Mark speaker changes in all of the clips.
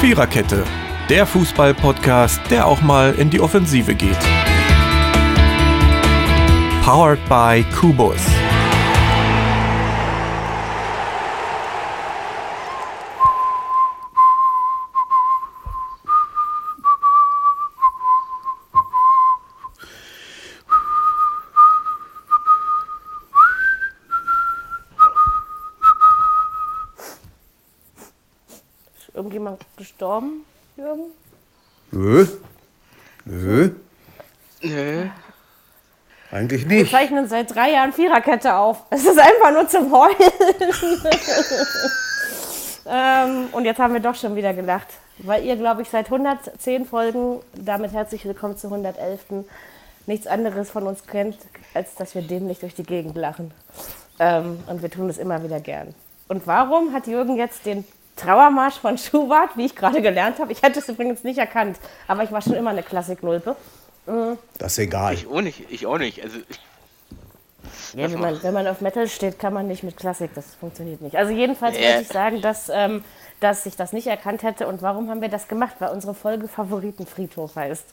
Speaker 1: Viererkette, der Fußball-Podcast, der auch mal in die Offensive geht. Powered by Kubus.
Speaker 2: Ist irgendjemand gestorben, Jürgen?
Speaker 3: Nö. Nö.
Speaker 4: Nö.
Speaker 3: Eigentlich
Speaker 2: Wir
Speaker 3: nicht.
Speaker 2: zeichnen seit drei Jahren Viererkette auf. Es ist einfach nur zum Heulen. ähm, und jetzt haben wir doch schon wieder gelacht. Weil ihr, glaube ich, seit 110 Folgen, damit herzlich willkommen zur 111. nichts anderes von uns kennt, als dass wir dämlich durch die Gegend lachen. Ähm, und wir tun es immer wieder gern. Und warum hat Jürgen jetzt den Trauermarsch von Schubert, wie ich gerade gelernt habe? Ich hätte es übrigens nicht erkannt, aber ich war schon immer eine Klassiknulpe.
Speaker 3: Das ist egal.
Speaker 4: Ich auch nicht, ich auch nicht. Also, ich-
Speaker 2: Ja, wenn man, wenn man auf Metal steht, kann man nicht mit Klassik, das funktioniert nicht. Also jedenfalls
Speaker 4: Ja.
Speaker 2: würde ich sagen, dass, ähm, dass ich das nicht erkannt hätte. Und warum haben wir das gemacht? Weil unsere Folge Favoritenfriedhof heißt.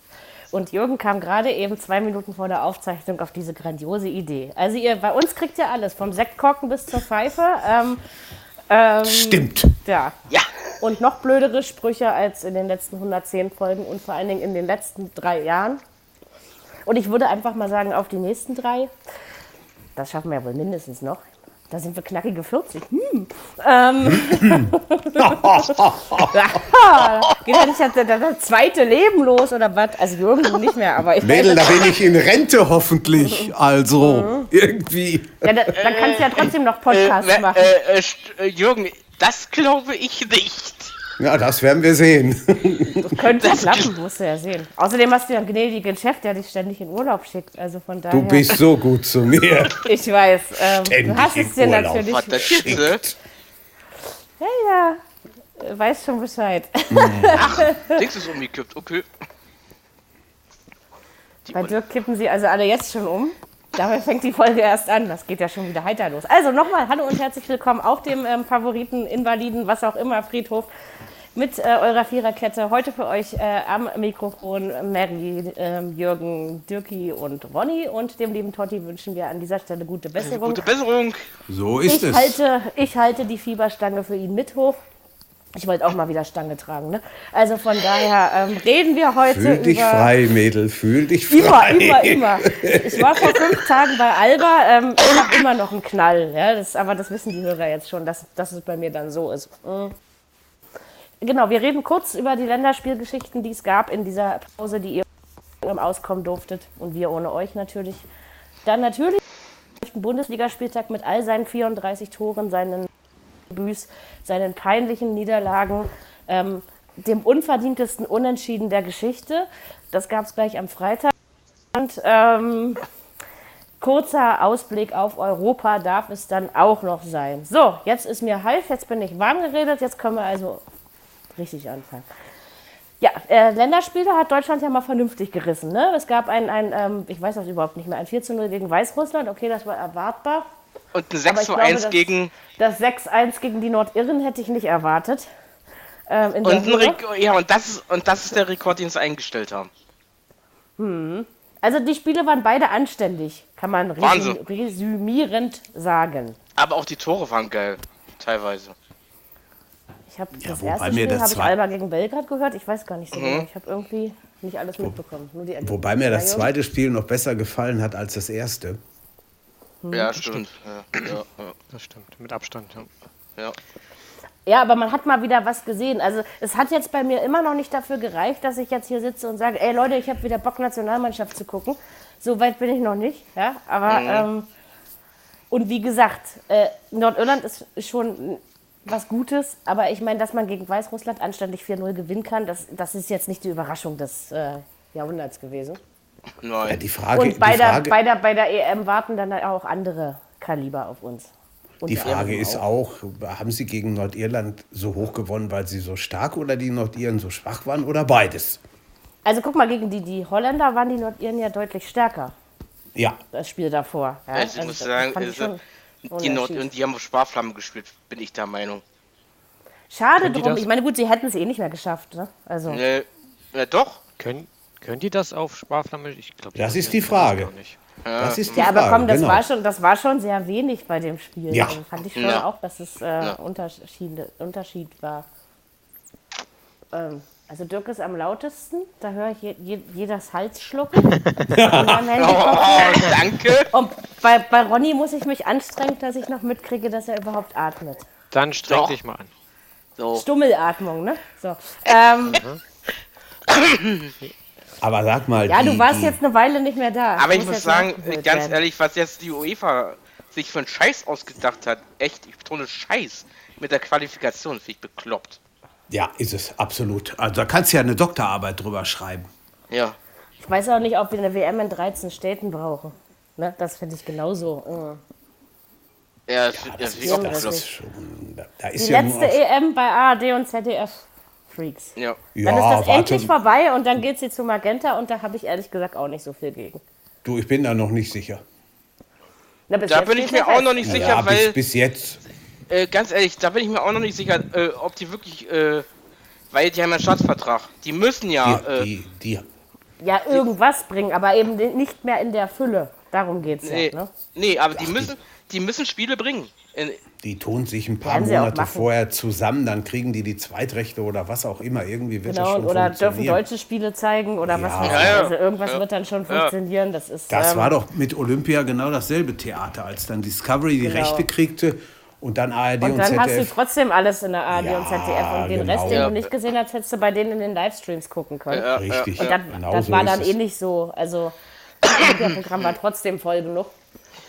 Speaker 2: Und Jürgen kam gerade eben zwei Minuten vor der Aufzeichnung auf diese grandiose Idee. Also ihr, bei uns kriegt ihr alles, vom Sektkorken bis zur Pfeife. Ähm,
Speaker 3: Stimmt.
Speaker 2: ja.
Speaker 4: ja,
Speaker 2: Und noch blödere Sprüche als in den letzten 110 Folgen und vor allen Dingen in den letzten drei Jahren. Und ich würde einfach mal sagen, auf die nächsten drei, das schaffen wir ja wohl mindestens noch. Da sind wir knackige 40. Hm. Ähm, geht ja nicht das, das, das zweite Leben los oder was? Also Jürgen nicht mehr, aber ich
Speaker 3: Mädel, da bin ich in Rente hoffentlich. Also, irgendwie.
Speaker 2: ja, da, dann kannst du ja trotzdem noch Podcasts
Speaker 4: äh,
Speaker 2: machen.
Speaker 4: äh, äh, St- äh, Jürgen, das glaube ich nicht.
Speaker 3: Ja, das werden wir sehen.
Speaker 2: Könnte
Speaker 4: das-
Speaker 2: klappen, musst du ja sehen. Außerdem hast du ja einen gnädigen Chef, der dich ständig in Urlaub schickt. Also von daher.
Speaker 3: Du bist so gut zu mir.
Speaker 2: Ich weiß. Ähm, du
Speaker 3: Ständig
Speaker 2: hast
Speaker 3: im
Speaker 2: es dir
Speaker 3: Urlaub.
Speaker 2: natürlich.
Speaker 4: Was das jetzt, ne?
Speaker 2: Ja, ja. Äh, Weiß schon Bescheid.
Speaker 4: Dings ist umgekippt, okay. Die
Speaker 2: Bei
Speaker 4: Un-
Speaker 2: Dirk kippen sie also alle jetzt schon um. Dabei fängt die Folge erst an. Das geht ja schon wieder heiter los. Also nochmal, hallo und herzlich willkommen auf dem ähm, Favoriten, Invaliden, was auch immer, Friedhof mit äh, eurer Viererkette. Heute für euch äh, am Mikrofon Mary, ähm, Jürgen, Dirki und Ronny. Und dem lieben Totti wünschen wir an dieser Stelle gute Besserung.
Speaker 4: Gute Besserung.
Speaker 3: So ist
Speaker 2: ich
Speaker 3: es.
Speaker 2: halte, ich halte die Fieberstange für ihn mit hoch. Ich wollte auch mal wieder Stange tragen. Ne? Also von daher ähm, reden wir heute
Speaker 3: Fühl
Speaker 2: über.
Speaker 3: dich frei, Mädel. Fühl dich
Speaker 2: Immer,
Speaker 3: frei.
Speaker 2: immer, immer. Ich war vor fünf Tagen bei Alba. Ähm, ich habe immer noch einen Knall. Ja? Das, aber das wissen die Hörer jetzt schon, dass, dass es bei mir dann so ist. Mhm. Genau, wir reden kurz über die Länderspielgeschichten, die es gab in dieser Pause, die ihr im Auskommen durftet. Und wir ohne euch natürlich. Dann natürlich den Bundesligaspieltag mit all seinen 34 Toren, seinen Büß, seinen peinlichen Niederlagen, ähm, dem unverdientesten Unentschieden der Geschichte. Das gab es gleich am Freitag. Und ähm, kurzer Ausblick auf Europa darf es dann auch noch sein. So, jetzt ist mir heiß, jetzt bin ich warm geredet, jetzt können wir also richtig anfangen. Ja, äh, Länderspiele hat Deutschland ja mal vernünftig gerissen. Ne? Es gab ein, ein ähm, ich weiß das überhaupt nicht mehr, ein 4 zu 0 gegen Weißrussland. Okay, das war erwartbar.
Speaker 4: Und ein
Speaker 2: Aber
Speaker 4: 6
Speaker 2: ich
Speaker 4: zu
Speaker 2: glaube,
Speaker 4: 1
Speaker 2: das-
Speaker 4: gegen.
Speaker 2: Das 6-1 gegen die Nordirren hätte ich nicht erwartet. Ähm, in der
Speaker 4: Und, ein
Speaker 2: Höhe.
Speaker 4: Rek- ja, und, das ist, und das ist der Rekord, den sie eingestellt haben.
Speaker 2: also die Spiele waren beide anständig, kann man
Speaker 4: Wahnsinn.
Speaker 2: resü resümierend sagen.
Speaker 4: Aber auch die Tore waren geil. Teilweise.
Speaker 2: Ich habe das
Speaker 3: wobei
Speaker 2: erste
Speaker 3: mir
Speaker 2: Spiel
Speaker 3: das
Speaker 2: habe ich
Speaker 3: zwe-
Speaker 2: Alba gegen Belgrad gehört. Ich weiß gar nicht so genau. Ich habe irgendwie nicht alles mitbekommen. Nur die Ergebnisse.
Speaker 3: Wobei mir das
Speaker 2: Ja,
Speaker 3: zweite Spiel noch besser gefallen hat als das erste.
Speaker 2: Hm,
Speaker 4: Ja, stimmt. Ja, ja, ja,
Speaker 5: Das stimmt, mit Abstand. Ja.
Speaker 4: ja.
Speaker 2: Ja, aber man hat mal wieder was gesehen. Also es hat jetzt bei mir immer noch nicht dafür gereicht, dass ich jetzt hier sitze und sage, ey Leute, ich habe wieder Bock, Nationalmannschaft zu gucken. So weit bin ich noch nicht. Ja, aber ähm, und wie gesagt, äh, Nordirland ist schon was Gutes, aber ich meine, dass man gegen Weißrussland anständig 4-0 gewinnen kann, das, das ist jetzt nicht die Überraschung des äh, Jahrhunderts gewesen.
Speaker 3: Ja,
Speaker 4: Nein.
Speaker 3: die Frage,
Speaker 2: Und bei
Speaker 3: die
Speaker 2: der,
Speaker 3: Frage,
Speaker 2: bei, der, bei der EM warten dann auch andere Kaliber auf uns.
Speaker 3: die
Speaker 4: genau.
Speaker 3: Frage ist auch, haben sie gegen Nordirland so hoch gewonnen, weil sie so stark oder die Nordiren so schwach waren oder beides?
Speaker 2: Also guck mal, gegen die, die Holländer waren die Nordiren ja deutlich stärker,
Speaker 3: Ja,
Speaker 2: das Spiel davor. Ja?
Speaker 4: Also, ich muss
Speaker 2: das
Speaker 4: sagen,
Speaker 2: fand ich
Speaker 4: also,
Speaker 2: schon
Speaker 4: die
Speaker 2: Unterschied.
Speaker 4: Nord und die haben auf Sparflamme gespielt, bin ich der Meinung.
Speaker 2: Schade
Speaker 5: die
Speaker 2: drum.
Speaker 5: das?
Speaker 2: Ich meine, gut, sie hätten es eh nicht mehr geschafft. Ne? Also,
Speaker 4: Äh, ja, doch.
Speaker 5: Können, können die das auf Sprachaufnahme? Ich glaube,
Speaker 3: Das ist die Frage.
Speaker 4: Äh,
Speaker 3: Das ist die
Speaker 2: ja,
Speaker 3: Frage.
Speaker 2: aber komm, das,
Speaker 3: genau.
Speaker 2: war schon, das war schon sehr wenig bei dem Spiel.
Speaker 3: Ja.
Speaker 2: Also, fand ich schon
Speaker 4: Ja.
Speaker 2: auch, dass es äh, Unterschiede, Unterschied war. Ähm, also Dirk ist am lautesten, da höre ich je, je, jedes Halsschlucken. Und am Handy
Speaker 4: Oh,
Speaker 2: kochen.
Speaker 4: danke.
Speaker 2: Und bei, bei Ronny muss ich mich anstrengen, dass ich noch mitkriege, dass er überhaupt atmet.
Speaker 5: Dann streng
Speaker 4: Doch.
Speaker 5: dich mal an.
Speaker 4: So.
Speaker 2: Stummelatmung, ne? So. Ähm,
Speaker 3: Aber sag mal.
Speaker 2: ja, du
Speaker 3: die-
Speaker 2: warst
Speaker 3: die-
Speaker 2: jetzt eine Weile nicht mehr da.
Speaker 4: Aber
Speaker 2: Du
Speaker 4: ich
Speaker 2: musst
Speaker 4: muss
Speaker 2: jetzt
Speaker 4: sagen,
Speaker 2: nachgeholt
Speaker 4: ganz
Speaker 2: werden.
Speaker 4: ehrlich, was jetzt die UEFA sich für einen Scheiß ausgedacht hat, echt, ich betone Scheiß mit der Qualifikation, finde ich bekloppt.
Speaker 3: Ja, ist es, absolut. Also da kannst du ja eine Doktorarbeit drüber schreiben.
Speaker 4: Ja.
Speaker 2: Ich weiß auch nicht, ob wir eine WM in 13 Städten brauchen. Ne? Das finde ich genauso. äh.
Speaker 4: Ja, das, ja, das finde ich auch
Speaker 2: das
Speaker 4: bekloppt.
Speaker 2: ist-
Speaker 3: Schon, da, da ist
Speaker 2: Die
Speaker 3: ja nur
Speaker 2: letzte E- EM bei ARD und ZDF. Freaks.
Speaker 4: Ja.
Speaker 2: Dann ist das
Speaker 3: warte.
Speaker 2: endlich vorbei und dann geht sie zu Magenta und da habe ich ehrlich gesagt auch nicht so viel gegen.
Speaker 3: Du, ich bin da noch nicht sicher.
Speaker 2: Na, bis
Speaker 4: Da
Speaker 2: jetzt
Speaker 4: bin ich
Speaker 2: steht's
Speaker 4: mir
Speaker 2: ja
Speaker 4: auch noch
Speaker 2: fest.
Speaker 4: nicht
Speaker 3: ja,
Speaker 4: sicher,
Speaker 3: bis,
Speaker 4: weil,
Speaker 3: bis jetzt.
Speaker 4: äh, ganz ehrlich, da bin ich mir auch noch nicht sicher, äh, ob die wirklich, äh, weil die haben ja einen Staatsvertrag. Die müssen
Speaker 3: Die,
Speaker 4: ja, äh,
Speaker 3: die, die,
Speaker 2: Ja, irgendwas bringen, aber eben nicht mehr in der Fülle. Darum geht es
Speaker 4: nee,
Speaker 2: ja. Ne?
Speaker 4: nee, aber die müssen, die müssen Spiele bringen. In,
Speaker 3: die tun sich ein paar
Speaker 2: Werden sie auch
Speaker 3: Monate
Speaker 2: machen.
Speaker 3: vorher zusammen, dann kriegen die die Zweitrechte oder was auch immer. Irgendwie wird das
Speaker 2: Genau,
Speaker 3: schon
Speaker 2: oder dürfen
Speaker 3: funktionieren.
Speaker 2: deutsche Spiele zeigen oder was
Speaker 3: Ja.
Speaker 2: weiß ich.
Speaker 3: Ja,
Speaker 4: ja.
Speaker 2: Also irgendwas
Speaker 4: Ja.
Speaker 2: wird dann schon
Speaker 4: Ja.
Speaker 2: funktionieren. Das ist.
Speaker 3: Das
Speaker 2: ähm,
Speaker 3: war doch mit Olympia genau dasselbe Theater, als dann Discovery die
Speaker 2: Genau.
Speaker 3: Rechte kriegte und dann ARD und,
Speaker 2: Und dann hast du
Speaker 3: ZDF.
Speaker 2: trotzdem alles in der ARD
Speaker 3: Ja,
Speaker 2: und ZDF und den
Speaker 3: genau.
Speaker 2: Rest, den
Speaker 3: Ja.
Speaker 2: du nicht gesehen hast, hättest du bei denen in den Livestreams gucken können.
Speaker 3: Richtig.
Speaker 2: Und das,
Speaker 3: genau
Speaker 2: das
Speaker 3: so
Speaker 2: war
Speaker 3: ist
Speaker 2: dann
Speaker 3: es.
Speaker 2: eh nicht so. Also das Programm war trotzdem voll genug.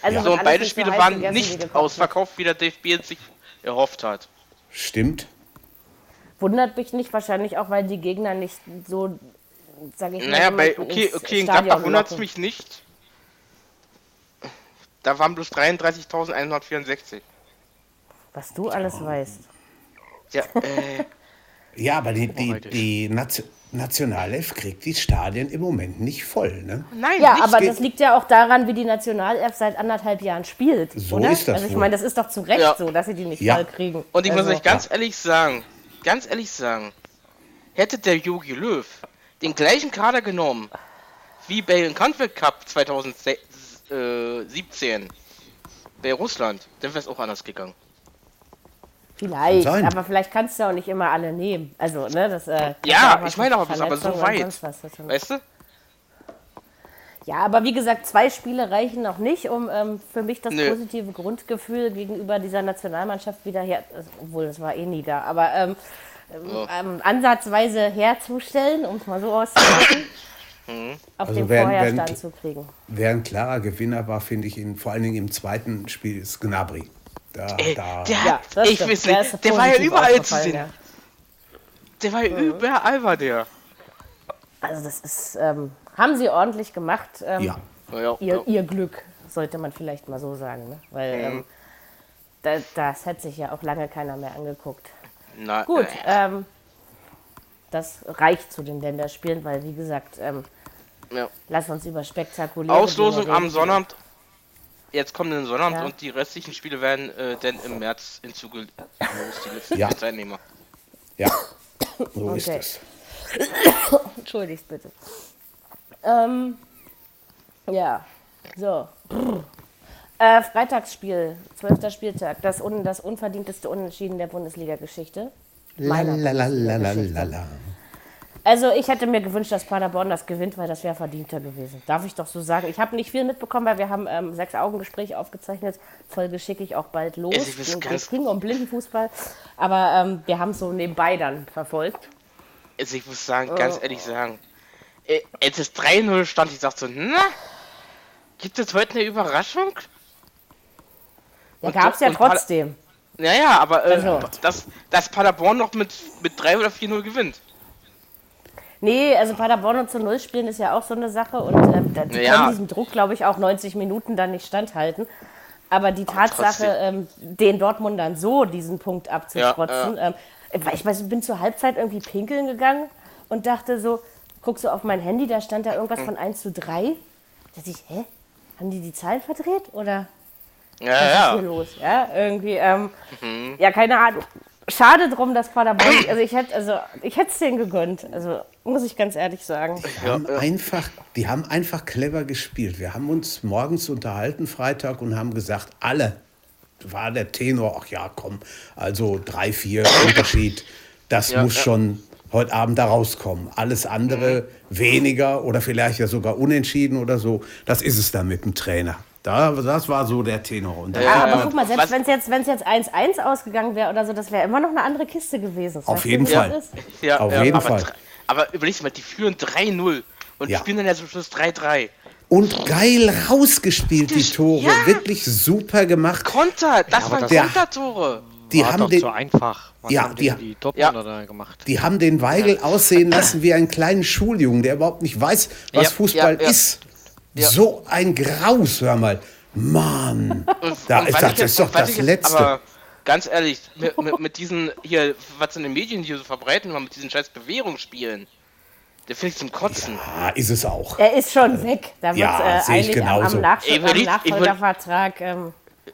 Speaker 2: Also
Speaker 4: so,
Speaker 2: wird
Speaker 4: und
Speaker 2: alles
Speaker 4: beide
Speaker 2: nicht so
Speaker 4: Spiele
Speaker 2: heiß
Speaker 4: waren
Speaker 2: gegessen, wie
Speaker 4: nicht
Speaker 2: gekocht
Speaker 4: ausverkauft, wie der DFB es sich erhofft hat.
Speaker 3: Stimmt.
Speaker 2: wird. Wundert mich nicht, wahrscheinlich auch, weil die Gegner nicht so, sag ich mal,
Speaker 4: Naja, bei,
Speaker 2: jemanden
Speaker 4: okay,
Speaker 2: ins
Speaker 4: okay, in
Speaker 2: Stadion
Speaker 4: Gladbach wundert es
Speaker 2: locken.
Speaker 4: mich nicht. Da waren bloß 33.164.
Speaker 2: Was du alles weißt.
Speaker 4: Ja, äh,
Speaker 3: Ja, aber die, die, die Naz- Nationalelf kriegt die Stadien im Moment nicht voll. Ne?
Speaker 4: nein,
Speaker 2: Ja,
Speaker 4: nicht
Speaker 2: aber
Speaker 3: geht-
Speaker 2: das liegt ja auch daran, wie die Nationalelf seit anderthalb Jahren spielt.
Speaker 3: So
Speaker 2: oder?
Speaker 3: ist das
Speaker 2: also ich
Speaker 3: wohl.
Speaker 2: meine, das ist doch zu Recht
Speaker 4: Ja.
Speaker 2: so, dass sie die nicht
Speaker 3: Ja.
Speaker 2: voll kriegen.
Speaker 4: Und ich
Speaker 2: also,
Speaker 4: muss euch ganz ehrlich sagen, ganz ehrlich sagen, hätte der Yogi Löw den gleichen Kader genommen wie bei dem Confed Cup 2017 bei Russland, dann wäre es auch anders gegangen.
Speaker 2: Vielleicht,
Speaker 3: Kann sein.
Speaker 2: aber vielleicht kannst du auch nicht immer alle nehmen. Also, ne, das. Äh,
Speaker 4: Ja,
Speaker 2: kann auch
Speaker 4: ich meine aber,
Speaker 2: was
Speaker 4: aber so
Speaker 2: Verletzungen und
Speaker 4: weit.
Speaker 2: sonst was dazu.
Speaker 4: Weißt du?
Speaker 2: Ja, aber wie gesagt, zwei Spiele reichen noch nicht, um ähm, für mich das
Speaker 4: Nö.
Speaker 2: positive Grundgefühl gegenüber dieser Nationalmannschaft wieder her, also, obwohl das war eh nie da, aber ähm, ähm,
Speaker 4: Oh.
Speaker 2: ähm, ansatzweise herzustellen, um es mal so auszudrücken,
Speaker 4: Mhm.
Speaker 2: auf
Speaker 3: Also
Speaker 2: den
Speaker 3: wenn-
Speaker 2: Vorherstand
Speaker 3: wenn-
Speaker 2: zu kriegen.
Speaker 3: Wer ein klarer Gewinner war, finde ich, in, vor allen Dingen im zweiten Spiel ist Gnabry. Da,
Speaker 2: Äh,
Speaker 3: da.
Speaker 4: Der,
Speaker 2: Ah. Ja, das
Speaker 4: ich
Speaker 2: stimmt.
Speaker 4: weiß
Speaker 2: Der ist
Speaker 4: nicht, der war ja
Speaker 2: positiv
Speaker 4: überall zu
Speaker 2: aufgefallen,
Speaker 4: sehen.
Speaker 2: ja. Mhm.
Speaker 4: Der war ja überall war der.
Speaker 2: Also das ist, ähm, haben sie ordentlich gemacht. Ähm,
Speaker 3: ja.
Speaker 4: Ja,
Speaker 2: ihr,
Speaker 4: ja.
Speaker 2: ihr Glück, sollte man vielleicht mal so sagen. Ne? Weil
Speaker 4: Hm.
Speaker 2: ähm, da, das hätte sich ja auch lange keiner mehr angeguckt.
Speaker 4: Na,
Speaker 2: Gut,
Speaker 4: äh,
Speaker 2: ähm, das reicht zu den Länderspielen, weil wie gesagt, ähm,
Speaker 4: ja.
Speaker 2: lass uns über spektakuläre
Speaker 4: Auslosung
Speaker 2: Dinge
Speaker 4: am
Speaker 2: reden.
Speaker 4: Sonnabend. Jetzt kommen den Sonnabend
Speaker 2: Ja.
Speaker 4: und die restlichen Spiele werden äh, dann im März hinzugelost, die letzten
Speaker 3: Ja.
Speaker 4: Teilnehmer.
Speaker 3: Ja, so ist
Speaker 2: Okay.
Speaker 3: es.
Speaker 2: Entschuldigt bitte. Ähm, ja, so. Brr. Äh, Freitagsspiel, 12. Spieltag, das, un, das unverdienteste Unentschieden der Bundesliga-Geschichte.
Speaker 3: La,
Speaker 2: Meiner
Speaker 3: la, la, la, la,
Speaker 2: Geschichte.
Speaker 3: la, la.
Speaker 2: Also ich hätte mir gewünscht, dass Paderborn das gewinnt, weil das wäre verdienter gewesen. Darf ich doch so sagen. Ich habe nicht viel mitbekommen, weil wir haben ähm, sechs Augengespräch aufgezeichnet. Folge schicke ich auch bald los.
Speaker 4: Es ist
Speaker 2: Und
Speaker 4: ganz-
Speaker 2: Es ging um Blindenfußball, aber ähm, wir haben so nebenbei dann verfolgt.
Speaker 4: Also ich muss sagen,
Speaker 2: Oh.
Speaker 4: ganz ehrlich sagen, äh, als es 3-0 stand, ich dachte so, na, gibt es heute eine Überraschung?
Speaker 2: Da
Speaker 4: Und
Speaker 2: gab es
Speaker 4: so-
Speaker 2: ja
Speaker 4: und Pader-
Speaker 2: trotzdem.
Speaker 4: Naja, aber äh,
Speaker 2: Also.
Speaker 4: dass, dass Paderborn noch mit, mit 3 oder 4-0 gewinnt.
Speaker 2: Nee, also Paderborn und zu Null spielen ist ja auch so eine Sache und ähm, da- die
Speaker 4: Ja.
Speaker 2: können diesem Druck, glaube ich, auch 90 Minuten dann nicht standhalten. Aber die Tatsache, ähm, den Dortmundern so diesen Punkt abzustrotzen, Ähm, weil ich weiß, ich bin zur Halbzeit irgendwie pinkeln gegangen und dachte so, guck so auf mein Handy, da stand da irgendwas von 1 zu 3. Da dachte ich, hä? Haben die die Zahlen verdreht oder
Speaker 4: Ja, Mhm.
Speaker 2: hier los? Ja, irgendwie, ähm, ja, keine Ahnung. Schade drum, dass Paderborn. Also ich hätte, also ich hätte es denen gegönnt. Also muss ich ganz ehrlich sagen.
Speaker 3: Die haben, einfach, die haben einfach clever gespielt. Wir haben uns morgens unterhalten, Freitag, und haben gesagt, alle, war der Tenor, ach ja, komm, also drei, vier Unterschied, das
Speaker 4: Ja,
Speaker 3: muss
Speaker 4: ja.
Speaker 3: schon heute Abend da rauskommen. Alles andere
Speaker 5: Mhm.
Speaker 3: weniger oder vielleicht ja sogar unentschieden oder so, das ist es dann mit dem Trainer. Da, das war so der Tenor. Und da
Speaker 2: Ah,
Speaker 3: hat
Speaker 2: aber
Speaker 3: man-
Speaker 2: guck mal, selbst
Speaker 4: was-
Speaker 2: wenn es jetzt wenn's jetzt 1-1 ausgegangen wäre oder so, das wäre immer noch eine andere Kiste gewesen.
Speaker 3: Auf
Speaker 2: Weißt du,
Speaker 3: jeden
Speaker 2: wie
Speaker 3: Fall.
Speaker 2: das ist?
Speaker 4: Ja,
Speaker 3: Auf
Speaker 4: ja,
Speaker 3: jeden
Speaker 4: aber,
Speaker 3: Fall.
Speaker 4: dr- Aber überleg mal, die führen 3-0 und
Speaker 3: Ja.
Speaker 4: spielen dann ja zum Schluss 3-3.
Speaker 3: und geil rausgespielt, die
Speaker 4: Wirklich?
Speaker 3: Tore.
Speaker 4: Ja.
Speaker 3: Wirklich super gemacht.
Speaker 4: Konter, das
Speaker 5: aber
Speaker 4: waren
Speaker 5: das-
Speaker 3: Ja.
Speaker 4: Kontertore.
Speaker 3: Die
Speaker 5: war
Speaker 3: haben
Speaker 5: doch
Speaker 3: den,
Speaker 5: zu einfach. Was
Speaker 3: Ja,
Speaker 5: haben
Speaker 3: die-
Speaker 5: denn die Dortmunder
Speaker 4: Ja.
Speaker 5: da gemacht?
Speaker 3: Die haben den Weigel aussehen lassen wie einen kleinen Schuljungen, der überhaupt nicht weiß, was
Speaker 5: Ja,
Speaker 3: Fußball
Speaker 4: ja, ja.
Speaker 3: ist. So ein Graus, hör mal. Mann, da
Speaker 4: Und
Speaker 3: ist
Speaker 4: was
Speaker 3: das,
Speaker 4: ich
Speaker 3: das
Speaker 4: jetzt-
Speaker 3: ist doch
Speaker 4: was ich
Speaker 3: das
Speaker 4: jetzt-
Speaker 3: Letzte.
Speaker 4: Aber ganz ehrlich, mit, mit, mit diesen hier, was in den Medien hier so verbreiten, immer mit diesen scheiß Bewährungsspielen, der finde ich zum Kotzen.
Speaker 3: ah, ist es auch.
Speaker 2: Er ist schon weg. Da wird
Speaker 3: Ja,
Speaker 2: ja, äh,
Speaker 3: sehe ich
Speaker 2: einig
Speaker 3: genauso.
Speaker 2: am, am, Nachsch
Speaker 4: Ey,
Speaker 2: am
Speaker 4: überleg-
Speaker 2: Nachfolgervertrag. Ähm,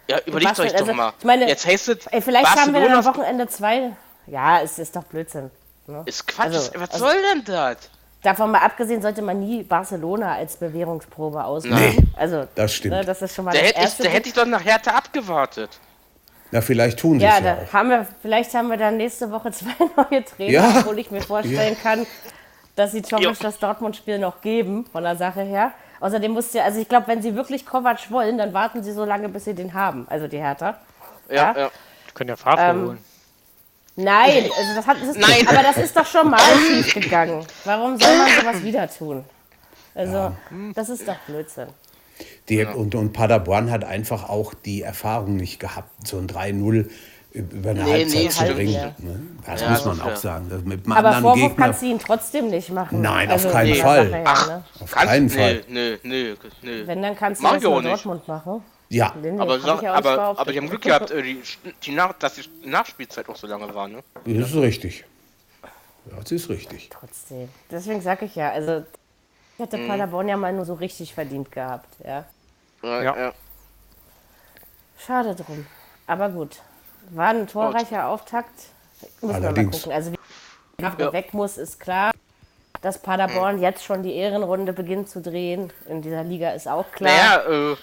Speaker 4: Ja, überlegt
Speaker 2: Bastel,
Speaker 4: euch doch
Speaker 2: also,
Speaker 4: mal.
Speaker 2: ich meine,
Speaker 4: jetzt heißt es,
Speaker 2: ey, vielleicht haben wir
Speaker 4: Barcelona
Speaker 2: dann am Wochenende zwei. Ja, es ist doch Blödsinn. Ne?
Speaker 4: ist Quatsch.
Speaker 2: also-
Speaker 4: was
Speaker 2: also-
Speaker 4: soll denn das?
Speaker 2: Davon mal abgesehen, sollte man nie Barcelona als Bewährungsprobe ausmachen.
Speaker 3: Nee,
Speaker 2: also,
Speaker 3: das stimmt.
Speaker 2: Ne, das ist schon mal
Speaker 4: Da
Speaker 2: das
Speaker 4: hätte ich,
Speaker 2: erste.
Speaker 4: da hätt ich doch nach Hertha abgewartet.
Speaker 3: Na, vielleicht tun sie
Speaker 2: ja,
Speaker 3: es
Speaker 2: da
Speaker 3: ja auch.
Speaker 2: haben wir, vielleicht haben wir dann nächste Woche zwei neue Trainer,
Speaker 3: Ja.
Speaker 2: obwohl ich mir vorstellen kann, dass sie Tomic das Dortmund-Spiel noch geben, von der Sache her. Außerdem muss ja, also ich glaube, wenn sie wirklich Kovac wollen, dann warten sie so lange, bis sie den haben, also die Hertha.
Speaker 4: Ja,
Speaker 2: Ja?
Speaker 4: ja.
Speaker 5: Die können ja Favre
Speaker 2: Ähm.
Speaker 5: holen.
Speaker 2: Nein, also das hat, das ist,
Speaker 4: Nein.
Speaker 2: aber das ist doch schon mal schief gegangen. Warum soll man sowas wieder tun? Also, das ist doch Blödsinn.
Speaker 3: Die, und, und Paderborn hat einfach auch die Erfahrung nicht gehabt, so ein 3-0 über eine
Speaker 4: Nee,
Speaker 3: Halbzeit
Speaker 4: nee,
Speaker 3: zu
Speaker 2: stimmt.
Speaker 3: bringen.
Speaker 2: Ja.
Speaker 3: Ne? Das
Speaker 4: Ja,
Speaker 3: muss
Speaker 4: so
Speaker 3: man
Speaker 4: fair.
Speaker 3: auch sagen. Das Mit einem
Speaker 2: Aber
Speaker 3: anderen
Speaker 2: Vorwurf
Speaker 3: Gegner.
Speaker 2: kannst du ihn trotzdem nicht machen. Also,
Speaker 3: Nein, auf keinen
Speaker 2: von der
Speaker 3: Fall.
Speaker 2: Sache her, ne?
Speaker 4: Ach,
Speaker 3: Auf keinen Fall.
Speaker 4: Nö, nö, nö, nö.
Speaker 2: Wenn, dann kannst du
Speaker 4: Mach
Speaker 2: das
Speaker 4: ich auch
Speaker 2: in
Speaker 4: nicht.
Speaker 2: Dortmund machen.
Speaker 3: ja,
Speaker 2: Nee, nee,
Speaker 4: Aber,
Speaker 2: hab
Speaker 4: sag-
Speaker 2: ich ja auch nicht
Speaker 4: aber,
Speaker 2: behauptet.
Speaker 4: aber die haben Glück gehabt, äh, die, die Nach dass die Nachspielzeit auch so lange war, ne?
Speaker 3: das ist richtig. Das ist richtig.
Speaker 2: Trotzdem. Deswegen sage ich ja, also ich hätte
Speaker 4: Mhm.
Speaker 2: Paderborn ja mal nur so richtig verdient gehabt. Ja.
Speaker 4: Ja,
Speaker 5: Ja.
Speaker 2: Schade drum. Aber gut. War ein torreicher Auftakt. Muss man mal
Speaker 3: Allerdings.
Speaker 2: gucken. Also wie Kraft weg muss, ist klar. Dass Paderborn
Speaker 4: Mhm.
Speaker 2: jetzt schon die Ehrenrunde beginnt zu drehen in dieser Liga ist auch klar.
Speaker 4: Naja,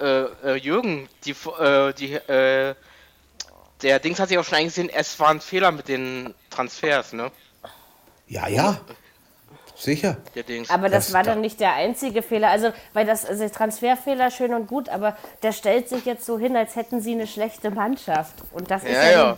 Speaker 4: äh, äh, äh, Jürgen, die, äh, die, äh, der Dings hat sich auch schon eingesehen, es war ein Fehler mit den Transfers, ne?
Speaker 3: Ja, ja. Sicher.
Speaker 4: Der Dings.
Speaker 2: Aber das,
Speaker 3: Das-
Speaker 2: war
Speaker 3: da-
Speaker 2: dann nicht der einzige Fehler. Also, weil das also Transferfehler schön und gut, aber der stellt sich jetzt so hin, als hätten sie eine schlechte Mannschaft. Und das ist
Speaker 4: Ja,
Speaker 2: ja,
Speaker 4: ja.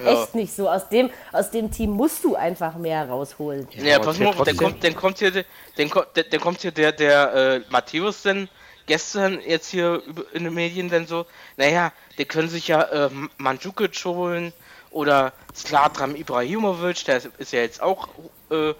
Speaker 2: nun echt nicht so. Aus dem, aus dem Team musst du einfach mehr rausholen.
Speaker 4: Ja,
Speaker 5: aber
Speaker 4: pass
Speaker 5: der
Speaker 4: mal auf, dann
Speaker 5: trotzdem-
Speaker 4: kommt, dann kommt hier, der- dann kommt, dann- dann kommt hier der, der äh, Matthäus denn gestern jetzt hier über- in den Medien dann so, naja, die können sich ja äh, Mandzukic holen oder Slatram Ibrahimovic, der ist, ist ja jetzt auch äh,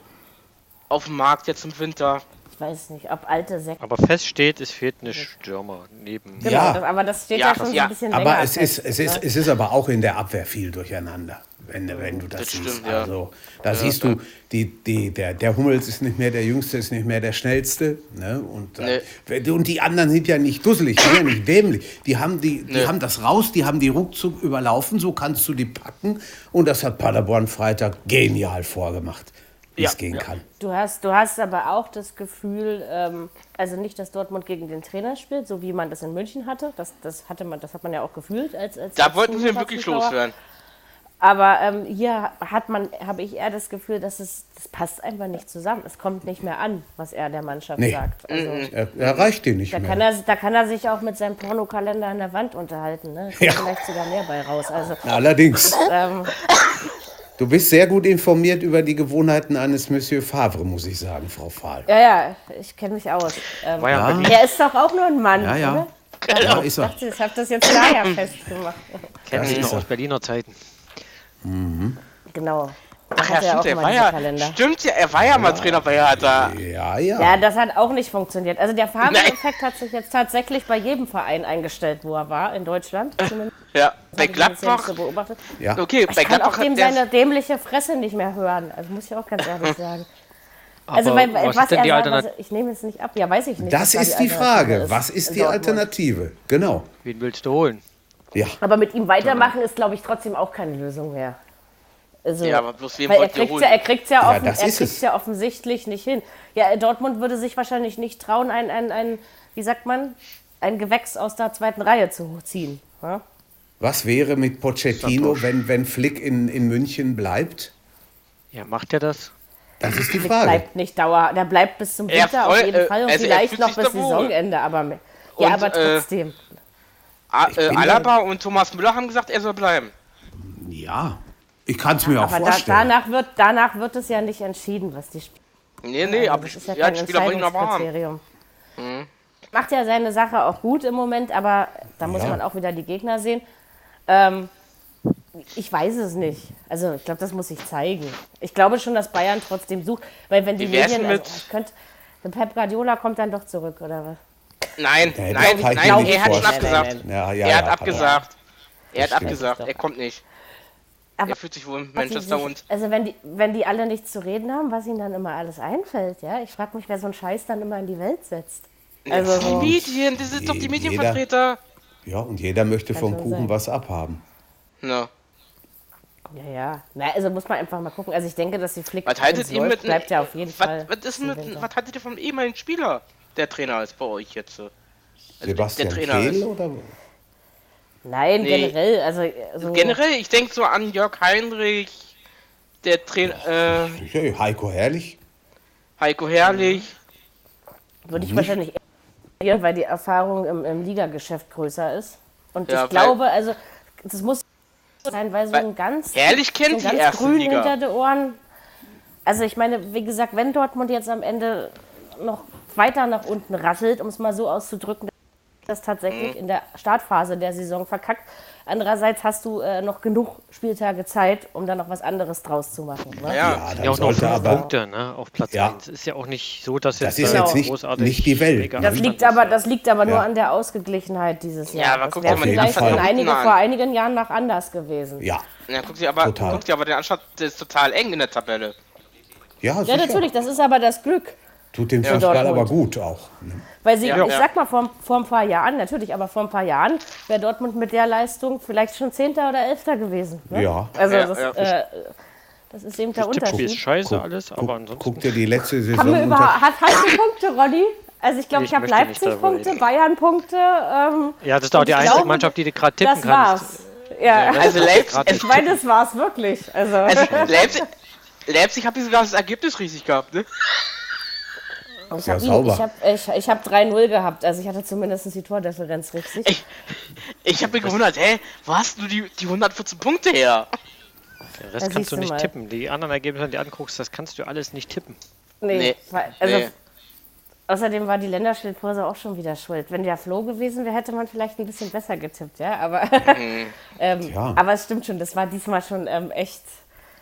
Speaker 4: auf dem Markt jetzt im Winter.
Speaker 2: Ich weiß nicht, ob alte Säcke. Genau,
Speaker 5: Aber fest steht, es fehlt eine Stürmer neben.
Speaker 3: Ja.
Speaker 2: das, aber das steht
Speaker 4: Ja,
Speaker 2: ja, schon so
Speaker 4: ja.
Speaker 2: ein bisschen länger.
Speaker 3: Aber es
Speaker 2: fest,
Speaker 3: ist, es, ist,
Speaker 2: ne?
Speaker 3: es ist aber auch in der Abwehr viel durcheinander, wenn, wenn du das,
Speaker 4: Das
Speaker 3: siehst.
Speaker 4: stimmt, ja.
Speaker 3: Also da siehst du, die, die, der, der Hummels ist nicht mehr der Jüngste, ist nicht mehr der Schnellste. Ne? Und, äh, und die anderen sind ja nicht dusselig, sind ja nicht dämlich. Die haben, die, die haben das raus, die haben die ruckzuck überlaufen, so kannst du die packen. Und das hat Paderborn Freitag genial vorgemacht, wie es gehen kann.
Speaker 2: Du hast, du hast aber auch das Gefühl, ähm, also nicht, dass Dortmund gegen den Trainer spielt, so wie man das in München hatte. Das, das, hatte man, das hat man ja auch gefühlt als. als
Speaker 4: Da
Speaker 2: als
Speaker 4: wollten sie ihn
Speaker 2: Zuschauer,
Speaker 4: wirklich
Speaker 2: Zuschauer.
Speaker 4: loswerden.
Speaker 2: Aber ähm, hier hat man, habe ich eher das Gefühl, dass es das passt einfach nicht zusammen. Es kommt nicht mehr an, was er der Mannschaft
Speaker 3: Nee.
Speaker 2: sagt. Also,
Speaker 3: Er, erreicht den nicht
Speaker 2: da,
Speaker 3: mehr.
Speaker 2: kann er, da kann er sich auch mit seinem Pornokalender an der Wand unterhalten. Ne? Da
Speaker 3: Ja.
Speaker 2: kommt Vielleicht sogar mehr bei raus. Also
Speaker 3: Allerdings.
Speaker 2: ähm,
Speaker 3: Du bist sehr gut informiert über die Gewohnheiten eines Monsieur Favre, muss ich sagen, Frau Fahl.
Speaker 2: ja, ja, ich kenne mich aus. Ähm,
Speaker 5: War ja,
Speaker 2: Er ist doch auch nur ein Mann.
Speaker 3: Ja, ja.
Speaker 2: Oder?
Speaker 3: Ja, ist er.
Speaker 2: Dachte, Ich habe das jetzt daher festgemacht.
Speaker 5: kennen Sie
Speaker 3: ist
Speaker 5: noch
Speaker 3: er.
Speaker 5: aus Berliner Zeiten.
Speaker 2: Genau.
Speaker 4: Ach ja, stimmt, er war
Speaker 2: diesen
Speaker 4: ja, stimmt ja, er war ja mal Trainer bei Hertha.
Speaker 3: Ja, ja.
Speaker 2: Ja, das hat auch nicht funktioniert. Also der
Speaker 4: Nein.
Speaker 2: Farbeneffekt hat sich jetzt tatsächlich bei jedem Verein eingestellt, wo er war, in Deutschland. Zumindest
Speaker 4: Ja, bei
Speaker 2: hab ich das jetzt
Speaker 4: Gladbach.
Speaker 2: so beobachtet.
Speaker 3: ja.
Speaker 4: Okay, bei
Speaker 2: Ich kann auch
Speaker 4: Gladbach
Speaker 2: dem
Speaker 4: hat der.
Speaker 2: seine dämliche Fresse nicht mehr hören. Also muss ich auch ganz ehrlich sagen. Also
Speaker 5: Aber
Speaker 2: weil,
Speaker 5: was
Speaker 2: was,
Speaker 5: ist denn
Speaker 2: er
Speaker 5: die
Speaker 2: sagt,
Speaker 5: Alternat-
Speaker 2: was- ich nehme es nicht ab. Ja, weiß ich nicht.
Speaker 3: Das
Speaker 2: was da
Speaker 3: ist die
Speaker 2: Alternative Also,
Speaker 3: Frage. Was
Speaker 2: in
Speaker 3: ist die
Speaker 2: Dortmund.
Speaker 3: Alternative? Genau.
Speaker 5: Wen willst du holen?
Speaker 3: Ja.
Speaker 2: Aber mit ihm weitermachen ist, glaube ich, trotzdem auch keine Lösung mehr. Also,
Speaker 4: Ja, aber bloß wen
Speaker 2: weil er
Speaker 4: wollt ihr
Speaker 2: kriegt
Speaker 4: holen?
Speaker 2: ja, er kriegt's ja, offen, er
Speaker 3: das ist
Speaker 2: kriegt's
Speaker 3: es.
Speaker 2: ja offensichtlich nicht hin. Ja, Dortmund würde sich wahrscheinlich nicht trauen, ein, ein, ein wie sagt man, ein Gewächs aus der zweiten Reihe zu ziehen. Ja?
Speaker 3: Was wäre mit Pochettino, wenn, wenn Flick in, in München bleibt?
Speaker 5: Ja, macht er das?
Speaker 3: Das ist die Frage.
Speaker 2: Bleibt nicht dauer, der bleibt bis zum
Speaker 4: Er
Speaker 2: Winter auf
Speaker 4: freu-
Speaker 2: jeden
Speaker 4: äh,
Speaker 2: Fall und
Speaker 4: also er
Speaker 2: vielleicht
Speaker 4: fühlt
Speaker 2: noch
Speaker 4: sich
Speaker 2: bis
Speaker 4: da wohl.
Speaker 2: Saisonende, aber mehr. Ja,
Speaker 4: Und,
Speaker 2: aber
Speaker 4: äh,
Speaker 2: trotzdem.
Speaker 3: Ah,
Speaker 4: A äh,
Speaker 3: bin
Speaker 4: Alaba und Thomas Müller haben gesagt, er soll bleiben.
Speaker 3: Ja, ich kann es mir auch
Speaker 2: aber da,
Speaker 3: vorstellen.
Speaker 2: danach, wird, danach wird es ja nicht entschieden, was die Spieler.
Speaker 4: Nee, nee, aber
Speaker 2: das
Speaker 4: ich,
Speaker 2: ist ja
Speaker 4: ja,
Speaker 2: kein
Speaker 4: die Spieler wollen ihn aber Mhm. haben.
Speaker 2: Entscheidungskriterium. Macht ja seine Sache auch gut im Moment, aber da muss
Speaker 3: Ja.
Speaker 2: man auch wieder die Gegner sehen. Ähm, ich weiß es nicht. Also ich glaube, das muss sich zeigen. Ich glaube schon, dass Bayern trotzdem sucht, weil wenn die
Speaker 4: Wie wär's
Speaker 2: Medien...
Speaker 4: mit-
Speaker 2: Also, ich könnte, Pep Guardiola kommt dann doch zurück, oder was?
Speaker 4: Nein,
Speaker 3: Nee, das kann
Speaker 4: nein, nein,
Speaker 3: ich mir nicht
Speaker 4: er hat schon
Speaker 3: vorstellen.
Speaker 4: abgesagt.
Speaker 3: Ja, halt ja,
Speaker 4: er hat
Speaker 3: ja, hat er.
Speaker 4: abgesagt. Er hat
Speaker 3: stimmt.
Speaker 4: abgesagt,
Speaker 2: Doch.
Speaker 4: er kommt nicht.
Speaker 2: Aber-
Speaker 4: er fühlt sich wohl in
Speaker 2: Was sie
Speaker 4: Manchester
Speaker 2: sich-
Speaker 4: und
Speaker 2: Also wenn die, wenn die alle nichts zu reden haben, was ihnen dann immer alles einfällt, ja? Ich frage mich, wer so einen Scheiß dann immer in die Welt setzt. Also
Speaker 4: die
Speaker 2: so,
Speaker 4: Medien, das sind doch die
Speaker 3: Jeder-
Speaker 4: Medienvertreter.
Speaker 3: Ja, und jeder möchte vom
Speaker 2: schon
Speaker 3: Kuchen
Speaker 2: sein.
Speaker 3: was abhaben.
Speaker 4: Na,
Speaker 2: ja, ja. Na, also muss man einfach mal gucken. Also ich denke, dass die Flick
Speaker 4: was haltet
Speaker 2: wenn's
Speaker 4: ihr
Speaker 2: läuft,
Speaker 4: mit
Speaker 2: bleibt ja auf jeden
Speaker 4: was,
Speaker 2: Fall.
Speaker 4: Was, ist
Speaker 2: im
Speaker 4: mit,
Speaker 2: Winter.
Speaker 4: was haltet ihr vom ehemaligen Spieler, der Trainer ist bei euch jetzt? so? Also
Speaker 3: Sebastian
Speaker 4: der Trainer
Speaker 3: Kehl
Speaker 4: ist.
Speaker 3: oder?
Speaker 2: Nein,
Speaker 4: Nee.
Speaker 2: generell, also so
Speaker 4: Generell, ich denke so an Jörg Heinrich, der Trainer, äh,
Speaker 3: Ja, Heiko Herrlich?
Speaker 4: Heiko Herrlich.
Speaker 2: würde ich wahrscheinlich eher, weil die Erfahrung im, im Ligageschäft größer ist. Und
Speaker 4: Ja,
Speaker 2: ich
Speaker 4: weil-
Speaker 2: glaube, also das muss sein, weil so
Speaker 4: Weil-
Speaker 2: ein ganz
Speaker 4: Herrlich kennt
Speaker 2: so
Speaker 4: die
Speaker 2: ganz
Speaker 4: erste
Speaker 2: grün
Speaker 4: Liga.
Speaker 2: hinter den Ohren. Also ich meine, wie gesagt, wenn Dortmund jetzt am Ende noch weiter nach unten rasselt, um es mal so auszudrücken, das tatsächlich
Speaker 4: Mhm.
Speaker 2: in der Startphase der Saison verkackt. Andererseits hast du äh, noch genug Spieltage Zeit, um da noch was anderes draus zu machen. Ne?
Speaker 3: Ja,
Speaker 4: Ja,
Speaker 5: Ja,
Speaker 3: dann
Speaker 5: auch noch
Speaker 3: sollte
Speaker 5: fünf
Speaker 3: aber.
Speaker 5: Punkte, ne? Auf Platz
Speaker 3: Ja.
Speaker 5: 1. Ist ja auch nicht so, dass
Speaker 3: Das
Speaker 5: jetzt
Speaker 3: ist
Speaker 5: da
Speaker 3: jetzt nicht-
Speaker 5: großartig
Speaker 3: nicht die Welt,
Speaker 5: mega
Speaker 3: ne?
Speaker 2: Das
Speaker 5: Abstand
Speaker 2: liegt
Speaker 5: ist,
Speaker 2: aber,
Speaker 5: ja.
Speaker 2: das liegt aber nur
Speaker 3: Ja.
Speaker 2: an der Ausgeglichenheit dieses
Speaker 4: Ja,
Speaker 2: Jahr.
Speaker 4: aber
Speaker 2: das
Speaker 4: guck
Speaker 2: wäre
Speaker 4: dir mal die
Speaker 2: vielleicht
Speaker 3: Anzahl
Speaker 2: in
Speaker 3: der
Speaker 2: einige,
Speaker 4: Punkte
Speaker 2: vor
Speaker 4: an.
Speaker 2: einigen Jahren noch anders gewesen.
Speaker 3: Ja,
Speaker 4: Ja, guck dir aber,
Speaker 3: Total.
Speaker 4: guck dir aber den Anschlag, der ist total eng in der Tabelle.
Speaker 3: ja, sicher.
Speaker 2: Ja, natürlich, das ist aber das Glück.
Speaker 3: Tut dem Fußball
Speaker 2: Dortmund.
Speaker 3: aber gut auch. ne?
Speaker 2: Weil sie,
Speaker 4: Ja.
Speaker 2: ich
Speaker 4: Ja.
Speaker 2: sag mal, vor, vor ein paar Jahren, natürlich, aber vor ein paar Jahren wäre Dortmund mit der Leistung vielleicht schon Zehnter oder Elfter gewesen. Ne?
Speaker 3: Ja.
Speaker 2: Also
Speaker 4: Ja,
Speaker 2: das,
Speaker 4: ja.
Speaker 2: Äh, das ist eben der
Speaker 5: Das Tippspiel ist
Speaker 2: Unterschied.
Speaker 5: scheiße
Speaker 3: Guck-
Speaker 5: alles, aber
Speaker 3: guck-
Speaker 5: ansonsten.
Speaker 3: Guck dir die letzte
Speaker 2: Haben wir
Speaker 3: Saison
Speaker 2: überhaupt,
Speaker 3: unter.
Speaker 2: hat, hast du Punkte, Ronny? Also ich glaube, ich,
Speaker 5: Ich
Speaker 2: habe
Speaker 5: möchte nicht darüber
Speaker 2: Leipzig-Punkte,
Speaker 5: reden.
Speaker 2: Bayern-Punkte. Ähm,
Speaker 5: Ja, das ist auch
Speaker 2: und
Speaker 5: die
Speaker 2: ich
Speaker 5: einzige
Speaker 2: glaube,
Speaker 5: Mannschaft, die du gerade tippen
Speaker 2: Das
Speaker 5: kannst.
Speaker 2: war's. Ja,
Speaker 4: Also Leipzig,
Speaker 5: Gerade
Speaker 2: ich meine, das war's wirklich. Also,
Speaker 4: also Leipzig, Leipzig hat sogar das Ergebnis richtig gehabt, ne?
Speaker 2: ich
Speaker 3: ja
Speaker 2: habe
Speaker 3: sauber.
Speaker 2: ich hab, ich, ich hab 3-0 gehabt. Also ich hatte zumindest die Tordifferenz richtig.
Speaker 4: Ich habe mich gewundert, hä, wo hast du die, die 114 Punkte her?
Speaker 5: Den
Speaker 2: Da
Speaker 5: Rest kannst
Speaker 2: siehst
Speaker 5: du
Speaker 2: du
Speaker 5: nicht
Speaker 2: mal.
Speaker 5: tippen. Die anderen Ergebnisse, die du anguckst, das kannst du alles nicht tippen.
Speaker 2: Nee,
Speaker 4: Nee,
Speaker 2: weil- also
Speaker 4: nee.
Speaker 2: Außerdem war die Länderspielpause auch schon wieder schuld. Wenn der Flo gewesen wäre, hätte man vielleicht ein bisschen besser getippt, ja. Aber,
Speaker 4: Mhm.
Speaker 2: ähm,
Speaker 3: Tja.
Speaker 2: aber es stimmt schon, das war diesmal schon ähm, echt.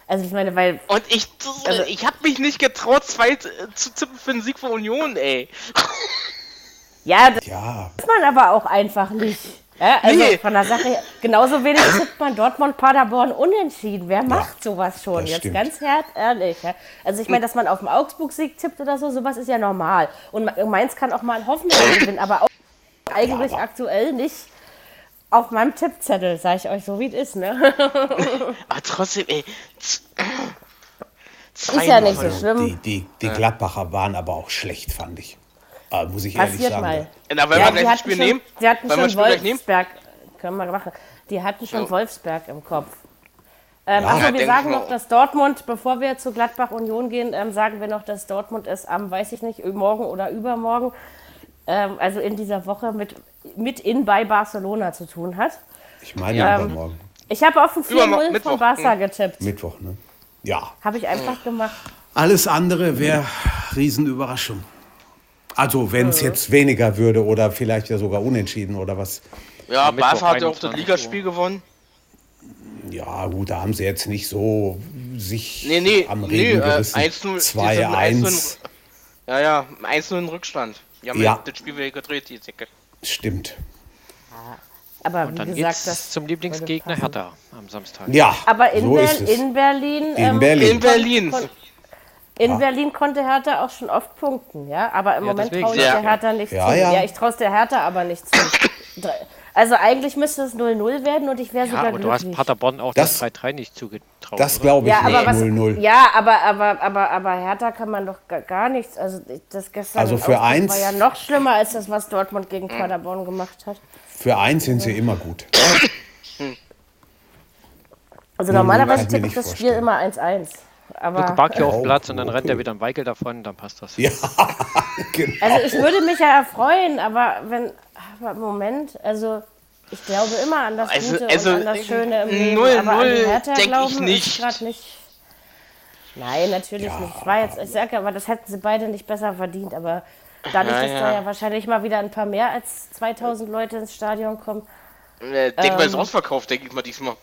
Speaker 2: Also ich meine, weil
Speaker 4: Und ich,
Speaker 2: Also-
Speaker 4: ich habe mich nicht getraut, zwei zu tippen für den Sieg von Union, ey.
Speaker 2: ja, das
Speaker 3: Ja,
Speaker 2: ist man aber auch einfach nicht. Ja, also
Speaker 4: Nee.
Speaker 2: von der Sache her, genauso wenig tippt man Dortmund, Paderborn unentschieden. Wer macht sowas schon?
Speaker 3: das
Speaker 2: Jetzt
Speaker 3: stimmt.
Speaker 2: ganz hart ehrlich. Ja? Also ich meine, dass man auf den Augsburg-Sieg tippt oder so, sowas ist ja normal. Und Ma- Mainz kann auch mal einen Hoffenheim gewinnen, aber auch eigentlich
Speaker 3: aber-
Speaker 2: aktuell nicht auf meinem Tippzettel, sage ich euch so, wie es ist. Ne?
Speaker 4: Aber trotzdem, ey.
Speaker 2: Ist ja nicht so schlimm.
Speaker 3: Also, die, die, die Gladbacher waren aber auch schlecht, fand ich. Aber muss ich ehrlich
Speaker 2: Passiert
Speaker 3: sagen.
Speaker 2: mal.
Speaker 4: Na, wollen
Speaker 2: Ja,
Speaker 4: wir gleich das Spiel
Speaker 2: schon,
Speaker 4: nehmen?
Speaker 2: die hatten
Speaker 4: Wollen wir das
Speaker 2: schon
Speaker 4: Spiel gleich nehmen?
Speaker 2: Wolfsberg. Können wir machen. Die hatten schon Wolfsberg im Kopf. Ähm,
Speaker 3: Ja.
Speaker 2: achso,
Speaker 3: Ja,
Speaker 4: denk
Speaker 2: wir
Speaker 4: ich
Speaker 2: sagen
Speaker 4: mal.
Speaker 2: noch, dass Dortmund, bevor wir zu Gladbach Union gehen, ähm, sagen wir noch, dass Dortmund es am, weiß ich nicht, morgen oder übermorgen, ähm, also in dieser Woche mit, mit in bei Barcelona zu tun hat.
Speaker 3: Ich meine übermorgen.
Speaker 2: Ich habe auf den
Speaker 4: Übermorgen,
Speaker 2: 4-0 von
Speaker 4: Mittwoch, hm.
Speaker 2: Barca getippt.
Speaker 3: Mittwoch, ne? Ja.
Speaker 2: Habe ich einfach gemacht.
Speaker 3: Alles andere wäre Riesenüberraschung. Also, wenn
Speaker 2: Äh.
Speaker 3: es jetzt weniger würde oder vielleicht ja sogar unentschieden oder was.
Speaker 4: Ja,
Speaker 5: Mittwoch,
Speaker 4: Barca hat ja auch das
Speaker 5: 21
Speaker 4: Ligaspiel gewonnen.
Speaker 3: Ja, gut, da haben sie jetzt nicht so sich
Speaker 4: Nee, nee,
Speaker 3: am
Speaker 4: nee,
Speaker 3: Reden
Speaker 4: äh,
Speaker 3: gerissen.
Speaker 4: 1-0.
Speaker 3: 2-1.
Speaker 4: Ja, ja, 1-0 in Rückstand. Die haben
Speaker 3: Ja.
Speaker 4: ja. das Spiel wieder gedreht, die Zicke.
Speaker 3: Stimmt.
Speaker 2: Aber wie
Speaker 5: Dann
Speaker 2: gesagt,
Speaker 5: geht's
Speaker 2: das.
Speaker 5: zum Lieblingsgegner Hertha am Samstag.
Speaker 3: Ja,
Speaker 2: Aber in,
Speaker 3: so ist
Speaker 2: Ber
Speaker 3: es.
Speaker 2: in Berlin.
Speaker 3: in
Speaker 2: ähm,
Speaker 3: Berlin.
Speaker 4: In Berlin.
Speaker 2: Kon- In Berlin konnte Hertha auch schon oft punkten, ja. Aber im Moment
Speaker 5: deswegen
Speaker 2: traue ich
Speaker 5: sag
Speaker 2: der
Speaker 5: ich
Speaker 2: Hertha nicht
Speaker 3: Ja,
Speaker 2: zu.
Speaker 3: ja.
Speaker 2: Ja, ich traue der Hertha aber nicht zu. Drei- Also eigentlich müsste es 0-0 werden und ich wäre
Speaker 5: Ja,
Speaker 2: sogar
Speaker 5: aber Ah, du hast
Speaker 2: glücklich.
Speaker 5: Paderborn auch
Speaker 3: Das-
Speaker 5: das 3-3 nicht zugetraut.
Speaker 3: Das
Speaker 5: oder?
Speaker 3: glaube ich
Speaker 2: ja, aber
Speaker 3: nicht,
Speaker 2: was,
Speaker 3: 0-0.
Speaker 2: ja, aber aber aber aber Hertha kann man doch gar, gar nichts. Also das gestern
Speaker 3: Also
Speaker 2: in
Speaker 3: für
Speaker 2: Augsburg
Speaker 3: eins-
Speaker 2: war ja noch schlimmer als das, was Dortmund gegen
Speaker 4: Mhm.
Speaker 2: Paderborn gemacht hat.
Speaker 3: Für eins sind sie immer gut.
Speaker 2: Also
Speaker 3: Null, null kann
Speaker 2: normalerweise
Speaker 3: ich mir
Speaker 2: tippe ich
Speaker 3: nicht
Speaker 2: das Spiel immer
Speaker 3: vorstellen.
Speaker 2: 1-1.
Speaker 5: Luke
Speaker 2: Aber
Speaker 5: Bakio auf
Speaker 3: Oh,
Speaker 5: den Platz und dann rennt
Speaker 3: okay.
Speaker 5: er wieder am Weigel davon, dann passt das.
Speaker 3: Ja, genau.
Speaker 2: also ich würde mich ja erfreuen, aber wenn aber im Moment, also ich glaube immer an das
Speaker 4: Also-
Speaker 2: Gute
Speaker 4: also,
Speaker 2: und an das Schöne im Leben,
Speaker 4: null,
Speaker 2: aber an
Speaker 4: null
Speaker 2: die Hertha
Speaker 4: denk ich
Speaker 2: glauben ist
Speaker 4: nicht.
Speaker 2: gerade nicht. Nein, natürlich nicht. Ich war jetzt, ich sag ja, aber das hätten sie beide nicht besser verdient, aber dadurch,
Speaker 4: Ja,
Speaker 2: dass
Speaker 4: ja.
Speaker 2: da ja wahrscheinlich mal wieder ein paar mehr als 2000 Leute ins Stadion kommen, Ähm.
Speaker 4: Äh, denk mal, ist ausverkauft, denke ich mal diesmal.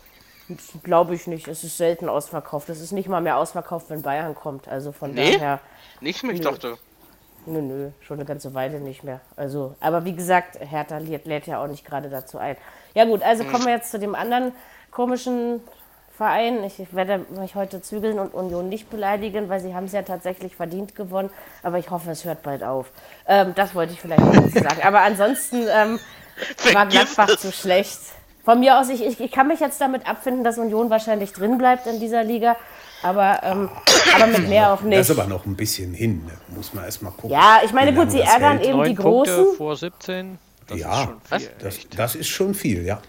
Speaker 2: glaube ich nicht. Es ist selten ausverkauft. Es ist nicht mal mehr ausverkauft, wenn Bayern kommt. Also von
Speaker 4: Nee?
Speaker 2: daher.
Speaker 4: Nicht
Speaker 2: Hm.
Speaker 4: mehr, ich dachte.
Speaker 2: Nö, nö, schon eine ganze Weile nicht mehr. Also, aber wie gesagt, Hertha lädt, lädt ja auch nicht gerade dazu ein. Ja gut, also kommen wir jetzt zu dem anderen komischen Verein. Ich werde mich heute zügeln und Union nicht beleidigen, weil sie haben es ja tatsächlich verdient gewonnen. Aber ich hoffe, es hört bald auf. Ähm, das wollte ich vielleicht noch dazu sagen. Aber ansonsten ähm, war
Speaker 4: Vergiss
Speaker 2: Gladbach
Speaker 4: es.
Speaker 2: zu schlecht. Von mir aus, ich, ich, ich kann mich jetzt damit abfinden, dass Union wahrscheinlich drin bleibt in dieser Liga. Aber, ähm, aber mit mehr auch nicht.
Speaker 3: Das ist aber noch ein bisschen hin. Ne? Muss man erst mal gucken.
Speaker 2: Ja, ich meine,
Speaker 3: wie
Speaker 2: gut,
Speaker 3: lange
Speaker 2: sie
Speaker 3: das
Speaker 2: ärgern
Speaker 3: hält.
Speaker 2: eben die
Speaker 5: Neun Punkte
Speaker 2: Großen.
Speaker 5: vor 17. Das
Speaker 3: Ja.
Speaker 5: ist schon viel.
Speaker 3: Das, das ist schon viel, ja.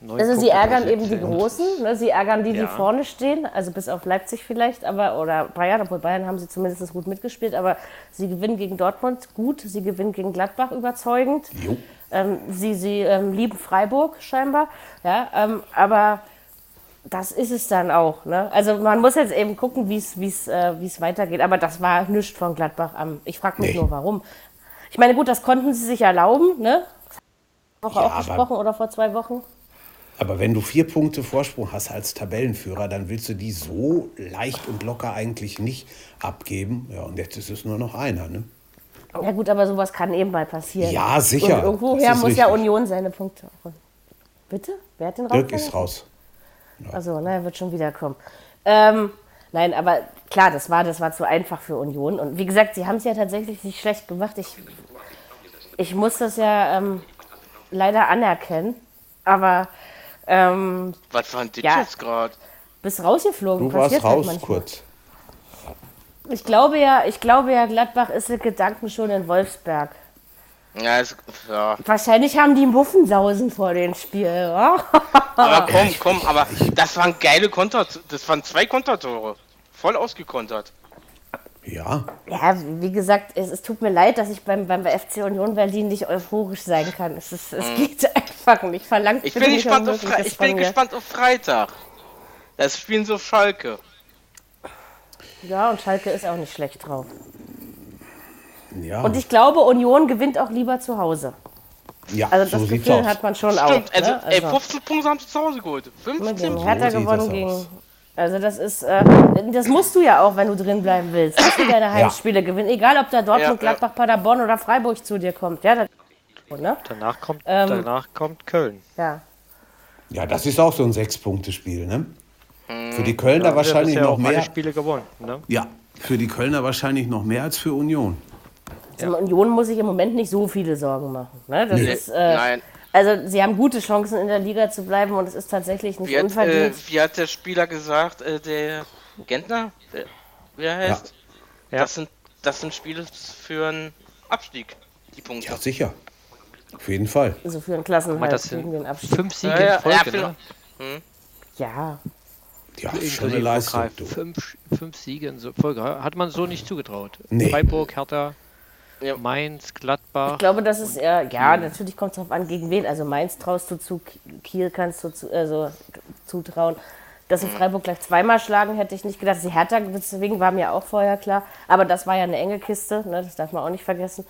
Speaker 5: Neun
Speaker 2: Also sie
Speaker 5: Punkte vor
Speaker 2: ärgern eben die
Speaker 5: 17.
Speaker 2: Großen, ne? sie ärgern die, die
Speaker 5: Ja.
Speaker 2: vorne stehen, also bis auf Leipzig vielleicht, aber oder Bayern, obwohl Bayern haben sie zumindest gut mitgespielt, aber sie gewinnen gegen Dortmund gut, sie gewinnen gegen Gladbach überzeugend,
Speaker 3: Jo.
Speaker 2: ähm, sie, sie ähm, lieben Freiburg scheinbar, ja, ähm, aber das ist es dann auch. Ne? Also man muss jetzt eben gucken, wie es wie's, äh, wie's weitergeht, aber das war nichts von Gladbach am. Ich frage mich
Speaker 3: Nee.
Speaker 2: nur, warum. Ich meine, gut, das konnten sie sich erlauben, ne? Woche
Speaker 3: Ja,
Speaker 2: auch
Speaker 3: aber-
Speaker 2: gesprochen oder vor zwei Wochen.
Speaker 3: Aber wenn du vier Punkte Vorsprung hast als Tabellenführer, dann willst du die so leicht und locker eigentlich nicht abgeben. Ja, und jetzt ist es nur noch einer. Ne?
Speaker 2: Ja gut, aber sowas kann eben mal passieren.
Speaker 3: Ja, sicher.
Speaker 2: Und
Speaker 3: Das
Speaker 2: irgendwoher
Speaker 3: ist
Speaker 2: muss ja
Speaker 3: richtig.
Speaker 2: Union seine Punkte holen. Bitte? Wer hat den
Speaker 3: Dirk ist raus.
Speaker 2: Also, na, er wird schon wieder kommen. Ähm, nein, aber klar, das war, das war zu einfach für Union. Und wie gesagt, sie haben es ja tatsächlich nicht schlecht gemacht. Ich, ich muss das ja ähm, leider anerkennen. Aber ähm,
Speaker 4: Was war denn das
Speaker 2: Ja.
Speaker 4: jetzt gerade?
Speaker 2: bist rausgeflogen.
Speaker 3: Du warst
Speaker 2: passiert halt
Speaker 3: raus
Speaker 2: manchmal.
Speaker 3: kurz.
Speaker 2: Ich glaube ja, ich glaube ja, Gladbach ist in Gedanken schon in Wolfsberg.
Speaker 4: Ja, ist, ja.
Speaker 2: Wahrscheinlich haben die einen Muffensausen vor dem Spiel. oh. Ja? Ah.
Speaker 4: Aber komm, komm, aber das waren geile Konter, das waren zwei Kontertore. Voll ausgekontert.
Speaker 3: Ja,
Speaker 2: Ja, wie gesagt, es, es tut mir leid, dass ich beim, beim FC Union Berlin nicht euphorisch sein kann. Es, ist, es geht einfach nicht. Verlangt
Speaker 4: Mhm. Ich
Speaker 2: bitte
Speaker 4: bin,
Speaker 2: nicht
Speaker 4: gespannt, auf Fre
Speaker 2: Unmögliches
Speaker 4: ich
Speaker 2: von
Speaker 4: bin
Speaker 2: mir.
Speaker 4: gespannt auf Freitag. Das spielen so auf Schalke.
Speaker 2: Ja, und Schalke ist auch nicht schlecht drauf.
Speaker 3: Mhm. ja.
Speaker 2: Und ich glaube, Union gewinnt auch lieber zu Hause.
Speaker 3: ja
Speaker 2: Also
Speaker 3: so
Speaker 2: das
Speaker 3: sieht's
Speaker 2: Gefühl
Speaker 3: aus.
Speaker 2: hat man schon auch.
Speaker 4: Stimmt, also,
Speaker 2: ne?
Speaker 4: Ey, 15 Punkte haben sie zu Hause geholt. 15
Speaker 2: gegen
Speaker 4: Punkte.
Speaker 2: Hertha
Speaker 3: sieht
Speaker 2: gewonnen
Speaker 3: das
Speaker 2: gegen.
Speaker 3: aus.
Speaker 2: Also das ist, äh, das musst du ja auch, wenn du drin bleiben willst. Musst du deine Heimspiele gewinnen, egal ob da Dortmund,
Speaker 4: Ja, ja.
Speaker 2: Gladbach, Paderborn oder Freiburg zu dir kommt. Ja, das, ne?
Speaker 5: Danach kommt, danach kommt Köln.
Speaker 2: ja.
Speaker 3: Ja, das ist auch so ein Sechs-Punkte-Spiel. Ne? Für die Kölner
Speaker 5: Da haben wir
Speaker 3: wahrscheinlich
Speaker 5: bisher
Speaker 3: noch
Speaker 5: auch alle
Speaker 3: mehr.
Speaker 5: Spiele gewonnen. Ne?
Speaker 3: Ja, für die Kölner wahrscheinlich noch mehr als für Union.
Speaker 2: Also Union muss sich im Moment nicht so viele Sorgen machen. Ne? Das
Speaker 3: Nee.
Speaker 2: ist, äh,
Speaker 4: Nein.
Speaker 2: Also sie haben gute Chancen in der Liga zu bleiben und es ist tatsächlich nicht
Speaker 4: Wie hat, äh,
Speaker 2: unverdient.
Speaker 4: wie hat der Spieler gesagt, äh, der Gentner? Der, wie er heißt?
Speaker 5: Ja.
Speaker 4: Das, sind, das sind Spiele für einen Abstieg, die Punkte.
Speaker 3: Ja, sicher. Auf jeden Fall.
Speaker 2: also für einen
Speaker 5: Guck mal,
Speaker 2: Klassenhalt
Speaker 5: das
Speaker 2: gegen den
Speaker 5: sind
Speaker 2: Abstieg.
Speaker 5: fünf Siege
Speaker 4: Ja, ja,
Speaker 5: in Folge.
Speaker 4: ja,
Speaker 5: ne?
Speaker 2: Ja.
Speaker 3: Ja, schon eine
Speaker 5: Inklusive
Speaker 3: Leistung.
Speaker 5: Pokal.
Speaker 3: Du.
Speaker 5: Fünf, fünf Siege in so- Folge. Hat man so nicht zugetraut.
Speaker 3: Nee.
Speaker 5: Freiburg, Hertha,
Speaker 4: Ja.
Speaker 5: Mainz,
Speaker 2: Ich
Speaker 5: Gladbach.
Speaker 2: glaube, das ist eher, ja,
Speaker 5: Hm.
Speaker 2: natürlich kommt es darauf an, gegen wen. Also Mainz traust du zu, Kiel kannst du zu, also, zutrauen. Dass sie
Speaker 4: Hm.
Speaker 2: Freiburg gleich zweimal schlagen, hätte ich nicht gedacht. Die Hertha deswegen war mir auch vorher klar. Aber das war ja eine enge Kiste, ne? das darf man auch nicht vergessen.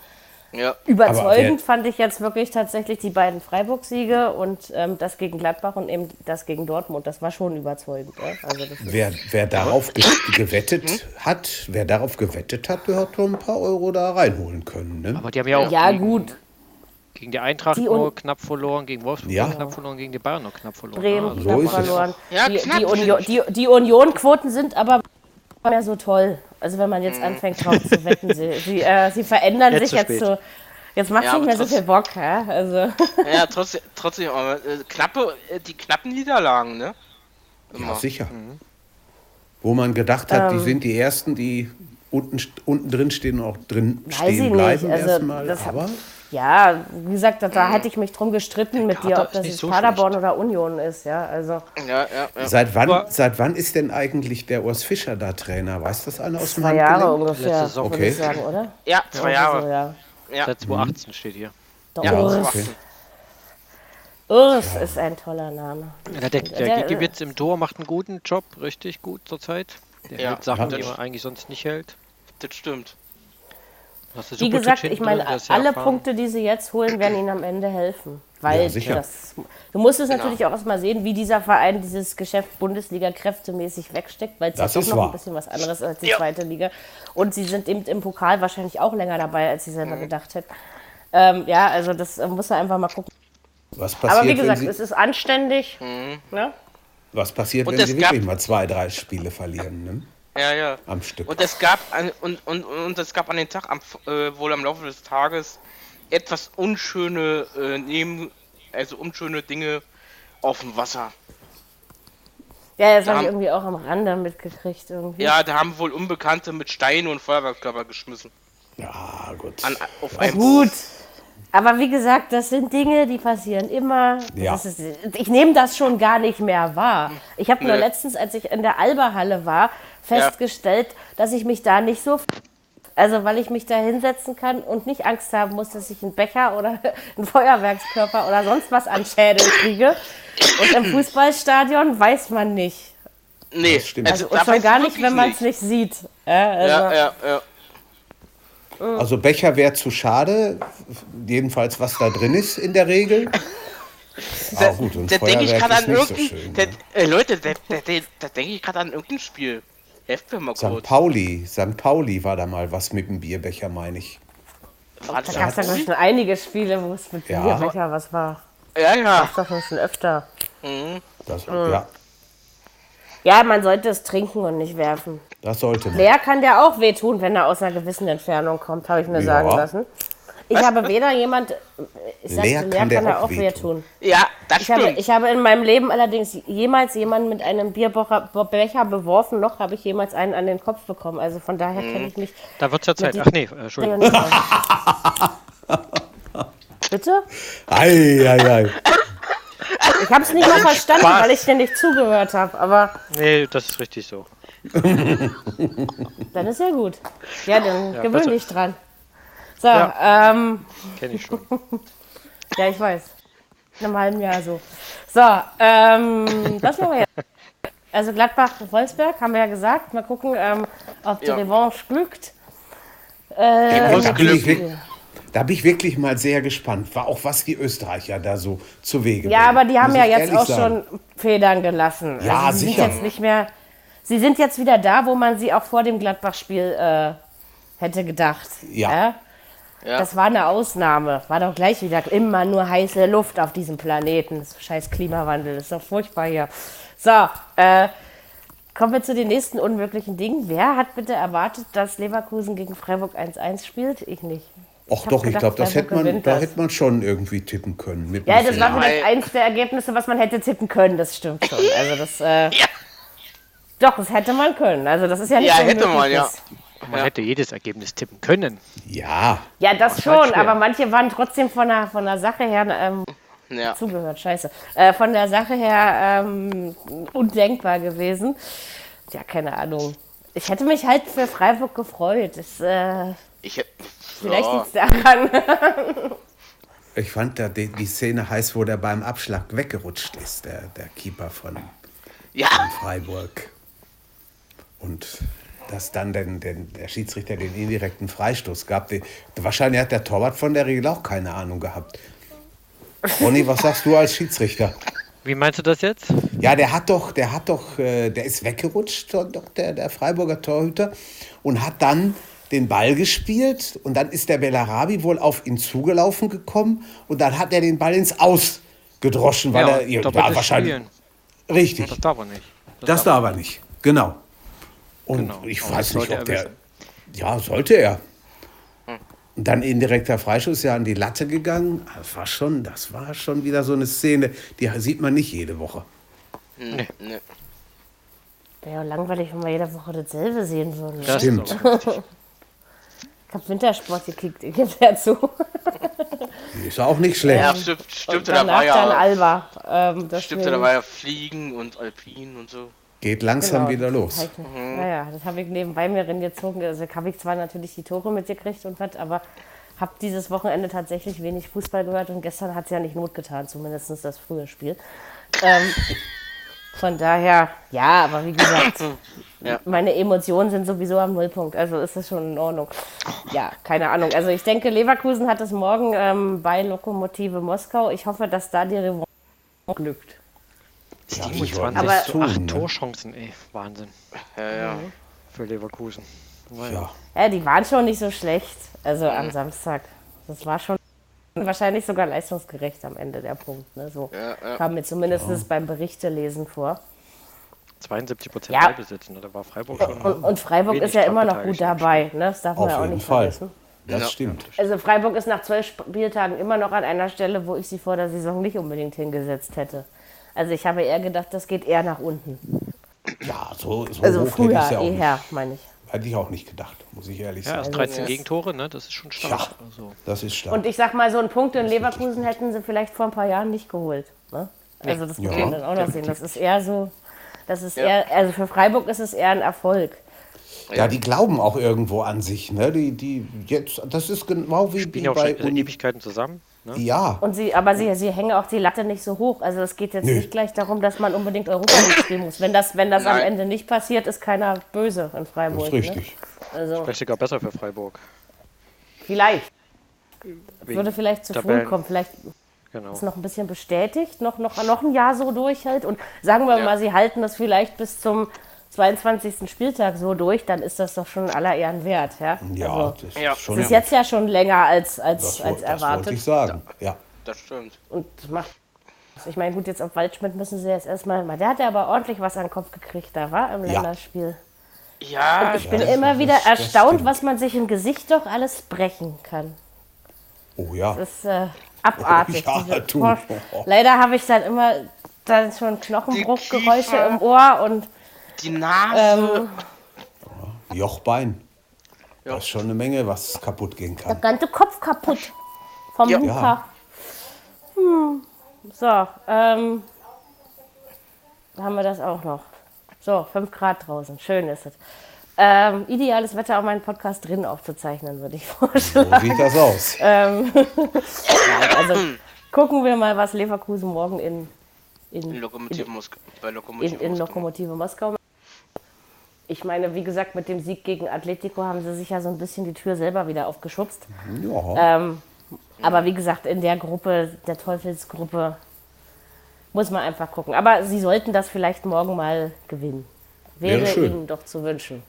Speaker 4: Ja.
Speaker 2: Überzeugend
Speaker 3: wer-
Speaker 2: fand ich jetzt wirklich tatsächlich die beiden Freiburg-Siege und ähm, das gegen Gladbach und eben das gegen Dortmund. Das war schon überzeugend. Ne? Also das ist,
Speaker 3: Wer, wer darauf ge gewettet hat, wer darauf gewettet hat, der hat schon ein paar Euro da reinholen können. Ne?
Speaker 5: Aber die haben ja auch
Speaker 2: ja,
Speaker 5: gegen,
Speaker 2: gut.
Speaker 5: gegen die Eintracht
Speaker 2: Die und-
Speaker 5: nur knapp verloren, gegen Wolfsburg
Speaker 3: Ja.
Speaker 5: nur knapp verloren, gegen die Bayern nur knapp verloren.
Speaker 2: Bremen
Speaker 5: ne? Also
Speaker 2: knapp
Speaker 3: ist es.
Speaker 2: verloren.
Speaker 4: Ja,
Speaker 2: die,
Speaker 4: knapp
Speaker 2: die, Union, die, die Union-Quoten sind aber nicht mehr so toll. Also wenn man jetzt anfängt drauf zu wetten, sie, sie, äh, sie verändern
Speaker 5: Jetzt
Speaker 2: sich
Speaker 5: zu
Speaker 2: jetzt
Speaker 5: spät.
Speaker 2: so. Jetzt macht es
Speaker 4: Ja,
Speaker 2: nicht mehr
Speaker 4: aber
Speaker 2: so viel Bock, hä? Also.
Speaker 4: Ja, trotzdem, trotzdem aber, äh, knappe, äh, die knappen Niederlagen, ne?
Speaker 3: Ja, sicher.
Speaker 4: Mhm.
Speaker 3: Wo man gedacht hat,
Speaker 2: Ähm.
Speaker 3: die sind die Ersten, die unten, st- unten drin stehen und auch drin
Speaker 2: ich
Speaker 3: stehen
Speaker 2: nicht,
Speaker 3: bleiben
Speaker 2: also,
Speaker 3: erstmal.
Speaker 2: das hab-
Speaker 3: Aber
Speaker 2: Ja, wie gesagt, da, da hätte ich mich drum gestritten mit dir,
Speaker 5: Kader
Speaker 2: ob
Speaker 5: ist
Speaker 2: das
Speaker 5: nicht
Speaker 2: jetzt
Speaker 5: so
Speaker 2: Paderborn oder Union ist, ja. Also
Speaker 4: Ja, ja, ja.
Speaker 3: seit wann,
Speaker 5: Aber-
Speaker 3: seit wann ist denn eigentlich der Urs Fischer da Trainer? Weiß das einer aus dem
Speaker 2: zwei Jahre
Speaker 3: Handgelenk?
Speaker 2: ungefähr,
Speaker 5: Saison.
Speaker 2: würde
Speaker 3: Okay.
Speaker 2: ich sagen, oder?
Speaker 4: Ja,
Speaker 2: Irgendwie
Speaker 4: zwei
Speaker 2: So,
Speaker 4: Jahre.
Speaker 2: ja.
Speaker 4: Ja,
Speaker 5: Seit 2018 steht hier.
Speaker 2: Der
Speaker 4: Ja,
Speaker 2: Urs.
Speaker 3: okay.
Speaker 2: Urs ist ein toller Name.
Speaker 5: Ja, der der,
Speaker 2: Der-
Speaker 5: Gigi Witz im Tor macht einen guten Job, richtig gut zurzeit. Der
Speaker 4: Ja.
Speaker 5: hält Sachen, die
Speaker 4: Ja.
Speaker 5: man eigentlich sonst nicht hält.
Speaker 4: das stimmt.
Speaker 5: Hast du
Speaker 2: Wie
Speaker 5: Subotic
Speaker 2: gesagt,
Speaker 5: hinten
Speaker 2: ich meine,
Speaker 5: drin, der ist ja äh,
Speaker 2: alle
Speaker 5: erfahren.
Speaker 2: Punkte, die sie jetzt holen, werden ihnen am Ende helfen. Weil
Speaker 3: Ja, sicher.
Speaker 2: das, du musst
Speaker 5: Genau.
Speaker 2: es natürlich auch erstmal sehen, wie dieser Verein dieses Geschäft Bundesliga kräftemäßig wegsteckt, weil es
Speaker 3: Das
Speaker 2: ist doch
Speaker 3: ist
Speaker 2: noch
Speaker 3: wahr.
Speaker 2: ein bisschen was anderes als die zweite Liga. Und sie sind eben im Pokal wahrscheinlich auch länger dabei, als sie selber
Speaker 5: Mhm.
Speaker 2: gedacht hätten. Ähm, ja, also das äh, muss er einfach mal gucken.
Speaker 3: Was
Speaker 2: Aber wie
Speaker 3: passiert, wenn
Speaker 2: gesagt,
Speaker 3: sie,
Speaker 2: es ist anständig.
Speaker 5: Mhm.
Speaker 2: Ne?
Speaker 3: was passiert,
Speaker 4: Und
Speaker 3: wenn
Speaker 4: es
Speaker 3: sie
Speaker 4: gab-
Speaker 3: wirklich mal zwei, drei Spiele verlieren ne?
Speaker 4: Ja, ja.
Speaker 3: am Stück?
Speaker 4: Und es gab an, und, und, und es gab an den Tag am, F- äh, wohl am Laufe des Tages etwas unschöne äh, neben also unschöne Dinge auf dem Wasser.
Speaker 2: Ja, das habe ich
Speaker 4: haben-
Speaker 2: irgendwie auch am Rande mitgekriegt. Irgendwie.
Speaker 4: Ja, da haben wohl Unbekannte mit Steinen und Feuerwerkskörper geschmissen.
Speaker 3: ja, gut.
Speaker 4: An, auf einem
Speaker 2: Gut. Aber wie gesagt, das sind Dinge, die passieren immer.
Speaker 3: Ja.
Speaker 2: Das ist, ich nehme das schon gar nicht mehr wahr. Ich habe nur
Speaker 4: Nee.
Speaker 2: letztens, als ich in der Alba-Halle war, festgestellt, dass ich mich da nicht so. f- Also, weil ich mich da hinsetzen kann und nicht Angst haben muss, dass ich einen Becher oder einen Feuerwerkskörper oder sonst was an Schädel kriege. Und im Fußballstadion weiß man nicht.
Speaker 4: Nee,
Speaker 3: Das stimmt.
Speaker 2: Also, und schon
Speaker 4: weiß
Speaker 2: gar
Speaker 4: ich
Speaker 2: nicht,
Speaker 4: wirklich
Speaker 2: wenn man es nicht sieht. Ja, also,
Speaker 4: Ja, ja, ja.
Speaker 3: Also Becher wäre zu schade, jedenfalls was da drin ist in der Regel. Ah, gut, und
Speaker 4: Da denke ich
Speaker 3: Feuerwerk
Speaker 4: gerade
Speaker 3: ist
Speaker 4: an
Speaker 3: nicht so
Speaker 4: irgendein.
Speaker 3: schön.
Speaker 4: da,
Speaker 3: ne?
Speaker 4: äh, Leute, da, da, da, da denke ich gerade an irgendein Spiel. Helft mir mal
Speaker 3: St.
Speaker 4: kurz.
Speaker 3: Pauli, St. Pauli war da mal was mit dem Bierbecher, meine ich.
Speaker 4: War das
Speaker 2: Da gab es
Speaker 4: das?
Speaker 2: dann schon einige Spiele, wo es mit
Speaker 3: Ja.
Speaker 2: Bierbecher was war.
Speaker 4: Ja, ja.
Speaker 2: Das doch ein bisschen öfter.
Speaker 3: Das,
Speaker 2: Ah.
Speaker 3: Ja,
Speaker 2: Ja, man sollte es trinken und nicht werfen.
Speaker 3: das sollte man.
Speaker 2: Leer kann der auch wehtun, wenn er aus einer gewissen Entfernung kommt, habe ich mir
Speaker 3: Ja.
Speaker 2: sagen lassen. Ich habe weder jemand. Ich sagte,
Speaker 3: Leer
Speaker 2: leer, kann,
Speaker 3: kann der
Speaker 2: er
Speaker 3: auch
Speaker 2: auch wehtun.
Speaker 4: Ja, das
Speaker 2: Ich habe,
Speaker 4: stimmt.
Speaker 2: ich habe in meinem Leben allerdings jemals jemanden mit einem Bierbecher Becher beworfen, noch habe ich jemals einen an den Kopf bekommen. Also von daher kenne ich mich.
Speaker 5: Da wird ja Zeit.
Speaker 2: die-
Speaker 5: Ach nee, äh,
Speaker 2: Ja,
Speaker 5: Entschuldigung.
Speaker 2: nicht aus. Bitte?
Speaker 3: Ei, ei,
Speaker 2: Äh,
Speaker 3: ei.
Speaker 2: Ich habe es nicht mal verstanden,
Speaker 5: Spaß.
Speaker 2: weil ich dir nicht zugehört habe. Aber
Speaker 5: Nee, das ist richtig so.
Speaker 2: Dann ist ja gut. Ja, dann gewöhn
Speaker 5: besser.
Speaker 2: dich dran. So,
Speaker 5: Ja.
Speaker 2: ähm,
Speaker 5: Kenne ich schon.
Speaker 2: ja, ich weiß. In einem halben Jahr so. So, ähm, was machen wir jetzt? Also Gladbach-Wolfsberg haben wir ja gesagt. Mal gucken, ähm, ob die
Speaker 4: Ja.
Speaker 2: Revanche glückt. Äh,
Speaker 4: Muss
Speaker 3: Da bin, ich,
Speaker 4: Glück.
Speaker 3: wirklich- da bin ich wirklich mal sehr gespannt, war auch was die Österreicher da so zu Wege
Speaker 2: ja,
Speaker 3: bringen.
Speaker 2: aber die haben
Speaker 3: Muss
Speaker 2: ja
Speaker 3: ich
Speaker 2: jetzt
Speaker 3: ehrlich
Speaker 2: auch
Speaker 3: sagen.
Speaker 2: schon Federn gelassen.
Speaker 3: Ja,
Speaker 2: also sie
Speaker 3: sicher.
Speaker 2: Sind jetzt nicht mehr, sie sind jetzt wieder da, wo man sie auch vor dem Gladbach-Spiel äh, hätte gedacht.
Speaker 3: Ja.
Speaker 4: Ja.
Speaker 2: Das war eine Ausnahme. War doch gleich wieder immer nur heiße Luft auf diesem Planeten. Das scheiß Klimawandel ist doch furchtbar hier. So, äh, kommen wir zu den nächsten unmöglichen Dingen. Wer hat bitte erwartet, dass Leverkusen gegen Freiburg 1-1 spielt? Ich nicht.
Speaker 3: Ach
Speaker 2: hab
Speaker 3: doch, ich
Speaker 2: gedacht,
Speaker 3: glaube, das
Speaker 2: Freiburg
Speaker 3: hätte man,
Speaker 2: gewinnt
Speaker 3: da
Speaker 2: das.
Speaker 3: hätte man schon irgendwie tippen können. Mit
Speaker 2: Ja,
Speaker 3: dem
Speaker 2: das
Speaker 3: Finger.
Speaker 2: war vielleicht
Speaker 4: Nein.
Speaker 2: eins der Ergebnisse, was man hätte tippen können. Das stimmt schon. Also das, äh, Doch, das hätte man können. Also das ist ja nicht
Speaker 4: Ja,
Speaker 2: so
Speaker 4: hätte
Speaker 2: unmöglich,
Speaker 4: man, ja.
Speaker 2: das-
Speaker 5: Man hätte jedes Ergebnis tippen können.
Speaker 3: ja,
Speaker 2: Ja,
Speaker 4: Oh,
Speaker 2: das
Speaker 5: halt
Speaker 2: schon,
Speaker 5: schwer.
Speaker 2: aber manche waren trotzdem von der, von der Sache her ähm,
Speaker 4: Ja.
Speaker 2: zugehört, scheiße. Äh, von der Sache her ähm, undenkbar gewesen. Ja, keine Ahnung. Ich hätte mich halt für Freiburg gefreut. Das, äh,
Speaker 4: Ich hätte.
Speaker 2: vielleicht
Speaker 4: ja.
Speaker 2: liegt's daran.
Speaker 3: ich fand da die, die Szene heiß, wo der beim Abschlag weggerutscht ist, der, der Keeper von
Speaker 4: ja,
Speaker 3: Freiburg. Und dass dann den, den, der Schiedsrichter den indirekten Freistoß gab. Den, wahrscheinlich hat der Torwart von der Regel auch keine Ahnung gehabt. Ronny, was sagst du als Schiedsrichter?
Speaker 5: Wie meinst du das jetzt?
Speaker 3: Ja, der hat doch, der hat doch, äh, der ist weggerutscht, doch doch der, der Freiburger Torhüter und hat dann den Ball gespielt und dann ist der Bellarabi wohl auf ihn zugelaufen gekommen und dann hat er den Ball ins Aus gedroschen, weil er ja,
Speaker 5: doppeltes
Speaker 3: war wahrscheinlich
Speaker 5: Spielen.
Speaker 3: richtig.
Speaker 5: Das darf man nicht.
Speaker 3: Das da aber nicht. Genau. Und
Speaker 5: Genau.
Speaker 3: ich
Speaker 5: Aber
Speaker 3: weiß
Speaker 5: das
Speaker 3: nicht,
Speaker 5: sollte Hm.
Speaker 3: ob
Speaker 5: er
Speaker 3: der.
Speaker 5: wissen.
Speaker 3: Ja, sollte er. Und dann indirekter Freischuss ja an die Latte gegangen. Das war schon, das war schon wieder so eine Szene, die sieht man nicht jede Woche.
Speaker 4: Nee, nee.
Speaker 2: Wäre ja langweilig, wenn wir jede Woche dasselbe sehen würden.
Speaker 5: Das
Speaker 3: Stimmt.
Speaker 5: ist doch-
Speaker 2: Ich hab Wintersport gekickt, ich gebe ja zu.
Speaker 3: Ist ja auch nicht schlecht.
Speaker 4: Ja, stimmt, stimmt,
Speaker 2: Und
Speaker 4: da
Speaker 2: danach
Speaker 4: war
Speaker 2: dann
Speaker 4: ja.
Speaker 2: Alba. Ähm,
Speaker 4: Stimmt,
Speaker 2: deswegen-
Speaker 4: da war ja Fliegen und Alpin und so.
Speaker 3: Geht langsam
Speaker 2: Genau.
Speaker 3: wieder
Speaker 2: Hab
Speaker 3: los.
Speaker 2: ich nicht. Naja, das habe ich nebenbei mir reingezogen. Also habe ich zwar natürlich die Tore mitgekriegt und was, aber habe dieses Wochenende tatsächlich wenig Fußball gehört und gestern hat es ja nicht Not getan, zumindest das frühe Spiel. Ähm, von daher, ja, aber wie gesagt,
Speaker 4: Ja.
Speaker 2: meine Emotionen sind sowieso am Nullpunkt, also ist das schon in Ordnung. Ja, keine Ahnung. Also ich denke, Leverkusen hat es morgen ähm, bei Lokomotive Moskau. Ich hoffe, dass da die Revanche glückt. Aber-
Speaker 5: 27 zu 8 Torchancen, ey. Wahnsinn.
Speaker 4: Ja, ja.
Speaker 2: Mhm.
Speaker 5: Für Leverkusen. Naja.
Speaker 3: Ja.
Speaker 2: Ja, die waren schon nicht so schlecht. Also am Samstag. Das war schon wahrscheinlich sogar leistungsgerecht am Ende der Punkt. Ne? So kam mir zumindest beim Berichtelesen vor.
Speaker 5: 72 Prozent
Speaker 2: Ja.
Speaker 5: Ballbesitz. Ne? Da war Freiburg schon.
Speaker 2: Und, und Freiburg
Speaker 5: Wenig
Speaker 2: ist ja immer noch gut
Speaker 5: Torbeteiligung.
Speaker 2: dabei. Ne? Das darf man
Speaker 3: Auf
Speaker 2: ja auch
Speaker 3: jeden
Speaker 2: nicht
Speaker 3: Fall.
Speaker 2: vergessen.
Speaker 3: Das stimmt.
Speaker 2: Also Freiburg ist nach zwölf Spieltagen immer noch an einer Stelle, wo ich sie vor der Saison nicht unbedingt hingesetzt hätte. Also ich habe eher gedacht, das geht eher nach unten.
Speaker 3: Ja, so, so
Speaker 2: Also
Speaker 3: hoch hätte ich
Speaker 2: früher,
Speaker 3: es ja auch
Speaker 2: eher,
Speaker 3: nicht,
Speaker 2: meine ich.
Speaker 3: hätte ich auch nicht gedacht, muss ich ehrlich
Speaker 5: ja, erst
Speaker 2: Also
Speaker 3: sagen.
Speaker 5: 13 Gegentore, ne? Das ist schon stark.
Speaker 3: Ja.
Speaker 5: Also,
Speaker 3: Das ist stark.
Speaker 2: Und ich sag mal, so einen Punkt in Leverkusen hätten sie vielleicht vor ein paar Jahren nicht geholt. Ne? Also das muss
Speaker 3: Ja.
Speaker 2: man dann auch noch sehen. Das ist eher so, das ist
Speaker 4: Ja.
Speaker 2: eher, also für Freiburg ist es eher ein Erfolg.
Speaker 3: ja, die glauben auch irgendwo an sich, ne? Die, die jetzt, das ist genau wie
Speaker 5: bin
Speaker 3: die
Speaker 5: ja auch schon
Speaker 3: bei
Speaker 5: also
Speaker 3: Uni.
Speaker 5: Ewigkeiten zusammen. Ne?
Speaker 3: Ja,
Speaker 2: Und sie, aber sie, sie hängen auch die Latte nicht so hoch. Also es geht jetzt
Speaker 3: Nö.
Speaker 2: nicht gleich darum, dass man unbedingt Europa League spielen muss. Wenn das, wenn das am
Speaker 4: Nein.
Speaker 2: Ende nicht passiert, ist keiner böse in Freiburg.
Speaker 3: das ist richtig.
Speaker 2: Ne? Also
Speaker 5: Vielleicht sogar besser für Freiburg.
Speaker 2: vielleicht.
Speaker 3: Äh,
Speaker 5: Wegen
Speaker 2: Würde vielleicht zu früh
Speaker 5: Tabellen.
Speaker 2: kommen. Vielleicht
Speaker 5: Genau.
Speaker 2: ist noch ein bisschen bestätigt, noch, noch, noch ein Jahr so durchhält. Und sagen wir
Speaker 4: Ja.
Speaker 2: mal, sie halten das vielleicht bis zum 22. Spieltag so durch, dann ist das doch schon aller Ehren wert. Ja,
Speaker 3: Ja,
Speaker 2: also,
Speaker 3: das ist
Speaker 4: Ja.
Speaker 3: schon
Speaker 2: es ist jetzt ja schon länger als, als, als
Speaker 3: das, woll- das wollte ich
Speaker 2: erwartet.
Speaker 3: sagen. Ja.
Speaker 4: Das stimmt.
Speaker 2: Und macht. Ich meine, gut, jetzt auf Waldschmidt müssen sie jetzt erstmal mal. Der hat ja aber ordentlich was an den Kopf gekriegt, da war im Länderspiel.
Speaker 4: Ja,
Speaker 2: Ich bin
Speaker 3: das-
Speaker 2: immer wieder
Speaker 3: das- das
Speaker 2: erstaunt,
Speaker 3: stimmt.
Speaker 2: was man sich im Gesicht doch alles brechen kann.
Speaker 3: Oh ja.
Speaker 2: Das ist äh, abartig.
Speaker 3: Ja,
Speaker 2: diese-
Speaker 3: du.
Speaker 2: Boah. Leider habe ich dann immer dann schon Knochenbruchgeräusche
Speaker 4: Kiefer.
Speaker 2: im Ohr und
Speaker 4: die
Speaker 2: Ähm,
Speaker 4: Nase.
Speaker 3: Jochbein.
Speaker 4: Ja.
Speaker 3: Das ist schon eine Menge, was kaputt gehen
Speaker 2: der
Speaker 3: kann.
Speaker 2: ganze Kopf kaputt vom
Speaker 4: Ja.
Speaker 2: Hooker. Hm. So, ähm, da haben wir das auch noch. So, 5 Grad draußen, schön ist es. Ähm, ideales Wetter, um einen Podcast drin aufzuzeichnen, würde ich vorschlagen.
Speaker 3: So sieht das aus.
Speaker 2: Ähm, nein, also
Speaker 3: Oh.
Speaker 2: gucken wir mal, was Leverkusen morgen in, in,
Speaker 4: In Lokomotive Moskau. Bei Lokomotive
Speaker 2: in, in
Speaker 4: Moskau.
Speaker 2: Lokomotive Moskau. Ich meine, wie gesagt, mit dem Sieg gegen Atletico haben sie sich ja so ein bisschen die Tür selber wieder aufgeschubst. äh, Ähm,
Speaker 3: Ja.
Speaker 2: Aber wie gesagt, in der Gruppe, der Teufelsgruppe, muss man einfach gucken. Aber sie sollten das vielleicht morgen mal gewinnen. Wäre
Speaker 3: Wäre schön.
Speaker 2: ihnen doch zu wünschen.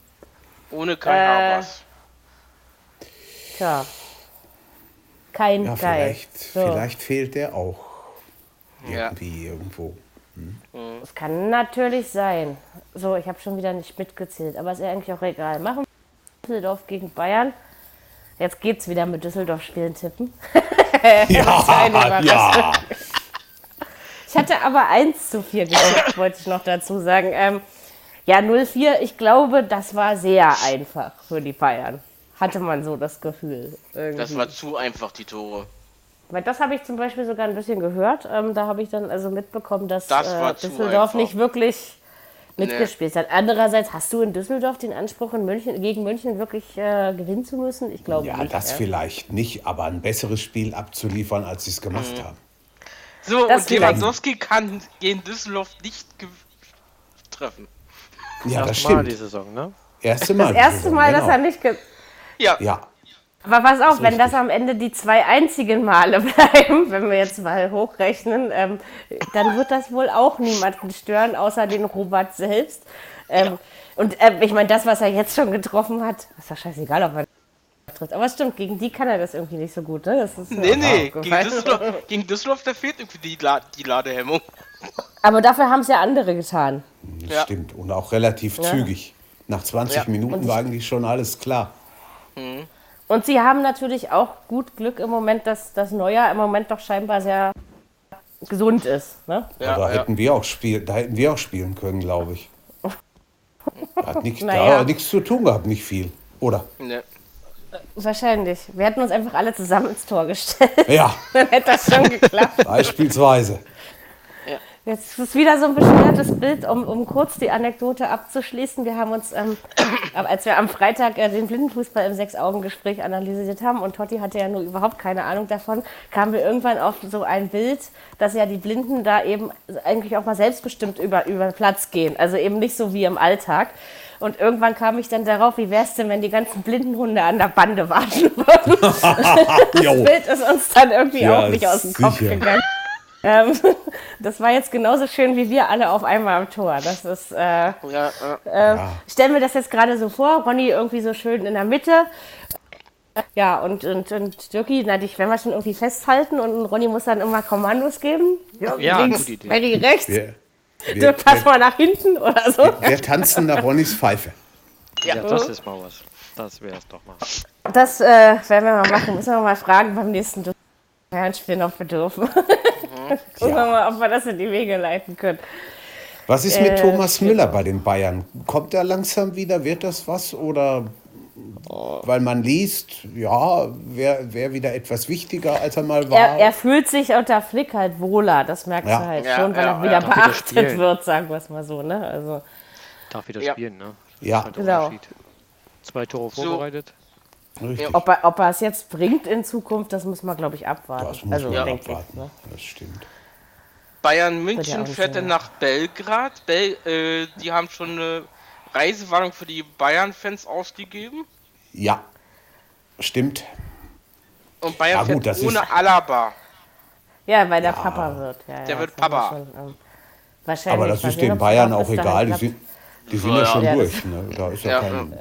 Speaker 4: Ohne kein
Speaker 2: Äh,
Speaker 4: Habers.
Speaker 2: Tja. Kein
Speaker 3: ja,
Speaker 2: Geil.
Speaker 3: vielleicht,
Speaker 2: So.
Speaker 3: vielleicht fehlt der auch
Speaker 4: Ja.
Speaker 3: irgendwie irgendwo.
Speaker 2: Das kann natürlich sein. So, ich habe schon wieder nicht mitgezählt, aber ist ja eigentlich auch egal. Machen wir Düsseldorf gegen Bayern. Jetzt geht's wieder mit Düsseldorf spielen tippen.
Speaker 3: Ja, ja.
Speaker 2: Ich hatte aber 1 zu 4 getippt, wollte ich noch dazu sagen. Ähm, ja, 0-4, ich glaube, das war sehr einfach für die Bayern. Hatte man so das Gefühl. Irgendwie.
Speaker 4: Das war zu einfach, die Tore.
Speaker 2: Weil das habe ich zum Beispiel sogar ein bisschen gehört. Ähm, da habe ich dann also mitbekommen, dass
Speaker 4: Das war
Speaker 2: äh,
Speaker 4: zu
Speaker 2: Düsseldorf
Speaker 4: einfach.
Speaker 2: nicht wirklich mitgespielt hat. Andererseits hast du in Düsseldorf den Anspruch, in München, gegen München wirklich äh, gewinnen zu müssen? Ich glaube
Speaker 3: Ja,
Speaker 2: nicht.
Speaker 3: das
Speaker 2: ja.
Speaker 3: vielleicht nicht, aber ein besseres Spiel abzuliefern, als sie es gemacht
Speaker 4: Mhm.
Speaker 3: haben.
Speaker 4: So,
Speaker 2: Das
Speaker 4: und
Speaker 2: vielleicht.
Speaker 4: Lewandowski kann gegen Düsseldorf nicht ge- treffen.
Speaker 3: Ja, das
Speaker 5: Erste Mal die
Speaker 3: stimmt.
Speaker 5: Saison, ne?
Speaker 3: Erste Mal.
Speaker 2: Das erste
Speaker 3: die
Speaker 2: Mal,
Speaker 3: Saison,
Speaker 2: dass er nicht. Ge
Speaker 4: Ja,
Speaker 3: genau. Ja,
Speaker 2: Aber pass auf, wenn das
Speaker 3: richtig.
Speaker 2: am Ende die zwei einzigen Male bleiben, wenn wir jetzt mal hochrechnen, ähm, dann wird das wohl auch niemanden stören, außer den Robert selbst. Ähm, Und ähm, ich meine, das, was er jetzt schon getroffen hat, ist doch scheißegal, ob er trifft. Aber es stimmt, gegen die kann er das irgendwie nicht so gut. Ne? Das ist mir
Speaker 4: nee,
Speaker 2: auch
Speaker 4: nee. Gegen
Speaker 2: aufgefallen.
Speaker 4: Düsseldorf, gegen Düsseldorf, da fehlt irgendwie die, La die Ladehemmung.
Speaker 2: Aber dafür haben es ja andere getan.
Speaker 3: das
Speaker 4: Ja.
Speaker 3: stimmt. Und auch relativ zügig. Nach 20
Speaker 4: Ja.
Speaker 3: Minuten war eigentlich schon alles klar.
Speaker 2: Und sie haben natürlich auch gut Glück im Moment, dass das Neuer im Moment doch scheinbar sehr gesund ist. Ne?
Speaker 4: Ja,
Speaker 3: da,
Speaker 4: ja.
Speaker 3: hätten wir auch spiel, da hätten wir auch spielen können, glaube ich. Hat nichts
Speaker 2: Naja.
Speaker 3: da, nichts zu tun gehabt, nicht viel. Oder?
Speaker 4: Ne.
Speaker 2: Wahrscheinlich. Wir hätten uns einfach alle zusammen ins Tor gestellt.
Speaker 3: Ja,
Speaker 2: Dann hätte das schon geklappt.
Speaker 3: beispielsweise.
Speaker 2: Jetzt ist wieder so ein beschwertes Bild, um, um kurz die Anekdote abzuschließen. Wir haben uns, ähm, als wir am Freitag äh, den Blindenfußball im Sechs-Augen-Gespräch analysiert haben und Totti hatte ja nur überhaupt keine Ahnung davon, kamen wir irgendwann auf so ein Bild, dass ja die Blinden da eben eigentlich auch mal selbstbestimmt über, über den Platz gehen. Also eben nicht so wie im Alltag. Und irgendwann kam ich dann darauf, wie wär's denn, wenn die ganzen Blindenhunde an der Bande warten würden?
Speaker 3: Jo.
Speaker 2: Bild ist uns dann irgendwie
Speaker 3: Ja,
Speaker 2: auch nicht aus dem Kopf
Speaker 3: sicher.
Speaker 2: gegangen. Ähm, das war jetzt genauso schön wie wir alle auf einmal am Tor. Das ist, äh, äh,
Speaker 4: Ja, ja.
Speaker 2: stellen wir das jetzt gerade so vor, Ronny irgendwie so schön in der Mitte. Ja, und, und, und Dirki, na, dich werden wir schon irgendwie festhalten und Ronny muss dann immer Kommandos geben.
Speaker 5: Ja,
Speaker 2: links,
Speaker 5: gute Idee.
Speaker 2: Benny rechts,
Speaker 3: Wir, wir,
Speaker 2: Dirk, pass
Speaker 3: wir,
Speaker 2: mal nach hinten oder so.
Speaker 3: wir tanzen nach Ronnys Pfeife.
Speaker 5: Ja, das ist mal was. Das wär's doch mal.
Speaker 2: Das äh, werden wir mal machen. Müssen wir mal fragen beim nächsten Du- Fernspiel noch bedürfen. Gucken wir mal, ob wir das in die Wege leiten können.
Speaker 3: Was ist
Speaker 2: Äh,
Speaker 3: mit Thomas Müller bei den Bayern? Kommt er langsam wieder? Wird das was? Oder weil man liest, ja, wäre wär wieder etwas wichtiger, als er mal war.
Speaker 2: Er, er fühlt sich unter Flick halt wohler, das merkst
Speaker 3: Ja.
Speaker 2: du halt
Speaker 4: Ja,
Speaker 2: schon, weil
Speaker 4: ja,
Speaker 2: er wieder
Speaker 4: ja.
Speaker 5: Wieder
Speaker 2: beachtet
Speaker 5: spielen.
Speaker 2: wird, sagen wir es mal so. Ne? Also,
Speaker 5: Darf wieder
Speaker 4: Ja.
Speaker 5: spielen, ne?
Speaker 3: ja,
Speaker 5: Der
Speaker 2: Genau.
Speaker 5: Unterschied. Zwei Tore vorbereitet.
Speaker 3: richtig.
Speaker 2: ob er, ob er es jetzt bringt in Zukunft, das muss man, glaube ich, abwarten.
Speaker 3: Das muss
Speaker 2: also,
Speaker 3: man
Speaker 2: denk
Speaker 3: abwarten.
Speaker 2: Ich, ne?
Speaker 3: Das stimmt.
Speaker 4: Bayern
Speaker 2: Wird ja auch
Speaker 4: München
Speaker 2: nicht
Speaker 4: fährt
Speaker 2: so-
Speaker 4: dann nach Belgrad. Bel äh, die haben schon eine Reisewarnung für die Bayern-Fans ausgegeben.
Speaker 3: Ja, stimmt.
Speaker 4: Und Bayern
Speaker 3: Ja, gut, das
Speaker 4: fährt ohne
Speaker 3: ist-
Speaker 4: Alaba.
Speaker 2: Ja, weil der Papa wird. Ja, ja,
Speaker 4: Der wird
Speaker 2: das haben wir
Speaker 4: Papa.
Speaker 2: Schon, ähm, wahrscheinlich.
Speaker 3: Aber das
Speaker 2: Mal
Speaker 3: ist
Speaker 2: sehen,
Speaker 3: den
Speaker 2: ob's
Speaker 3: Bayern
Speaker 2: noch
Speaker 3: auch
Speaker 2: bis dahin
Speaker 3: egal. Die
Speaker 2: klappt.
Speaker 3: sind, die sind ja schon
Speaker 2: Ja, das-
Speaker 3: durch. Ne? Da ist ja,
Speaker 4: Ja,
Speaker 3: kein.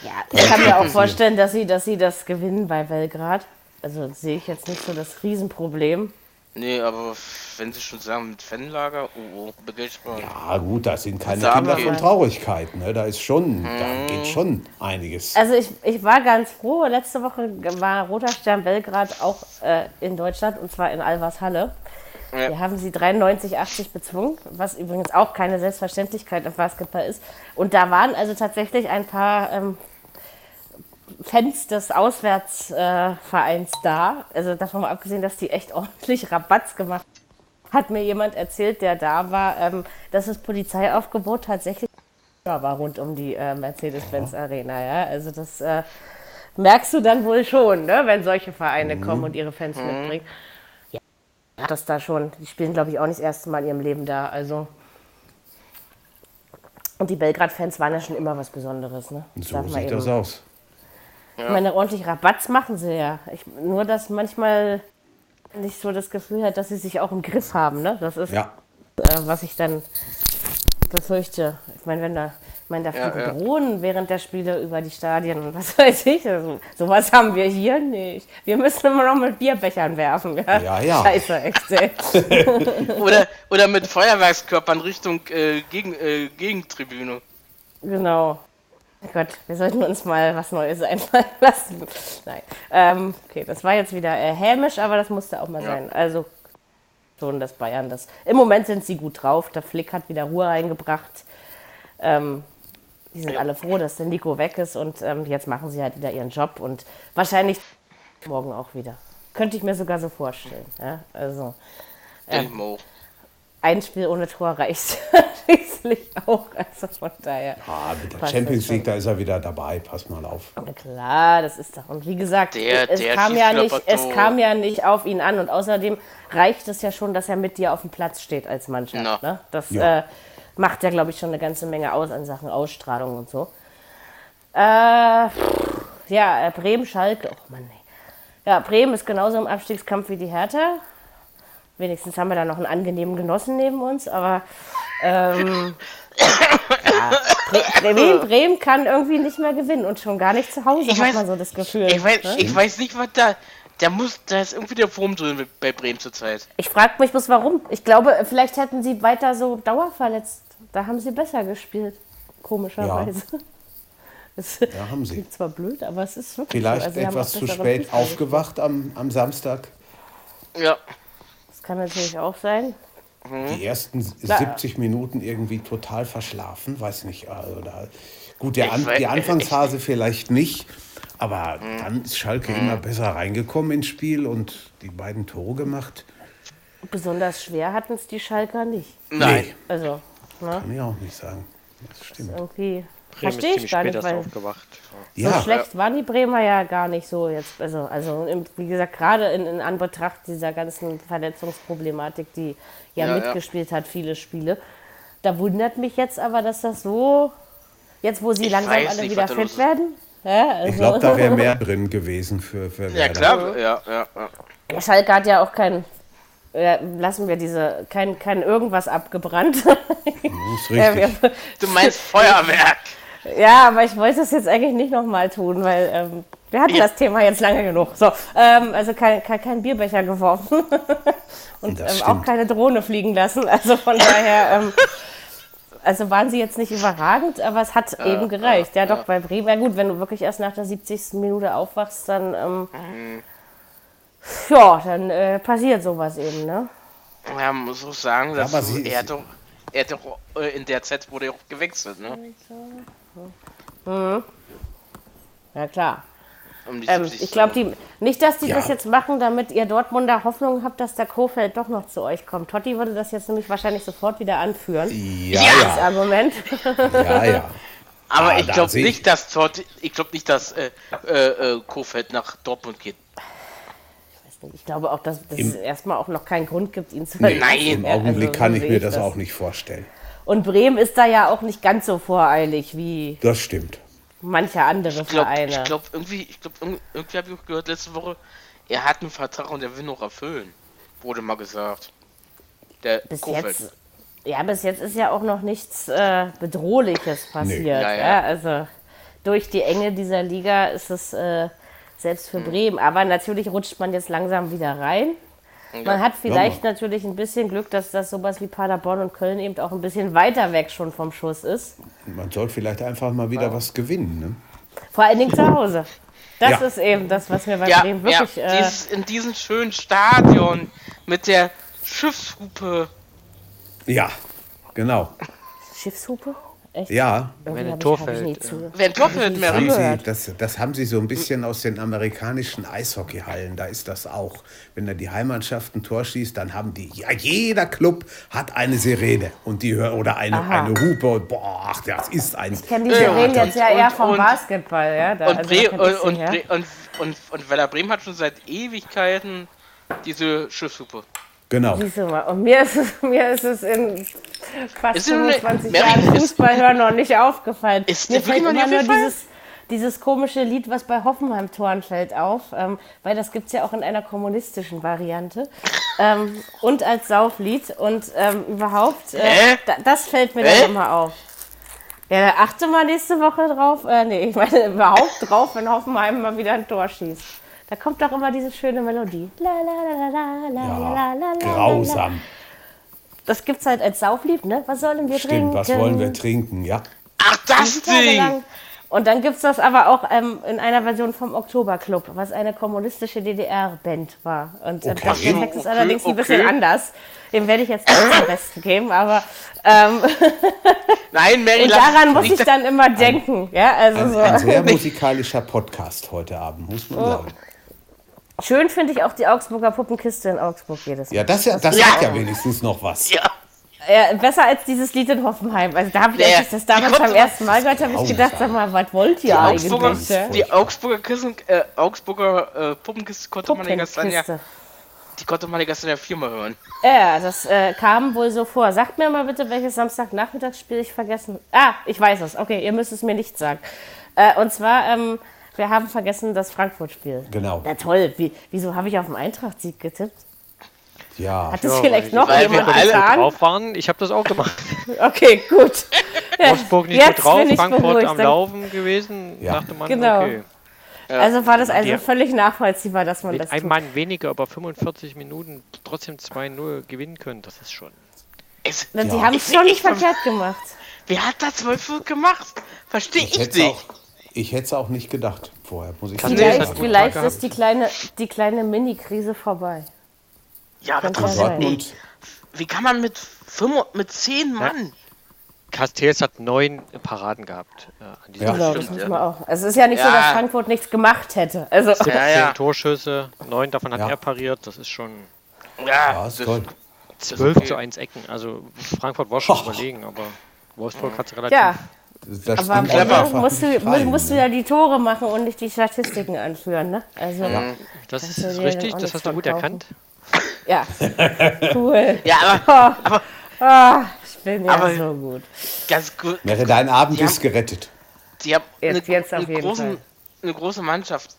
Speaker 2: Ja, ich kann mir auch vorstellen, dass sie, dass sie das gewinnen bei Belgrad. Also das sehe ich jetzt nicht so das Riesenproblem.
Speaker 4: Nee, aber wenn sie schon sagen, mit Fanlager, oh, oh, begegnet man.
Speaker 3: Ah, gut, das sind keine
Speaker 4: Sagen
Speaker 3: Kinder
Speaker 4: wir
Speaker 3: von
Speaker 4: mal.
Speaker 3: Traurigkeit. Ne? Da ist schon, da geht schon einiges.
Speaker 2: Mhm. Also ich, ich war ganz froh. Letzte Woche war Roter Stern Belgrad auch äh, in Deutschland und zwar in Alvershalle.
Speaker 4: Ja.
Speaker 2: Wir haben sie 93-80 bezwungen, was übrigens auch keine Selbstverständlichkeit im Basketball ist. Und da waren also tatsächlich ein paar ähm, Fans des Auswärtsvereins da. Also davon mal abgesehen, dass die echt ordentlich Rabatz gemacht haben. hat mir jemand erzählt, der da war, ähm, dass das Polizeiaufgebot tatsächlich ja, war rund um die äh, Mercedes-Benz Arena, ja. Also das äh, merkst du dann wohl schon, ne? wenn solche Vereine
Speaker 3: Mhm.
Speaker 2: kommen und ihre Fans mitbringen. Ja, das da schon. Die spielen, glaube ich, auch nicht das erste Mal in ihrem Leben da. Also. Und die Belgrad-Fans waren ja schon immer was Besonderes, ne? Das
Speaker 3: so
Speaker 2: darf man
Speaker 3: sieht
Speaker 2: eben-
Speaker 3: das aus.
Speaker 2: Ich meine, ordentlich Rabatz machen sie ja. Ich, nur, dass manchmal nicht so das Gefühl hat, dass sie sich auch im Griff haben, ne? Das ist
Speaker 3: Ja,
Speaker 2: äh, was ich dann befürchte. Ich meine, wenn da, ich meine, da fliegen
Speaker 4: ja.
Speaker 2: Drohnen während der Spiele über die Stadien und was weiß ich. Also, sowas haben wir hier nicht. Wir müssen immer noch mit Bierbechern werfen. Ja,
Speaker 3: Ja, ja.
Speaker 2: Scheiße, echt. ey.
Speaker 4: Oder, oder mit Feuerwerkskörpern Richtung äh, gegen, äh, Gegentribüne.
Speaker 2: genau. Oh Gott, wir sollten uns mal was Neues einfallen lassen. Nein. Ähm, okay, das war jetzt wieder äh, hämisch, aber das musste auch mal sein. Also schon, dass Bayern das. Im Moment sind sie gut drauf. Der Flick hat wieder Ruhe eingebracht. Ähm, die sind alle froh, dass der Nico weg ist und ähm, jetzt machen sie halt wieder ihren Job und wahrscheinlich morgen auch wieder. Könnte ich mir sogar so vorstellen. Ja? Also
Speaker 4: Elmo.
Speaker 2: ein Spiel ohne Tor reicht schließlich auch. Also von daher.
Speaker 3: ah, mit der
Speaker 2: Passt
Speaker 3: Champions
Speaker 2: das schon.
Speaker 3: League, da ist er wieder dabei. Pass mal auf.
Speaker 2: Na klar, das ist doch. Und wie gesagt,
Speaker 4: Der-
Speaker 2: es,
Speaker 4: der
Speaker 2: kam ja nicht, es
Speaker 4: Schießklappertor.
Speaker 2: kam ja nicht auf ihn an. Und außerdem reicht es ja schon, dass er mit dir auf dem Platz steht als Mannschaft.
Speaker 4: Na.
Speaker 2: Ne? Das
Speaker 3: Ja.
Speaker 2: äh, macht ja, glaube ich, schon eine ganze Menge aus an Sachen Ausstrahlung und so. Äh, pff, ja, äh, Bremen, Schalke. Oh Mann, ey. Ja, Bremen ist genauso im Abstiegskampf wie die Hertha. Wenigstens haben wir da noch einen angenehmen Genossen neben uns, aber ähm, ja, Bre- Bremen, Bremen kann irgendwie nicht mehr gewinnen und schon gar nicht zu Hause,
Speaker 4: Ich
Speaker 2: hat
Speaker 4: weiß-
Speaker 2: man so das Gefühl.
Speaker 4: Ich weiß,
Speaker 2: ne?
Speaker 4: ich weiß nicht, was da. Da muss, da ist irgendwie der Wurm drin mit- bei Bremen zurzeit.
Speaker 2: ich frage mich bloß warum. Ich glaube, vielleicht hätten sie weiter so dauerverletzt. Da haben sie besser gespielt, komischerweise. Das
Speaker 3: Ja, haben sie.
Speaker 2: klingt zwar blöd, aber es ist wirklich so.
Speaker 3: Vielleicht
Speaker 2: Also, sie haben
Speaker 3: etwas
Speaker 2: auch
Speaker 3: zu
Speaker 2: bessere
Speaker 3: spät
Speaker 2: Fußball-
Speaker 3: aufgewacht am, am Samstag.
Speaker 4: Ja.
Speaker 2: Das kann natürlich auch sein.
Speaker 4: Mhm.
Speaker 3: Die ersten s-
Speaker 2: Na,
Speaker 3: 70 Minuten irgendwie total verschlafen, weiß nicht. äh, Oder gut, der
Speaker 4: Ich
Speaker 3: An
Speaker 4: weiß- Mhm.
Speaker 3: die Anfangsphase vielleicht nicht, aber dann ist Schalke immer besser reingekommen ins Spiel und die beiden Tore gemacht.
Speaker 2: Besonders schwer hatten es die Schalker nicht.
Speaker 4: Nein.
Speaker 3: Nee,
Speaker 2: Also, ne?
Speaker 3: kann ich auch nicht sagen. Das stimmt.
Speaker 2: irgendwie
Speaker 6: Bremen ist
Speaker 2: verstehe ich
Speaker 6: ziemlich
Speaker 2: gar
Speaker 6: spät
Speaker 2: nicht,
Speaker 6: erst
Speaker 2: weil
Speaker 6: aufgewacht.
Speaker 2: so
Speaker 3: Ja,
Speaker 2: schlecht waren die Bremer ja gar nicht so jetzt. Also, also im- wie gesagt, gerade in, in Anbetracht dieser ganzen Verletzungsproblematik, die ja,
Speaker 4: Ja, ja.
Speaker 2: mitgespielt hat, viele Spiele. Da wundert mich jetzt aber, dass das so, jetzt wo sie langsam
Speaker 4: weiß
Speaker 2: alle
Speaker 4: nicht,
Speaker 2: wieder
Speaker 4: was da los
Speaker 2: fit
Speaker 4: ist.
Speaker 2: werden. Ja, also,
Speaker 3: ich glaube, da wäre mehr drin gewesen für, für
Speaker 4: Ja,
Speaker 3: Werder.
Speaker 4: klar. Ja, ja, ja.
Speaker 2: Schalke hat ja auch kein, äh, lassen wir diese, kein, kein irgendwas abgebrannt.
Speaker 3: Ist
Speaker 2: Ja,
Speaker 3: richtig.
Speaker 2: wir,
Speaker 4: Du meinst Feuerwerk.
Speaker 2: Ja, aber ich wollte das jetzt eigentlich nicht nochmal tun, weil ähm, wir hatten das Thema jetzt lange genug. So, ähm, also kein, kein, kein Bierbecher geworfen und ähm,
Speaker 3: Das
Speaker 2: auch
Speaker 3: stimmt.
Speaker 2: keine Drohne fliegen lassen. Also von daher, ähm, also waren sie jetzt nicht überragend, aber es hat eben gereicht. Ja, doch, bei Bremen. Ja gut, wenn du wirklich erst nach der 70. Minute aufwachst, dann, ähm, ja, dann äh, passiert sowas eben, ne?
Speaker 4: Ja, man muss auch sagen, dass
Speaker 3: aber
Speaker 4: du-
Speaker 3: sie-
Speaker 4: er hat doch, er hat doch äh, in der Zeit wurde er auch gewechselt,
Speaker 2: Mhm.
Speaker 4: ne?
Speaker 2: Ja, klar.
Speaker 4: Um die
Speaker 2: Ähm,
Speaker 4: 70.
Speaker 2: ich glaube, die, nicht, dass die
Speaker 3: Ja.
Speaker 2: das jetzt machen, damit ihr Dortmunder Hoffnung habt, dass der Kofeld doch noch zu euch kommt. Totti würde das jetzt nämlich wahrscheinlich sofort wieder anführen.
Speaker 3: Ja,
Speaker 2: Das
Speaker 3: ja,
Speaker 2: Argument.
Speaker 3: ja, ja.
Speaker 4: Aber
Speaker 3: Ah,
Speaker 4: ich
Speaker 3: da
Speaker 4: glaube
Speaker 3: seh ich-
Speaker 4: nicht, dass Totti, ich glaube nicht, dass äh, äh, äh, Kofeld nach Dortmund geht.
Speaker 2: Ich glaube auch, dass das
Speaker 3: Im-
Speaker 2: erstmal auch noch keinen Grund gibt, ihn zu
Speaker 3: Nee,
Speaker 4: Nein.
Speaker 3: Im
Speaker 2: Ja, also
Speaker 3: Augenblick
Speaker 2: so
Speaker 3: kann ich
Speaker 2: sehe
Speaker 3: mir
Speaker 2: ich
Speaker 3: das
Speaker 2: das.
Speaker 3: auch nicht vorstellen.
Speaker 2: Und Bremen ist da ja auch nicht ganz so voreilig wie
Speaker 3: Das stimmt.
Speaker 2: mancher andere
Speaker 4: Ich glaube,
Speaker 2: Vereine.
Speaker 4: ich glaube irgendwie, ich glaube irgendwie, irgendwie habe ich auch gehört letzte Woche, er hat einen Vertrag und er will noch erfüllen, wurde mal gesagt. Der
Speaker 2: bis
Speaker 4: Kofeld.
Speaker 2: jetzt, ja, bis jetzt ist ja auch noch nichts äh, Bedrohliches passiert.
Speaker 4: Ja,
Speaker 2: ja,
Speaker 4: ja.
Speaker 2: also durch die Enge dieser Liga ist es äh, selbst
Speaker 4: Hm.
Speaker 2: für Bremen. Aber natürlich rutscht man jetzt langsam wieder rein. Man hat vielleicht natürlich ein bisschen Glück, dass das sowas wie Paderborn und Köln eben auch ein bisschen weiter weg schon vom Schuss ist.
Speaker 3: Man soll vielleicht einfach mal wieder was gewinnen. Ne?
Speaker 2: Vor allen Dingen zu Hause. Das
Speaker 3: Ja.
Speaker 2: ist eben das, was mir bei
Speaker 4: Ja,
Speaker 2: Bremen
Speaker 4: ja
Speaker 2: wirklich. Äh,
Speaker 4: dieses, in diesem schönen Stadion mit der Schiffshupe.
Speaker 3: Ja, genau.
Speaker 2: Schiffshupe? Echt?
Speaker 3: Ja,
Speaker 2: Irgendwie
Speaker 5: Wenn ein
Speaker 2: hab
Speaker 5: Tor
Speaker 2: ich, hab ich nie
Speaker 5: fällt,
Speaker 2: zu.
Speaker 4: Wenn Torfeld mehr
Speaker 3: haben
Speaker 4: rüber.
Speaker 3: sie,
Speaker 2: gehört.
Speaker 3: das, das haben sie so ein bisschen aus den amerikanischen Eishockeyhallen. Da ist das auch. Wenn da die Heimatschaft ein Tor schießt, dann haben die, ja, jeder Club hat eine Sirene und die hör- oder eine,
Speaker 2: Aha.
Speaker 3: eine Hupe. Und, boah, ach, das ist ein.
Speaker 2: Ich kenne die Sirenen
Speaker 4: und-
Speaker 2: jetzt ja
Speaker 4: und-
Speaker 2: eher vom
Speaker 4: und-
Speaker 2: Basketball, ja. Da,
Speaker 4: Und,
Speaker 2: also
Speaker 4: Bre
Speaker 2: da kenn
Speaker 4: und,
Speaker 2: ich sie
Speaker 4: und,
Speaker 2: her.
Speaker 4: Bre und, und, und Werder Bremen hat schon seit Ewigkeiten diese Schiffshupe.
Speaker 3: Genau.
Speaker 2: Siehst du mal, Und mir ist es, mir ist es in fast
Speaker 4: Ist dir noch nicht-
Speaker 2: 25
Speaker 4: Mary,
Speaker 2: Jahren
Speaker 4: ist-
Speaker 2: Fußball hören noch nicht aufgefallen.
Speaker 4: Ist
Speaker 2: mir
Speaker 4: dir wirklich
Speaker 2: fällt
Speaker 4: noch
Speaker 2: immer
Speaker 4: nie
Speaker 2: nur
Speaker 4: aufgefallen?
Speaker 2: dieses, dieses komische Lied, was bei Hoffenheim-Toren fällt, auf, ähm, weil das gibt es ja auch in einer kommunistischen Variante. Ähm, und als Sauflied und ähm, überhaupt, äh,
Speaker 4: Hä?
Speaker 2: da, das fällt mir
Speaker 4: Hä?
Speaker 2: dann immer auf. Ja, da achte mal nächste Woche drauf. Äh, nee, ich meine überhaupt drauf, wenn Hoffenheim mal wieder ein Tor schießt. Da kommt doch immer diese schöne Melodie. La, la, la, la, la, la, la,
Speaker 3: Ja,
Speaker 2: la, la, la.
Speaker 3: grausam.
Speaker 2: Das gibt's halt als Sauflied, ne? Was sollen wir trinken?
Speaker 3: Stimmt, was wollen wir trinken? Ja,
Speaker 4: Ach, das Ding!
Speaker 2: Tagelang. Und dann gibt's das aber auch ähm, in einer Version vom Oktoberclub, was eine kommunistische DDR-Band war. Und äh,
Speaker 3: Okay.
Speaker 2: der Text ist
Speaker 4: Okay,
Speaker 2: allerdings ein bisschen
Speaker 4: okay.
Speaker 2: anders. Dem werde ich jetzt nicht zum Besten geben, aber ähm,
Speaker 4: Nein, Mary,
Speaker 2: und
Speaker 4: lass es
Speaker 2: daran muss ich
Speaker 4: nicht.
Speaker 2: dann immer denken. Ja, also so.
Speaker 3: ein sehr musikalischer Podcast heute Abend, muss
Speaker 2: Oh.
Speaker 3: man sagen.
Speaker 2: Schön finde ich auch die Augsburger Puppenkiste in Augsburg jedes Mal.
Speaker 3: Ja, das, ja- das
Speaker 4: Ja.
Speaker 3: hat ja wenigstens noch was.
Speaker 4: Ja.
Speaker 2: Ja, besser als dieses Lied in Hoffenheim. Also da habe ich,
Speaker 4: Ja,
Speaker 2: als ich das damals
Speaker 4: die
Speaker 2: beim ersten Mal gehört habe, ich
Speaker 3: Grausam.
Speaker 2: gedacht, sag mal, was wollt ihr
Speaker 4: Augsburger,
Speaker 2: eigentlich?
Speaker 3: ja.
Speaker 4: die Augsburger, Kissen, äh, Augsburger äh, Puppenkiste konnte man, die gestern ja,
Speaker 2: Puppenkiste.
Speaker 4: die konnte man ja gestern ja viermal hören.
Speaker 2: Ja, das äh, kam wohl so vor. Sagt mir mal bitte, welches Samstagnachmittagsspiel ich vergessen. Ah, ich weiß es. Okay, ihr müsst es mir nicht sagen. Äh, und zwar, ähm, wir haben vergessen das Frankfurt-Spiel.
Speaker 3: Genau.
Speaker 2: Na toll, wie, wieso habe ich auf den Eintracht-Sieg getippt?
Speaker 3: Ja,
Speaker 2: Hat das vielleicht noch
Speaker 4: weil wir
Speaker 2: jemand
Speaker 4: alle
Speaker 2: getan?
Speaker 5: Drauf waren, ich habe das auch gemacht.
Speaker 2: Okay, gut.
Speaker 5: Wolfsburg nicht
Speaker 2: Jetzt
Speaker 5: gut drauf,
Speaker 2: bin ich
Speaker 5: Frankfurt
Speaker 2: beruhigt,
Speaker 5: am
Speaker 2: dann-
Speaker 5: Laufen gewesen.
Speaker 3: Ja.
Speaker 5: Dachte man,
Speaker 2: Genau.
Speaker 5: okay.
Speaker 2: Also war das also
Speaker 5: Ja.
Speaker 2: völlig nachvollziehbar, dass man das
Speaker 5: Mit
Speaker 2: tut.
Speaker 5: einem Mann weniger, aber 45 Minuten trotzdem 2-0 gewinnen können, das ist schon.
Speaker 4: Es,
Speaker 2: Na, Die haben es schon
Speaker 4: Ich-
Speaker 2: nicht verkehrt gemacht.
Speaker 4: wer hat da 12 gemacht? Verstehe ich,
Speaker 3: ich hätte
Speaker 4: nicht.
Speaker 3: auch, Ich hätte es auch nicht gedacht vorher, muss ich
Speaker 5: Kann
Speaker 3: sagen.
Speaker 5: Nee, es
Speaker 2: Vielleicht,
Speaker 5: hat guten
Speaker 2: vielleicht
Speaker 5: Tag
Speaker 2: ist die kleine, die kleine Mini-Krise vorbei.
Speaker 4: Ja, aber
Speaker 2: Kann
Speaker 3: Wir
Speaker 4: trotzdem,
Speaker 3: warten
Speaker 4: ey,
Speaker 3: uns-
Speaker 4: wie kann man mit, fünf, mit zehn Mann?
Speaker 5: Castells hat neun Paraden gehabt äh, an dieser
Speaker 3: Ja.
Speaker 2: Genau,
Speaker 5: Stelle.
Speaker 2: das muss man auch. Also es ist ja nicht so,
Speaker 4: Ja.
Speaker 2: dass Frankfurt nichts gemacht hätte. Also,
Speaker 4: Ja,
Speaker 5: Zehn
Speaker 4: ja.
Speaker 5: Torschüsse, neun davon hat
Speaker 3: Ja.
Speaker 5: er pariert. Das ist schon
Speaker 4: Ja,
Speaker 3: Ja,
Speaker 4: das,
Speaker 3: ist toll.
Speaker 5: 12 zu 1 Ecken. Also Frankfurt war schon überlegen, aber Wolfsburg hat es relativ.
Speaker 2: ja,
Speaker 3: Das
Speaker 2: aber am
Speaker 3: stimmt
Speaker 2: Ende
Speaker 3: einfach
Speaker 2: musst du,
Speaker 3: nicht rein,
Speaker 2: musst du
Speaker 3: ne?
Speaker 2: ja die Tore machen und nicht die Statistiken anführen. Ne? Also, ja,
Speaker 5: Das ist,
Speaker 2: soll
Speaker 5: ist
Speaker 2: dir
Speaker 5: richtig,
Speaker 2: auch
Speaker 5: das
Speaker 2: nichts
Speaker 5: hast du gut
Speaker 2: verkaufen.
Speaker 5: erkannt.
Speaker 2: cool.
Speaker 4: Ja, aber
Speaker 2: Ah, ich bin ja
Speaker 4: Aber-
Speaker 2: so gut.
Speaker 4: ganz gut.
Speaker 3: Wäre dein Abend
Speaker 4: Ja.
Speaker 3: ist gerettet.
Speaker 4: Die haben
Speaker 2: Jetzt-
Speaker 4: eine,
Speaker 2: jetzt auf
Speaker 4: eine,
Speaker 2: jeden
Speaker 4: großen,
Speaker 2: Fall.
Speaker 4: eine große Mannschaft.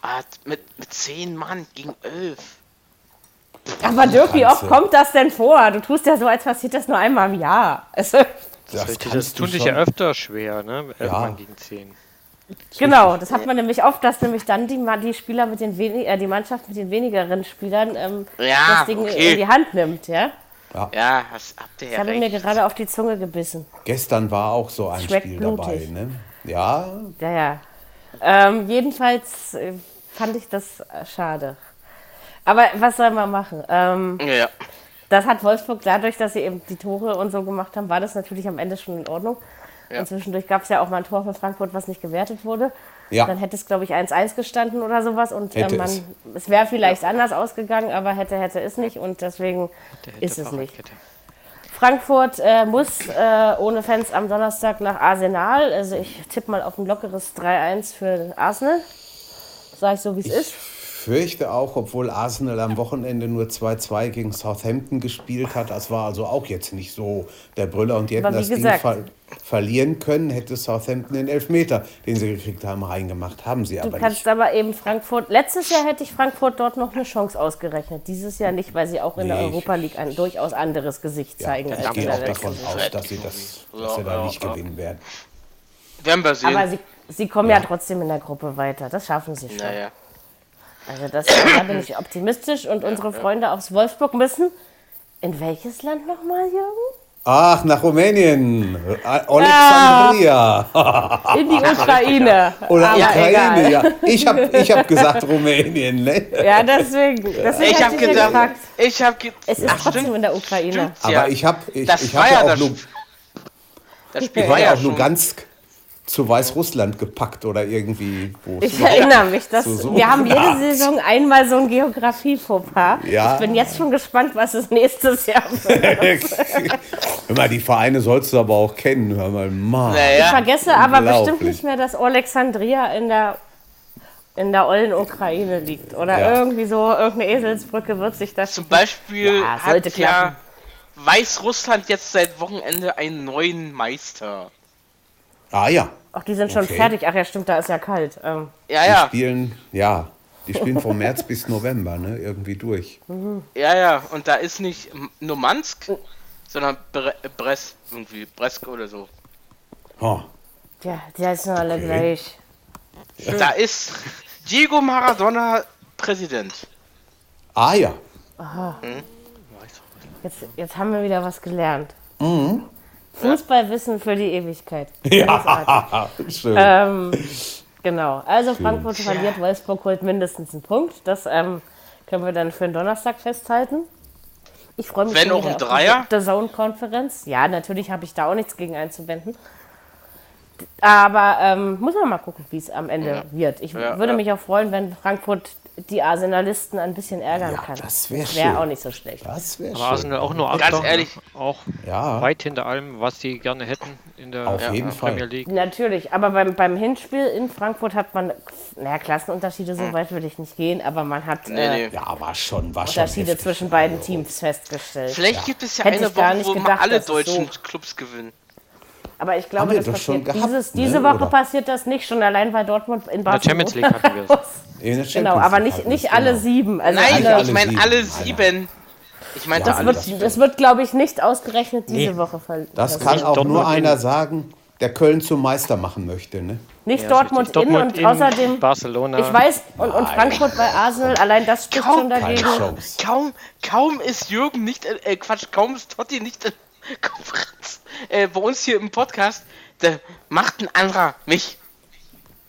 Speaker 4: Ah, mit, mit zehn Mann gegen elf.
Speaker 2: Aber Dirk, wie
Speaker 3: Kannst
Speaker 2: oft
Speaker 3: du.
Speaker 2: kommt das denn vor? Du tust ja so, als passiert das nur einmal im Jahr. Also,
Speaker 3: Das,
Speaker 5: Das,
Speaker 3: kannst du
Speaker 5: tut sich
Speaker 3: schon.
Speaker 5: ja öfter schwer, ne? Elf
Speaker 3: Ja.
Speaker 5: Mann gegen 10.
Speaker 2: genau, das hat man nämlich oft, dass nämlich dann die, Ma- die Spieler mit den wenig, äh, die Mannschaft mit den wenigeren Spielern ähm,
Speaker 4: Ja,
Speaker 2: das Ding
Speaker 4: okay.
Speaker 2: in die Hand nimmt, ja?
Speaker 4: Ja, hast, habt ihr
Speaker 2: Ich
Speaker 4: ja
Speaker 2: habe mir
Speaker 4: recht.
Speaker 2: gerade auf die Zunge gebissen.
Speaker 3: Gestern war auch so ein
Speaker 2: Schmeckt
Speaker 3: Spiel
Speaker 2: blutig.
Speaker 3: dabei, ne? Ja,
Speaker 2: Ja, ja. Ähm, jedenfalls äh, fand ich das äh, schade. Aber was soll man machen? Ähm,
Speaker 4: Ja,
Speaker 2: das hat Wolfsburg dadurch, dass sie eben die Tore und so gemacht haben, war das natürlich am Ende schon in Ordnung. Und zwischendurch gab es ja auch mal ein Tor von Frankfurt, was nicht gewertet wurde.
Speaker 3: Ja.
Speaker 2: Dann hätte es, glaube ich, 1-1 gestanden oder sowas. Und äh,
Speaker 3: Hätte
Speaker 2: man,
Speaker 3: es.
Speaker 2: es, wäre vielleicht anders ausgegangen, aber hätte, hätte es nicht. Und deswegen ist es nicht.
Speaker 5: Fahrradkette.
Speaker 2: Frankfurt äh, muss äh, ohne Fans am Donnerstag nach Arsenal. Also ich tippe mal auf ein lockeres 3-1 für Arsenal. Sag ich so, wie es ist.
Speaker 3: fürchte auch, obwohl Arsenal am Wochenende nur 2-2 gegen Southampton gespielt hat, das war also auch jetzt nicht so der Brüller und die hätten
Speaker 2: Aber wie
Speaker 3: das Ding
Speaker 2: gesagt-
Speaker 3: ver verlieren können, hätte Southampton den Elfmeter, den sie gekriegt haben, reingemacht. Haben sie
Speaker 2: Du
Speaker 3: aber
Speaker 2: kannst
Speaker 3: nicht.
Speaker 2: aber eben Frankfurt, letztes Jahr hätte ich Frankfurt dort noch eine Chance ausgerechnet. Dieses Jahr nicht, weil sie auch in der
Speaker 3: Nee, ich-
Speaker 2: Europa League ein durchaus anderes Gesicht zeigen.
Speaker 3: Ich
Speaker 2: als in
Speaker 3: gehe
Speaker 2: der
Speaker 3: auch
Speaker 2: letzten.
Speaker 3: davon aus, dass sie, das, dass sie da
Speaker 4: Ja,
Speaker 3: nicht
Speaker 4: ja, ja.
Speaker 3: gewinnen werden.
Speaker 4: werden wir sehen.
Speaker 2: aber sie, sie kommen ja. trotzdem in der Gruppe weiter. Das schaffen sie schon.
Speaker 4: naja.
Speaker 2: Also das, da bin ich optimistisch. Und unsere Freunde aus Wolfsburg müssen. In welches Land nochmal, Jürgen?
Speaker 3: Ach, nach Rumänien. Äh, Alexandria.
Speaker 2: In die Ukraine.
Speaker 3: Oder
Speaker 2: Aber
Speaker 3: Ukraine,
Speaker 2: egal.
Speaker 3: ja. Ich habe ich hab gesagt Rumänien, ne?
Speaker 2: Ja, deswegen. deswegen
Speaker 4: Ich
Speaker 2: hat
Speaker 4: hab
Speaker 2: sie ja
Speaker 4: gedacht,
Speaker 2: gefragt.
Speaker 4: ich hab ge
Speaker 2: Es ist
Speaker 4: Ach,
Speaker 2: trotzdem
Speaker 4: stimmt,
Speaker 2: in der Ukraine.
Speaker 4: stimmt,
Speaker 3: Aber
Speaker 4: ja.
Speaker 3: ich habe ich,
Speaker 4: Das
Speaker 3: ich
Speaker 4: war
Speaker 3: hab
Speaker 4: ja
Speaker 3: ja auch
Speaker 4: das
Speaker 3: nur
Speaker 4: das Spiel
Speaker 3: Ich
Speaker 4: war
Speaker 3: war ja
Speaker 4: ja
Speaker 3: auch
Speaker 4: schon.
Speaker 3: Lugansk zu Weißrussland gepackt oder irgendwie. Wo es
Speaker 2: Ich
Speaker 3: war.
Speaker 2: erinnere mich, dass
Speaker 3: So, so.
Speaker 2: wir haben jede
Speaker 3: Ja.
Speaker 2: Saison einmal so ein Geografie-Fauxpas.
Speaker 3: Ja.
Speaker 2: Ich bin jetzt schon gespannt, was es nächstes Jahr wird.
Speaker 3: Hör mal, die Vereine sollst du aber auch kennen. Hör mal, Mann.
Speaker 2: Ich
Speaker 4: Naja,
Speaker 2: vergesse aber bestimmt
Speaker 3: Unglaublich.
Speaker 2: nicht mehr, dass Alexandria in der in der ollen Ukraine liegt. Oder
Speaker 3: Ja.
Speaker 2: irgendwie so, irgendeine Eselsbrücke wird sich das...
Speaker 4: zum Beispiel
Speaker 2: Ja, sollte
Speaker 4: hat ja
Speaker 2: klappen.
Speaker 4: Weißrussland jetzt seit Wochenende einen neuen Meister.
Speaker 3: Ah ja,
Speaker 2: Ach, die sind schon
Speaker 3: Okay.
Speaker 2: fertig. Ach ja, stimmt, da ist ja kalt. Ähm,
Speaker 4: Ja,
Speaker 3: die
Speaker 4: Ah, ja,
Speaker 3: spielen, ja, die spielen vom März bis November, ne? Irgendwie durch.
Speaker 4: ja, ja. Und da ist nicht M- Numansk,
Speaker 2: Oh.
Speaker 4: sondern Bre äh, Brest, irgendwie Bresk oder so.
Speaker 3: Oh,
Speaker 2: ja, die heißen alle
Speaker 3: Okay.
Speaker 2: gleich.
Speaker 4: Da ist Diego Maradona Präsident.
Speaker 3: Ah ja,
Speaker 2: Jetzt, jetzt haben wir wieder was gelernt.
Speaker 3: Mhm.
Speaker 2: Fußballwissen für die Ewigkeit.
Speaker 3: ja, schön.
Speaker 2: Ähm, genau. Also Frankfurt verliert, Wolfsburg holt mindestens einen Punkt. Das ähm, können wir dann für den Donnerstag festhalten. Ich freue mich
Speaker 4: Wenn
Speaker 2: schon
Speaker 4: auch
Speaker 2: wieder
Speaker 4: ein
Speaker 2: auf die
Speaker 4: Dreier?
Speaker 2: The Zone-Konferenz. Ja, natürlich habe ich da auch nichts gegen einzuwenden. Aber ähm, muss man mal gucken, wie es am Ende wird. Ich
Speaker 4: Ja,
Speaker 2: würde
Speaker 4: ja.
Speaker 2: mich auch freuen, wenn Frankfurt die Arsenalisten ein bisschen ärgern
Speaker 3: Ja,
Speaker 2: kann.
Speaker 3: das wär schön.
Speaker 2: Wäre auch nicht so schlecht.
Speaker 3: Das wäre
Speaker 5: Aber Arsenal
Speaker 3: schön.
Speaker 5: auch nur
Speaker 4: Ganz
Speaker 5: Achter, ne?
Speaker 4: ehrlich.
Speaker 5: Auch
Speaker 3: Ja.
Speaker 5: weit hinter allem, was sie gerne hätten in der
Speaker 3: Auf jeden Fall.
Speaker 5: Premier League.
Speaker 2: Natürlich, aber beim, beim Hinspiel in Frankfurt hat man, naja, Klassenunterschiede, so weit würde ich nicht gehen, aber man hat
Speaker 4: Hm. Nee,
Speaker 2: äh,
Speaker 4: nee.
Speaker 3: Ja, war schon, war schon.
Speaker 2: Unterschiede
Speaker 3: heftig.
Speaker 2: zwischen beiden Teams festgestellt.
Speaker 4: Vielleicht gibt es ja
Speaker 2: Hätte
Speaker 4: eine
Speaker 2: ich gar
Speaker 4: Woche,
Speaker 2: nicht
Speaker 4: wo mal
Speaker 2: gedacht,
Speaker 4: alle
Speaker 2: dass es
Speaker 4: deutschen
Speaker 2: so-
Speaker 4: Clubs gewinnen.
Speaker 2: Aber ich
Speaker 3: Haben
Speaker 2: glaube,
Speaker 3: wir
Speaker 2: das
Speaker 3: das schon
Speaker 2: passiert
Speaker 3: gehabt,
Speaker 2: dieses,
Speaker 3: ne,
Speaker 2: diese Woche
Speaker 3: oder?
Speaker 2: passiert das nicht, schon allein weil Dortmund in
Speaker 5: der
Speaker 2: Barcelona
Speaker 5: Champions League hatten wir es.
Speaker 2: raus-
Speaker 3: In der Champions
Speaker 2: Genau, aber
Speaker 3: League
Speaker 2: nicht,
Speaker 3: hatten
Speaker 2: nicht
Speaker 3: wir's,
Speaker 2: alle
Speaker 3: genau.
Speaker 2: sieben. Also
Speaker 4: Nein,
Speaker 2: alle,
Speaker 4: ich
Speaker 3: alle
Speaker 4: meine
Speaker 3: sieben.
Speaker 4: alle
Speaker 3: Nein, nein.
Speaker 4: sieben. Ich meine,
Speaker 3: Das
Speaker 4: alle
Speaker 3: wird-
Speaker 4: sieben.
Speaker 2: das wird, glaube ich, nicht ausgerechnet diese
Speaker 5: Nee.
Speaker 2: Woche ver
Speaker 3: Das
Speaker 2: versucht.
Speaker 3: kann
Speaker 4: Also
Speaker 3: auch nur
Speaker 5: Dortmund in-
Speaker 3: einer sagen, der Köln zum Meister machen möchte, ne?
Speaker 2: Nicht
Speaker 5: Ja,
Speaker 2: Dortmund,
Speaker 5: richtig. Dortmund
Speaker 2: in und außerdem,
Speaker 5: Barcelona.
Speaker 2: ich weiß, und, und Frankfurt bei Arsenal, allein das spricht schon
Speaker 3: Keine
Speaker 2: dagegen.
Speaker 3: Chance.
Speaker 4: Kaum, kaum ist Jürgen nicht, in- äh, Quatsch, kaum ist Totti nicht in Konferenz, äh, bei uns hier im Podcast, da macht ein anderer mich.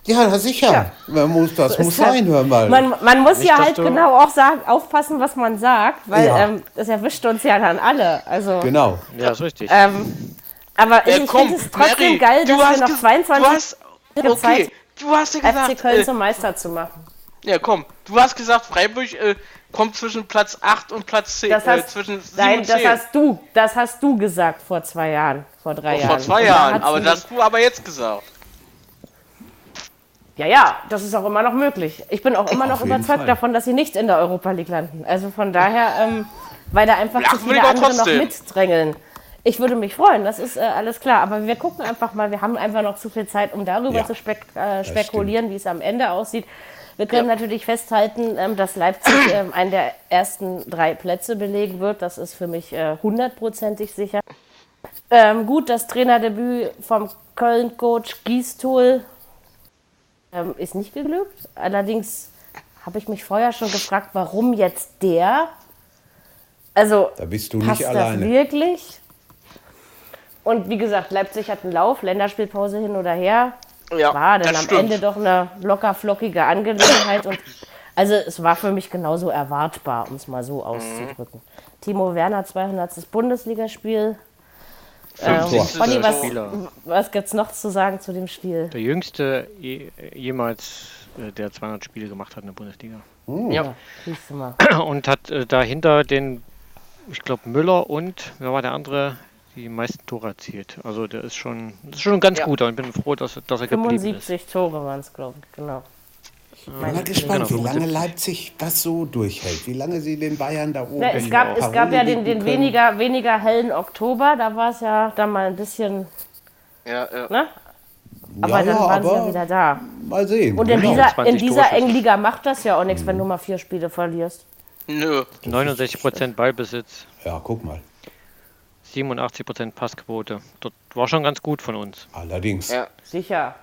Speaker 3: Ja, na sicher.
Speaker 2: Ja.
Speaker 3: Man muss, das
Speaker 2: So ist
Speaker 3: muss
Speaker 2: das.
Speaker 3: sein, hör mal.
Speaker 2: Man, man muss
Speaker 5: Nicht,
Speaker 2: ja
Speaker 5: dass
Speaker 2: halt
Speaker 5: du-
Speaker 2: genau auch sagen, aufpassen, was man sagt, weil
Speaker 3: Ja.
Speaker 2: ähm, das erwischt uns ja dann alle. Also,
Speaker 3: genau.
Speaker 5: Ja, ist richtig.
Speaker 2: ähm, aber
Speaker 4: Äh,
Speaker 2: ich
Speaker 4: komm,
Speaker 2: finde es trotzdem
Speaker 4: Mary,
Speaker 2: geil,
Speaker 4: du
Speaker 2: dass wir
Speaker 4: hast
Speaker 2: noch
Speaker 4: ges-
Speaker 2: 22
Speaker 4: du hast,
Speaker 2: Minuten
Speaker 4: okay,
Speaker 2: Zeit,
Speaker 4: du hast ja gesagt,
Speaker 2: FC Köln
Speaker 4: äh,
Speaker 2: zum Meister zu machen.
Speaker 4: ja komm, du hast gesagt, Freiburg äh, kommt zwischen Platz 8 und Platz 10,
Speaker 2: Das
Speaker 4: äh,
Speaker 2: hast,
Speaker 4: zwischen 7
Speaker 2: nein,
Speaker 4: und
Speaker 2: das
Speaker 4: 10.
Speaker 2: hast du, das hast du gesagt vor zwei Jahren, vor drei Jahren.
Speaker 4: vor
Speaker 2: Und
Speaker 4: zwei
Speaker 2: da
Speaker 4: Jahren,
Speaker 2: hat's
Speaker 4: aber
Speaker 2: nicht-
Speaker 4: das hast du aber jetzt gesagt.
Speaker 2: Ja, ja, das ist auch immer noch möglich. Ich bin auch immer noch
Speaker 3: jeden
Speaker 2: überzeugt
Speaker 3: Fall.
Speaker 2: davon, dass sie nicht in der Europa League landen. Also von daher, ähm, weil da einfach zu
Speaker 4: Lachen will
Speaker 2: viele
Speaker 4: ich auch
Speaker 2: andere
Speaker 4: trotzdem.
Speaker 2: noch mitdrängeln. Ich würde mich freuen, das ist äh, alles klar. Aber wir gucken einfach mal, wir haben einfach noch zu viel Zeit, um darüber
Speaker 3: Ja,
Speaker 2: zu spek äh, spekulieren, wie es am Ende aussieht. Wir können natürlich festhalten, ähm, dass Leipzig ähm, einen der ersten drei Plätze belegen wird. Das ist für mich äh, hundertprozentig sicher. Ähm, gut, das Trainerdebüt vom Köln-Coach Giestohl ähm, ist nicht geglückt. Allerdings habe ich mich vorher schon gefragt, warum jetzt der? Also,
Speaker 3: Da bist du
Speaker 2: passt
Speaker 3: nicht
Speaker 2: das
Speaker 3: alleine.
Speaker 2: wirklich? Und wie gesagt, Leipzig hat einen Lauf, Länderspielpause hin oder her.
Speaker 4: Ja,
Speaker 2: war dann
Speaker 4: das
Speaker 2: am
Speaker 4: stimmt.
Speaker 2: Ende doch eine locker flockige Angelegenheit. Und also es war für mich genauso erwartbar, um es mal
Speaker 4: Mhm.
Speaker 2: so auszudrücken. Timo Werner, 200. Bundesligaspiel. Ähm,
Speaker 4: 50.
Speaker 2: Conny,
Speaker 5: Spieler.
Speaker 2: was, was gibt's noch zu sagen zu dem Spiel?
Speaker 5: Der jüngste je, jemals, äh, der 200 Spiele gemacht hat in der Bundesliga.
Speaker 4: Ja.
Speaker 2: Siehst du mal.
Speaker 5: Und hat äh, dahinter den, ich glaube, Müller und, wer war der andere, die meisten Tore erzielt. Also der ist schon, das ist schon ein ganz
Speaker 4: Ja.
Speaker 5: guter und bin froh, dass, dass er geblieben ist.
Speaker 2: 75 Tore waren es, glaube ich, genau.
Speaker 3: Ich bin mal gespannt,
Speaker 5: Genau.
Speaker 3: wie lange Leipzig das so durchhält. Wie lange sie den Bayern da oben.
Speaker 2: Ne, es gab, es
Speaker 3: Parole
Speaker 2: gab ja den,
Speaker 3: bieten
Speaker 2: den
Speaker 3: können.
Speaker 2: weniger, weniger hellen Oktober, da war es ja dann mal ein bisschen,
Speaker 4: Ja, ja.
Speaker 2: ne? Aber dann
Speaker 3: Ja, ja,
Speaker 2: waren sie ja
Speaker 3: aber-
Speaker 2: wieder da.
Speaker 3: Mal sehen.
Speaker 2: Und in
Speaker 3: genau.
Speaker 2: dieser,
Speaker 5: 20
Speaker 2: in dieser
Speaker 5: Torschüsse.
Speaker 2: engen Liga macht das ja auch nichts, wenn du mal vier Spiele verlierst.
Speaker 4: Nö.
Speaker 5: 69% Ballbesitz,
Speaker 3: Ja, guck mal.
Speaker 5: 87% Passquote. Dort war schon ganz gut von uns.
Speaker 3: Allerdings.
Speaker 4: Ja.
Speaker 2: Sicher.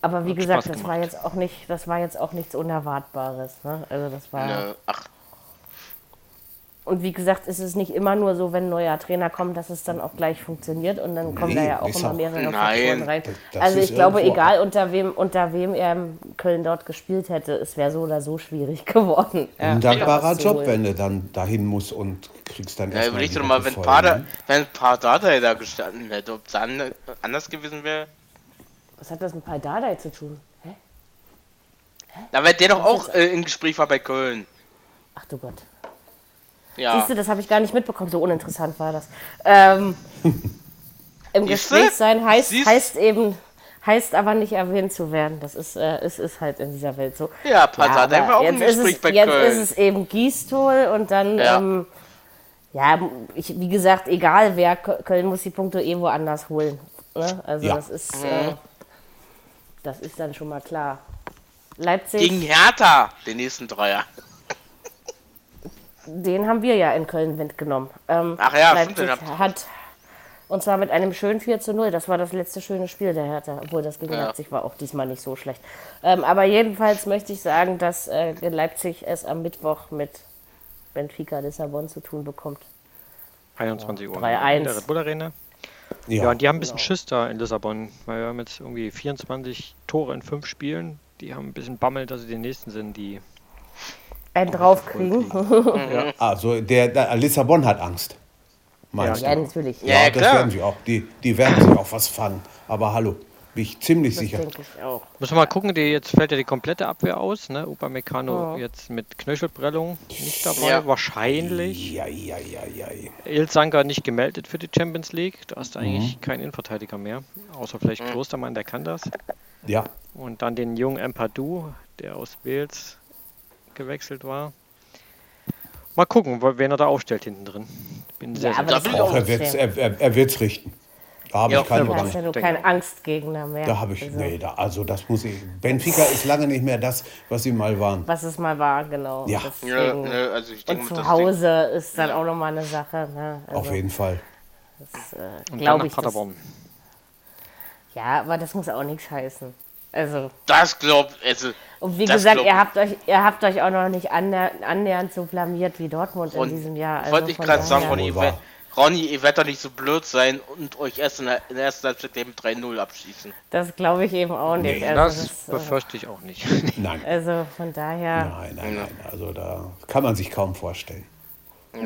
Speaker 2: Aber wie
Speaker 5: Hat
Speaker 2: gesagt,
Speaker 5: Spaß
Speaker 2: das war,
Speaker 5: gemacht.
Speaker 2: jetzt auch nicht, das war jetzt auch nichts Unerwartbares. Ne? Also das war.
Speaker 4: Nö. Ach, äh,
Speaker 2: Und wie gesagt, ist es nicht immer nur so, wenn ein neuer Trainer kommt, dass es dann auch gleich funktioniert und dann kommen da
Speaker 3: Nee,
Speaker 2: ja auch
Speaker 3: ist
Speaker 2: immer
Speaker 3: auch-
Speaker 2: mehrere
Speaker 4: Nein,
Speaker 2: Faktoren rein.
Speaker 3: das
Speaker 2: also
Speaker 3: ist
Speaker 2: ich glaube,
Speaker 3: irgendwo-
Speaker 2: egal unter wem, unter wem er in Köln dort gespielt hätte, es wäre so oder so schwierig geworden. Ja,
Speaker 3: Ein dankbarer
Speaker 2: was zu
Speaker 3: Job,
Speaker 2: holen.
Speaker 3: wenn du dann dahin musst und kriegst dann
Speaker 4: ja, überleg
Speaker 3: die
Speaker 4: doch mal,
Speaker 3: Rippe
Speaker 4: wenn
Speaker 3: voll,
Speaker 4: Pader,
Speaker 3: ne?
Speaker 4: wenn Pardadei da gestanden hätte, ob es an, anders gewesen wäre.
Speaker 2: Was hat das mit Paldadei zu tun? Hä?
Speaker 4: Da wäre der doch auch äh, im Gespräch war bei Köln.
Speaker 2: Ach du Gott.
Speaker 4: Ja.
Speaker 2: Siehst du, das habe ich gar nicht mitbekommen, so uninteressant war das. Ähm, Im
Speaker 4: Siehste?
Speaker 2: Gespräch sein heißt,
Speaker 4: Siehst-
Speaker 2: heißt eben, heißt aber nicht erwähnt zu werden. Das ist, äh, es ist halt in dieser Welt so.
Speaker 4: Ja, Pazard
Speaker 2: aber
Speaker 4: einfach auch im
Speaker 2: jetzt ist
Speaker 4: Gespräch
Speaker 2: es,
Speaker 4: bei
Speaker 2: Jetzt
Speaker 4: Köln.
Speaker 2: ist es eben Gistol und dann,
Speaker 4: Ja.
Speaker 2: ja, ähm, ja ich, wie gesagt, egal wer, Kö- Köln muss die Punkte eh woanders holen. Ne? Also
Speaker 3: Ja.
Speaker 2: das ist,
Speaker 4: Mhm.
Speaker 2: äh, das ist dann schon mal klar. Leipzig,
Speaker 4: Gegen Hertha, den nächsten Dreier.
Speaker 2: den haben wir ja in Köln Wind genommen. Ähm,
Speaker 4: Ach ja, stimmt,
Speaker 2: Leipzig
Speaker 4: den habt ihr.
Speaker 2: hat, und zwar mit einem schönen 4 zu 0. Das war das letzte schöne Spiel der Hertha. Obwohl, das gegen
Speaker 4: Ja.
Speaker 2: Leipzig war auch diesmal nicht so schlecht. Ähm, aber jedenfalls möchte ich sagen, dass äh, Leipzig es am Mittwoch mit Benfica Lissabon zu tun bekommt.
Speaker 5: 21 Uhr.
Speaker 2: 3-1.
Speaker 5: In der Red Bull Arena. Ja,
Speaker 3: Ja,
Speaker 5: und die haben ein bisschen Schiss da in Lissabon, weil wir haben jetzt irgendwie 24 Tore in fünf Spielen. Die haben ein bisschen Bammel, dass sie die nächsten sind, die.
Speaker 2: Ein
Speaker 4: Oh,
Speaker 2: draufkriegen.
Speaker 3: also der, der Lissabon hat Angst. Meinst
Speaker 2: ja,
Speaker 3: du?
Speaker 2: natürlich.
Speaker 4: Ja, ja,
Speaker 3: das
Speaker 4: klar.
Speaker 3: werden sie auch. Die, die werden sich auch was fangen. Aber hallo, bin ich ziemlich
Speaker 2: Das
Speaker 3: sicher.
Speaker 2: denke ich auch.
Speaker 5: Muss man mal gucken, die jetzt fällt ja die komplette Abwehr aus, ne? Upamecano jetzt mit Knöchelprellung nicht dabei,
Speaker 4: Ja.
Speaker 5: wahrscheinlich.
Speaker 3: Ja, ja, ja, ja. ja.
Speaker 5: Il Sanka nicht gemeldet für die Champions League. Da ist eigentlich kein Innenverteidiger mehr. Außer vielleicht Klostermann, der kann das.
Speaker 3: Ja,
Speaker 5: Und dann den jungen Empadu, der aus Wales gewechselt war. Mal gucken, wo- wen er da aufstellt hinten drin. Bin sehr,
Speaker 2: Ja,
Speaker 5: sehr
Speaker 2: aber das
Speaker 4: bin
Speaker 2: ist
Speaker 4: ich
Speaker 2: auch
Speaker 3: auch er
Speaker 2: nicht
Speaker 3: wird's,
Speaker 2: schlimm.
Speaker 3: er, er, er wird's richten. Da habe
Speaker 5: Ja,
Speaker 3: ich keine
Speaker 5: klar,
Speaker 2: Da ist ja
Speaker 3: Bange.
Speaker 2: nur
Speaker 5: denke
Speaker 2: kein Angstgegner mehr.
Speaker 3: Da habe ich,
Speaker 2: Also,
Speaker 3: nee, da, also das muss ich. Benfica ist lange nicht mehr das, was sie mal waren.
Speaker 2: Was es mal war, genau.
Speaker 3: Ja.
Speaker 4: Ja,
Speaker 2: Deswegen.
Speaker 4: ne, also ich denke
Speaker 2: Und
Speaker 4: mal, das
Speaker 2: zu
Speaker 4: Ding.
Speaker 2: Hause ist dann auch nochmal eine Sache. Ne? Also,
Speaker 3: Auf jeden Fall.
Speaker 5: Und dann
Speaker 2: glaube
Speaker 5: nach
Speaker 2: Äh, ich, das,
Speaker 5: Paderborn.
Speaker 2: Ja, aber das muss auch nichts heißen. Also,
Speaker 4: Das glaubt, also.
Speaker 2: und wie
Speaker 4: Das
Speaker 2: gesagt,
Speaker 4: glaub
Speaker 2: ihr
Speaker 4: ich.
Speaker 2: habt, euch, ihr habt euch auch noch nicht annäher- annähernd so blamiert wie Dortmund
Speaker 4: Und
Speaker 2: in diesem Jahr. Also
Speaker 4: wollte ich
Speaker 2: von
Speaker 4: gerade
Speaker 2: daher-
Speaker 4: sagen, von
Speaker 3: Wohl
Speaker 4: ihm,
Speaker 3: wahr.
Speaker 4: Ronny, ihr werdet doch nicht so blöd sein und euch erst in der, in der ersten Halbzeit eben 3-0 abschießen.
Speaker 2: Das glaube ich eben auch nicht.
Speaker 3: Nee,
Speaker 2: also,
Speaker 5: Das
Speaker 2: ist,
Speaker 5: befürchte ich auch nicht.
Speaker 3: Nein.
Speaker 2: äh, also von daher
Speaker 3: Nein, nein, nein. Also da kann man sich kaum vorstellen.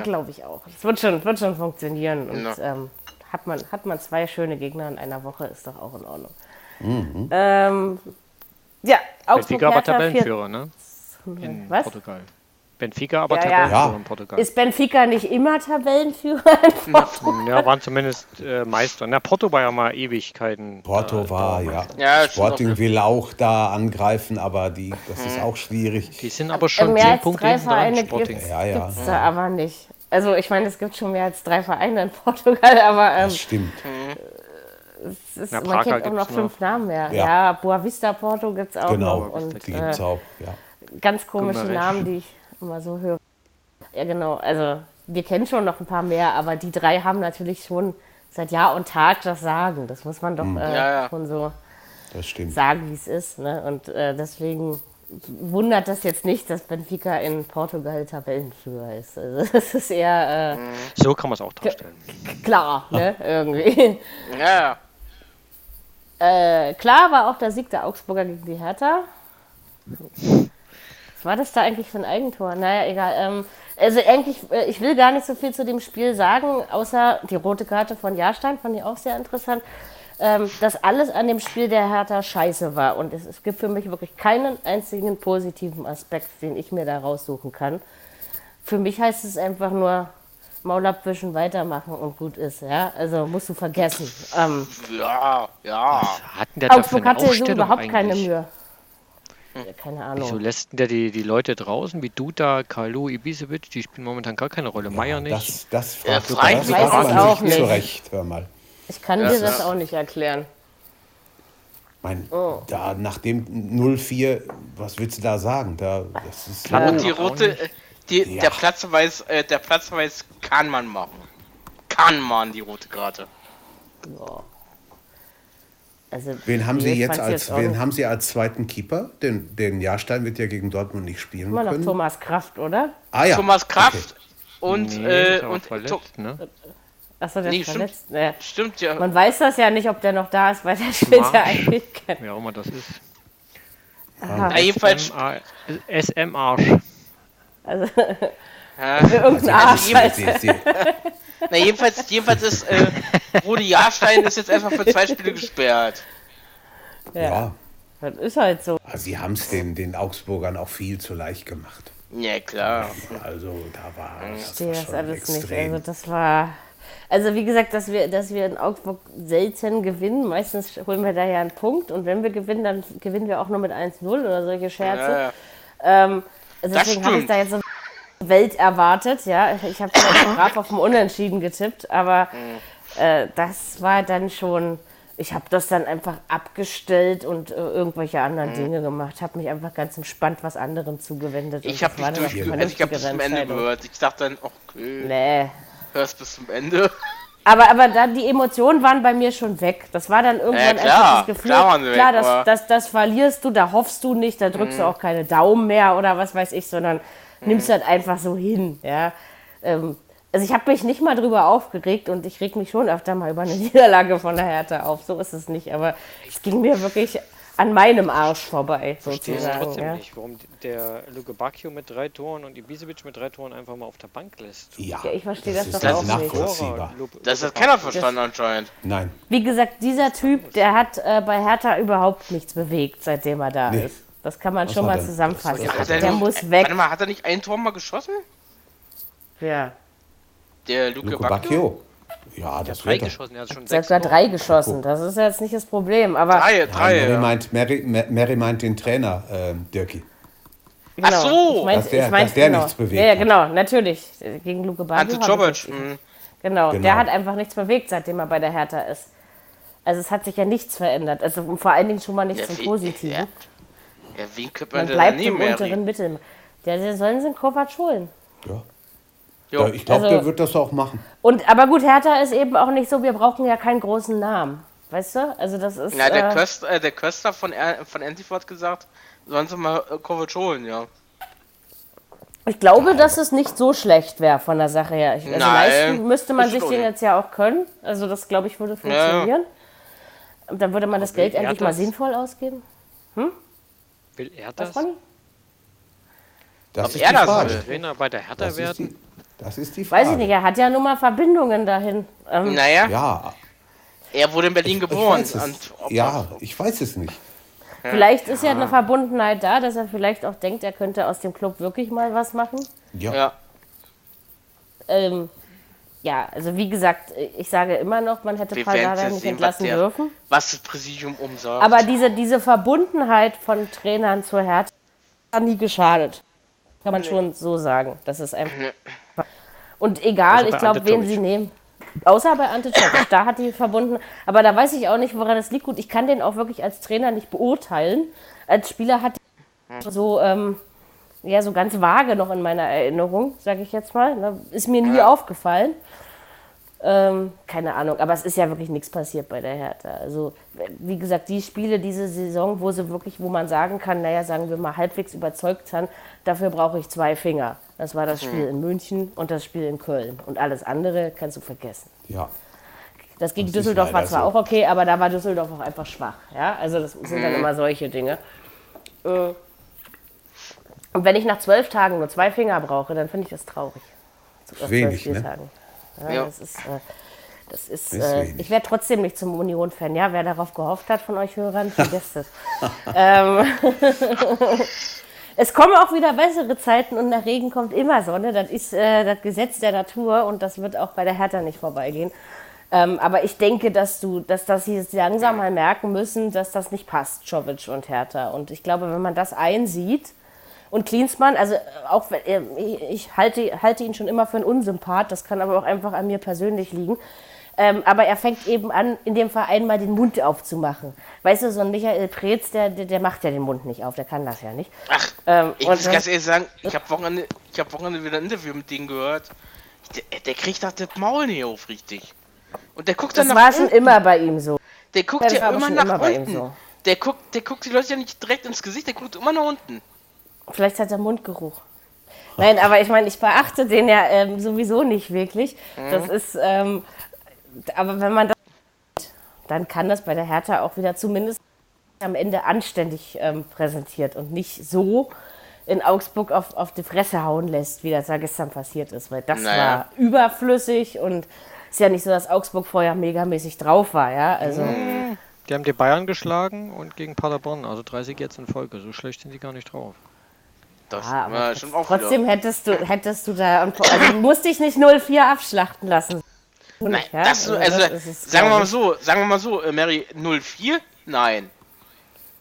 Speaker 2: glaube ich auch. Es wird schon, wird schon funktionieren. Und
Speaker 4: Ja.
Speaker 2: ähm, hat, man, hat man zwei schöne Gegner in einer Woche, ist doch auch in Ordnung. Ähm, ja, Augsburg
Speaker 5: Benfica war
Speaker 2: Hertha
Speaker 5: Tabellenführer, ne?
Speaker 2: 4-0.
Speaker 5: In
Speaker 2: Was?
Speaker 5: Portugal. Benfica aber
Speaker 2: Ja, ja.
Speaker 5: Tabellenführer
Speaker 3: Ja.
Speaker 5: in Portugal.
Speaker 2: Ist Benfica nicht immer Tabellenführer in Portugal?
Speaker 5: ja, waren zumindest äh, Meister. Na, Porto war ja mal Ewigkeiten.
Speaker 3: Porto
Speaker 5: äh,
Speaker 3: war, ja.
Speaker 4: Ja, stimmt
Speaker 3: Sporting
Speaker 4: auch.
Speaker 3: will auch da angreifen, aber die, das ist auch schwierig.
Speaker 5: Die sind aber schon
Speaker 2: mehr
Speaker 5: zehn
Speaker 2: als
Speaker 5: Punkte
Speaker 2: drei
Speaker 5: hinten dran,
Speaker 2: Vereine
Speaker 5: Sporting.
Speaker 2: gibt's.
Speaker 3: Ja, ja.
Speaker 2: Gibt's da aber nicht. Also ich meine, es gibt schon mehr als drei Vereine in Portugal, aber ähm,
Speaker 3: Das stimmt.
Speaker 2: es ist,
Speaker 5: Na,
Speaker 2: man
Speaker 5: Braga
Speaker 2: kennt auch noch
Speaker 5: gibt's
Speaker 2: fünf Namen mehr.
Speaker 3: Ja.
Speaker 2: Ja, Boa Vista Porto gibt es auch
Speaker 3: Genau.
Speaker 2: noch und
Speaker 3: Die
Speaker 2: äh,
Speaker 3: gibt's auch. Ja.
Speaker 2: ganz komische
Speaker 5: Gummerisch.
Speaker 2: Namen, die ich immer so höre. Ja genau, also wir kennen schon noch ein paar mehr, aber die drei haben natürlich schon seit Jahr und Tag das Sagen. Das muss man doch
Speaker 3: Hm.
Speaker 2: äh,
Speaker 4: Ja, ja.
Speaker 2: schon so
Speaker 3: Das stimmt.
Speaker 2: sagen, wie es ist. Ne? Und äh, deswegen wundert das jetzt nicht, dass Benfica in Portugal Tabellenführer ist. Also das ist eher
Speaker 5: So kann man es auch darstellen.
Speaker 2: äh, klar, ne? irgendwie.
Speaker 4: Ja, ja.
Speaker 2: Äh, klar war auch der Sieg der Augsburger gegen die Hertha. Was war das da eigentlich für ein Eigentor? Naja, egal. Ähm, also eigentlich, äh, ich will gar nicht so viel zu dem Spiel sagen, außer die rote Karte von Jahrstein, fand ich auch sehr interessant, ähm, dass alles an dem Spiel der Hertha scheiße war. Und es, es gibt für mich wirklich keinen einzigen positiven Aspekt, den ich mir da raussuchen kann. Für mich heißt es einfach nur Maul abwischen, weitermachen und gut ist. Ja? Also musst du vergessen. Ähm,
Speaker 4: Ja, ja.
Speaker 5: Hatten der
Speaker 2: Augsburg
Speaker 5: da für eine
Speaker 2: hatte so
Speaker 5: Aufstellung
Speaker 2: überhaupt
Speaker 5: eigentlich?
Speaker 2: keine Mühe. Ja, keine
Speaker 3: Genau.
Speaker 2: Ahnung.
Speaker 5: Wieso lässt denn der die, die Leute draußen, wie Duda, Kalu, Ibisevic, die spielen momentan gar keine Rolle. Meier nicht.
Speaker 3: Das, das fragt,
Speaker 4: Ja,
Speaker 3: das fragt
Speaker 4: Frank
Speaker 2: weiß es
Speaker 3: man
Speaker 2: auch
Speaker 3: sich
Speaker 2: nicht.
Speaker 3: zurecht, hör mal.
Speaker 2: Ich kann dir das auch nicht erklären.
Speaker 3: Mein,
Speaker 2: Oh.
Speaker 3: da nach dem 04, was willst du da sagen? Da, das ist
Speaker 5: Klar.
Speaker 4: Und die rote, äh, die,
Speaker 3: Ja.
Speaker 4: der Platzverweis, äh, der Platzverweis kann man machen. Kann man die rote Karte.
Speaker 2: Also,
Speaker 3: Wen haben Sie
Speaker 2: ich
Speaker 3: jetzt
Speaker 2: fand's
Speaker 3: als,
Speaker 2: auch
Speaker 3: wen
Speaker 2: nicht.
Speaker 3: haben Sie als zweiten Keeper? Den, den Jahrstein wird ja gegen Dortmund nicht spielen
Speaker 2: immer noch
Speaker 3: können.
Speaker 2: Thomas Kraft, oder?
Speaker 3: Ah, ja.
Speaker 4: Thomas Kraft und,
Speaker 5: ist
Speaker 4: äh,
Speaker 5: aber
Speaker 4: und To-
Speaker 5: verletzt, ne?
Speaker 2: Achso, der
Speaker 4: Nee,
Speaker 2: ist
Speaker 4: stimmt.
Speaker 2: verletzt. Naja.
Speaker 4: stimmt ja.
Speaker 2: Man weiß das ja nicht, ob der noch da ist, weil der spielt ja
Speaker 5: Marsch.
Speaker 2: eigentlich kein.
Speaker 5: Wer auch immer das ist.
Speaker 4: ja, jedenfalls,
Speaker 5: MA SM Arsch.
Speaker 2: Also,
Speaker 4: äh,
Speaker 2: irgendein Arsch. halt.
Speaker 3: Okay. Sie, Sie,
Speaker 4: na, jedenfalls, jedenfalls ist äh, Rudi Jahrstein ist jetzt erstmal für zwei Spiele gesperrt.
Speaker 2: Ja.
Speaker 3: ja,
Speaker 2: Das ist halt so.
Speaker 3: also Sie haben es den, den Augsburgern auch viel zu leicht gemacht.
Speaker 4: Ja, klar.
Speaker 3: Also da war das
Speaker 2: verstehe
Speaker 3: war
Speaker 2: das
Speaker 3: schon
Speaker 2: alles
Speaker 3: extrem.
Speaker 2: nicht. Also das war. Also wie gesagt, dass wir, dass wir in Augsburg selten gewinnen. Meistens holen wir da ja einen Punkt und wenn wir gewinnen, dann gewinnen wir auch nur mit 1-0 oder solche Scherze.
Speaker 4: Ja, ja.
Speaker 2: Ähm, also
Speaker 4: Das
Speaker 2: deswegen habe ich
Speaker 4: stimmt.
Speaker 2: da jetzt so Welt erwartet, ja. Ich habe brav auf dem Unentschieden getippt, aber
Speaker 4: Mm.
Speaker 2: äh, das war dann schon. Ich habe das dann einfach abgestellt und äh, irgendwelche
Speaker 4: Mm.
Speaker 2: anderen Dinge gemacht. Habe mich einfach ganz entspannt was anderem zugewendet. und
Speaker 4: Ich habe
Speaker 2: das war
Speaker 4: nicht
Speaker 2: dann auch eine
Speaker 4: durchgehört, also ich habe bis zum
Speaker 2: vernünftigere
Speaker 4: Ende
Speaker 2: Entscheidung.
Speaker 4: gehört. Ich dachte dann, okay,
Speaker 2: Nee.
Speaker 4: hörst bis zum Ende.
Speaker 2: Aber, aber dann die Emotionen waren bei mir schon weg. Das war dann irgendwann
Speaker 4: Ja, klar,
Speaker 2: einfach das Gefühl,
Speaker 4: klar
Speaker 2: klar,
Speaker 4: waren sie weg,
Speaker 2: das,
Speaker 4: aber- Mhm.
Speaker 2: das, das verlierst du, da hoffst du nicht, da drückst du auch keine Daumen mehr oder was weiß ich, sondern nimmst das einfach so hin. Ja? Ähm, also ich habe mich nicht mal drüber aufgeregt und ich reg mich schon öfter mal über eine Niederlage von der Hertha auf. So ist es nicht, aber es ging mir wirklich an meinem Arsch vorbei,
Speaker 5: Verstehe es
Speaker 2: sozusagen.
Speaker 5: trotzdem
Speaker 2: Ja.
Speaker 5: nicht, warum der Luke Bacchio mit drei Toren und Ibisevic mit drei Toren einfach mal auf der Bank lässt.
Speaker 3: ja,
Speaker 2: Ja, ich verstehe das
Speaker 3: ist
Speaker 2: doch
Speaker 3: nicht
Speaker 2: auch nicht.
Speaker 3: nachvollziehbar.
Speaker 4: Das hat keiner verstanden anscheinend.
Speaker 3: Nein,
Speaker 2: Wie gesagt, dieser Typ, der hat äh, bei Hertha überhaupt nichts bewegt, seitdem er da
Speaker 3: Nee.
Speaker 2: ist. Das kann man
Speaker 3: Was
Speaker 2: schon
Speaker 3: war
Speaker 2: mal
Speaker 3: denn?
Speaker 2: zusammenfassen.
Speaker 3: Was war
Speaker 4: Hat
Speaker 3: denn?
Speaker 4: er
Speaker 2: der
Speaker 4: nicht,
Speaker 2: muss
Speaker 4: Warte
Speaker 2: weg.
Speaker 4: mal, hat er nicht ein Tor mal geschossen?
Speaker 2: Ja.
Speaker 4: Der Luke
Speaker 3: Luke Bacchio.
Speaker 4: Bacchio?
Speaker 3: Ja, das
Speaker 5: Drei
Speaker 3: wird er.
Speaker 5: geschossen, er hat schon
Speaker 2: Der
Speaker 5: sechs
Speaker 2: hat sogar
Speaker 5: Tore.
Speaker 2: drei geschossen. Das ist jetzt nicht das Problem. Aber
Speaker 4: Drei, äh, drei.
Speaker 3: Mary,
Speaker 4: Ah, ja.
Speaker 3: meint, Mary, Ma- Mary meint den Trainer, ähm, Dirki.
Speaker 2: genau.
Speaker 4: Ach so!
Speaker 2: ich mein,
Speaker 3: Dass der-
Speaker 2: ich mein,
Speaker 3: dass der
Speaker 2: genau.
Speaker 3: nichts bewegt
Speaker 2: Ja, ja,
Speaker 3: hat.
Speaker 2: genau, natürlich. Gegen Luke Bacchio.
Speaker 4: Ante
Speaker 2: haben wir
Speaker 4: Jobbage.
Speaker 2: das-
Speaker 4: mhm.
Speaker 2: Genau.
Speaker 3: Genau.
Speaker 2: der hat einfach nichts bewegt, seitdem er bei der Hertha ist. Also es hat sich ja nichts verändert. Also und vor allen Dingen schon mal nichts
Speaker 4: Ja,
Speaker 2: zum
Speaker 4: wie-
Speaker 2: Positiven.
Speaker 4: ja. Ja, wen könnte man,
Speaker 2: Man
Speaker 4: denn da
Speaker 2: bleibt im
Speaker 4: nehmen, Mary?
Speaker 2: unteren Mittel. Ja, der sollen sie in Kovac holen.
Speaker 3: Ja.
Speaker 4: Jo.
Speaker 3: Ja, ich glaube,
Speaker 2: Also-
Speaker 3: der wird das auch machen.
Speaker 2: Und aber gut, Hertha ist eben auch nicht so, wir brauchen ja keinen großen Namen. Weißt du? Also das ist.
Speaker 4: Na, der,
Speaker 2: äh,
Speaker 4: Köst, äh, der Köster von, R- von Antifort gesagt, sollen sie mal äh, Kovac holen, ja.
Speaker 2: Ich glaube, dass es nicht so schlecht wäre von der Sache her. Ich, also
Speaker 4: Nein,
Speaker 2: leisten müsste man
Speaker 4: ist
Speaker 2: sich
Speaker 4: schon.
Speaker 2: den jetzt ja auch können. Also das, glaube ich, würde funktionieren. Und dann würde man das Geld
Speaker 5: wer
Speaker 2: endlich
Speaker 5: hat
Speaker 2: mal
Speaker 5: das?
Speaker 2: sinnvoll ausgeben.
Speaker 5: Will er
Speaker 2: Was,
Speaker 5: das?
Speaker 2: Ronny?
Speaker 3: Das ist
Speaker 4: er
Speaker 3: die
Speaker 4: das
Speaker 3: Frage.
Speaker 4: will.
Speaker 5: Trainer bei der Hertha
Speaker 3: Das ist
Speaker 5: werden?
Speaker 3: die, das ist die Frage.
Speaker 2: Weiß ich nicht, er hat ja nun mal Verbindungen dahin. Ähm,
Speaker 4: Naja,
Speaker 3: Ja,
Speaker 4: er wurde in Berlin
Speaker 3: ich
Speaker 4: geboren.
Speaker 3: weiß es.
Speaker 4: und ob-
Speaker 3: Ja, ich weiß es nicht.
Speaker 2: Vielleicht ist ja
Speaker 4: Ah.
Speaker 2: eine Verbundenheit da, dass er vielleicht auch denkt, er könnte aus dem Club wirklich mal was machen.
Speaker 3: Ja.
Speaker 4: Ja.
Speaker 2: Ähm, ja, also wie gesagt, ich sage immer noch, man hätte
Speaker 4: Wir
Speaker 2: Paldada
Speaker 4: werden's ja
Speaker 2: nicht
Speaker 4: sehen, was
Speaker 2: entlassen
Speaker 4: der-
Speaker 2: dürfen.
Speaker 4: Was das Präsidium umsagt.
Speaker 2: Aber diese, diese Verbundenheit von Trainern zur Hertha hat nie geschadet. Kann man schon so sagen. Das ist einfach. Und egal,
Speaker 5: Außer
Speaker 2: ich
Speaker 5: Also bei
Speaker 2: glaube, wen
Speaker 5: Ante
Speaker 2: sie
Speaker 5: Tomic.
Speaker 2: nehmen. Außer bei Ante Tomic, da hat die verbunden. Aber da weiß ich auch nicht, woran das liegt. Gut, ich kann den auch wirklich als Trainer nicht beurteilen. Als Spieler hat die so, ähm, ja, so ganz vage noch in meiner Erinnerung, sage ich jetzt mal. Ne? Ist mir nie aufgefallen. Ähm, keine Ahnung, aber es ist ja wirklich nichts passiert bei der Hertha. Also, wie gesagt, die Spiele diese Saison, wo sie wirklich, wo man sagen kann, naja, sagen wir mal, halbwegs überzeugt haben, dafür brauche ich zwei Finger. Das war das Spiel in München und das Spiel in Köln. Und alles andere kannst du vergessen.
Speaker 3: ja.
Speaker 2: Das gegen
Speaker 3: ist
Speaker 2: Düsseldorf war
Speaker 3: leider
Speaker 2: zwar
Speaker 3: so.
Speaker 2: auch okay, aber da war Düsseldorf auch einfach schwach. Ja, also das sind
Speaker 3: Mhm.
Speaker 2: dann immer solche Dinge. Äh, Und wenn ich nach zwölf Tagen nur zwei Finger brauche, dann finde ich das traurig. Nach
Speaker 3: Wenig, ne?
Speaker 2: Spieltagen. Ja,
Speaker 4: Ja.
Speaker 2: Das ist, äh, das ist,
Speaker 3: Ist
Speaker 2: äh,
Speaker 3: wenig.
Speaker 2: ich werde trotzdem nicht zum Union-Fan. Ja, wer darauf gehofft hat von euch Hörern, vergesst es. ähm, es kommen auch wieder bessere Zeiten und nach Regen kommt immer Sonne. Das ist äh, das Gesetz der Natur und das wird auch bei der Hertha nicht vorbeigehen. Ähm, aber ich denke, dass du, dass das sie jetzt langsam mal merken müssen, dass das nicht passt, Czovic und Hertha. Und ich glaube, wenn man das einsieht und Klinsmann, also äh, auch wenn äh, ich- ich halte, halte ihn schon immer für einen Unsympath, das kann aber auch einfach an mir persönlich liegen. Ähm, aber er fängt eben an, in dem Verein mal den Mund aufzumachen. Weißt du, so ein Michael Preetz, der, der, der macht ja den Mund nicht auf, der kann das ja nicht.
Speaker 4: Ach,
Speaker 2: Ähm,
Speaker 4: ich
Speaker 2: und
Speaker 4: muss
Speaker 2: dann-
Speaker 4: ganz ehrlich sagen, ich habe Wochenende, ich hab Wochenende wieder ein Interview mit denen gehört. Der, der kriegt doch das Maul nicht auf, richtig. Und der guckt dann
Speaker 2: Das
Speaker 4: nach
Speaker 2: war schon
Speaker 4: unten.
Speaker 2: immer bei ihm so.
Speaker 4: Der guckt
Speaker 2: Das war
Speaker 4: ja
Speaker 2: aber
Speaker 4: immer
Speaker 2: schon
Speaker 4: nach
Speaker 2: immer bei ihm
Speaker 4: unten.
Speaker 2: so.
Speaker 4: Der guckt, der guckt die Leute ja nicht direkt ins Gesicht, der guckt immer nach unten.
Speaker 2: Vielleicht hat er Mundgeruch. Nein, aber ich meine, ich beachte den ja ähm, sowieso nicht wirklich.
Speaker 4: Mhm.
Speaker 2: Das ist, ähm, aber wenn man das, dann kann das bei der Hertha auch wieder zumindest am Ende anständig ähm, präsentiert und nicht so in Augsburg auf, auf die Fresse hauen lässt, wie das ja gestern passiert ist, weil das
Speaker 4: Naja.
Speaker 2: war überflüssig und ist ja nicht so, dass Augsburg vorher megamäßig drauf war, ja, also.
Speaker 4: Mhm.
Speaker 5: Die haben die Bayern geschlagen und gegen Paderborn, also 30 jetzt in Folge. So schlecht sind die gar nicht drauf.
Speaker 4: Das
Speaker 2: Ja, aber
Speaker 4: war schon auch
Speaker 2: trotzdem hättest du, hättest du da, und- also du musst dich nicht 0-4 abschlachten lassen.
Speaker 4: Nein,
Speaker 2: ja,
Speaker 4: das, also,
Speaker 2: also das ist,
Speaker 4: sagen
Speaker 2: glaub
Speaker 4: wir mal
Speaker 2: ich-
Speaker 4: so, sagen wir mal so, äh, Mary 04? Nein.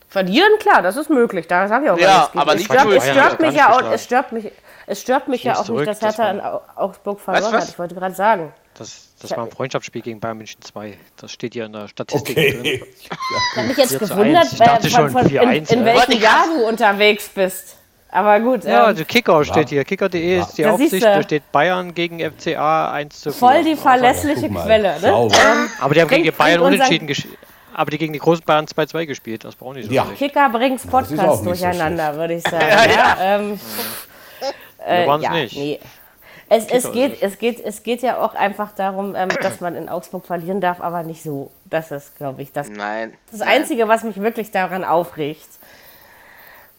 Speaker 2: Verlieren, klar, das ist möglich, da sage ich auch
Speaker 4: Ja,
Speaker 2: gar nichts gegen.
Speaker 4: aber
Speaker 2: Es
Speaker 4: nicht
Speaker 2: stört,
Speaker 4: durch.
Speaker 2: es stört
Speaker 5: Ja,
Speaker 2: mich ja
Speaker 5: gar
Speaker 2: auch,
Speaker 5: nicht
Speaker 2: es stört mich, es stört mich ja
Speaker 5: Schieß
Speaker 2: auch nicht,
Speaker 5: zurück,
Speaker 2: dass
Speaker 5: das
Speaker 2: Hertha
Speaker 5: war-
Speaker 2: in Au- Augsburg verloren
Speaker 4: was?
Speaker 2: hat, ich wollte gerade sagen.
Speaker 5: Das, das war ein Freundschaftsspiel gegen Bayern München 2. Das steht hier in der Statistik drin.
Speaker 3: Okay.
Speaker 2: Ich habe mich jetzt
Speaker 5: 4 zu
Speaker 2: gewundert,
Speaker 5: 1. Ich
Speaker 2: wer-
Speaker 5: dachte
Speaker 2: von,
Speaker 5: schon
Speaker 2: von, in,
Speaker 5: 4-1,
Speaker 2: in
Speaker 5: ja.
Speaker 2: welchem
Speaker 4: Warte,
Speaker 2: Jahr
Speaker 4: krass.
Speaker 2: du unterwegs bist. Aber gut,
Speaker 5: Ja,
Speaker 2: ähm,
Speaker 5: also Kicker steht hier. Kicker.de ist die
Speaker 2: Da siehst
Speaker 5: Aufsicht.
Speaker 2: du.
Speaker 5: Da steht Bayern gegen FCA 1 zu 4.
Speaker 2: voll die
Speaker 3: Guck
Speaker 2: verlässliche
Speaker 3: mal,
Speaker 2: Quelle. Ne?
Speaker 3: sauber.
Speaker 5: Aber die haben gegen die
Speaker 2: bringt-
Speaker 5: Bayern
Speaker 2: bringt unseren-
Speaker 5: unentschieden gespielt. Aber die gegen die großen Bayern 2-2 gespielt. Das braucht nicht so
Speaker 3: Ja.
Speaker 5: schlecht.
Speaker 2: Kicker bringt's
Speaker 3: Das ist auch
Speaker 2: Podcast
Speaker 3: nicht so
Speaker 2: durcheinander, würde ich sagen. ja, Ähm,
Speaker 5: Wir waren
Speaker 2: Äh,
Speaker 5: es
Speaker 2: ja,
Speaker 5: nicht.
Speaker 2: Nee. Es, es,
Speaker 5: Kicker
Speaker 2: geht,
Speaker 5: ist
Speaker 2: es, geht, es geht ja auch einfach darum, ähm, dass man in Augsburg verlieren darf, aber nicht so. Das ist, glaube ich, das,
Speaker 4: Nein.
Speaker 2: das Einzige, was mich wirklich daran aufregt.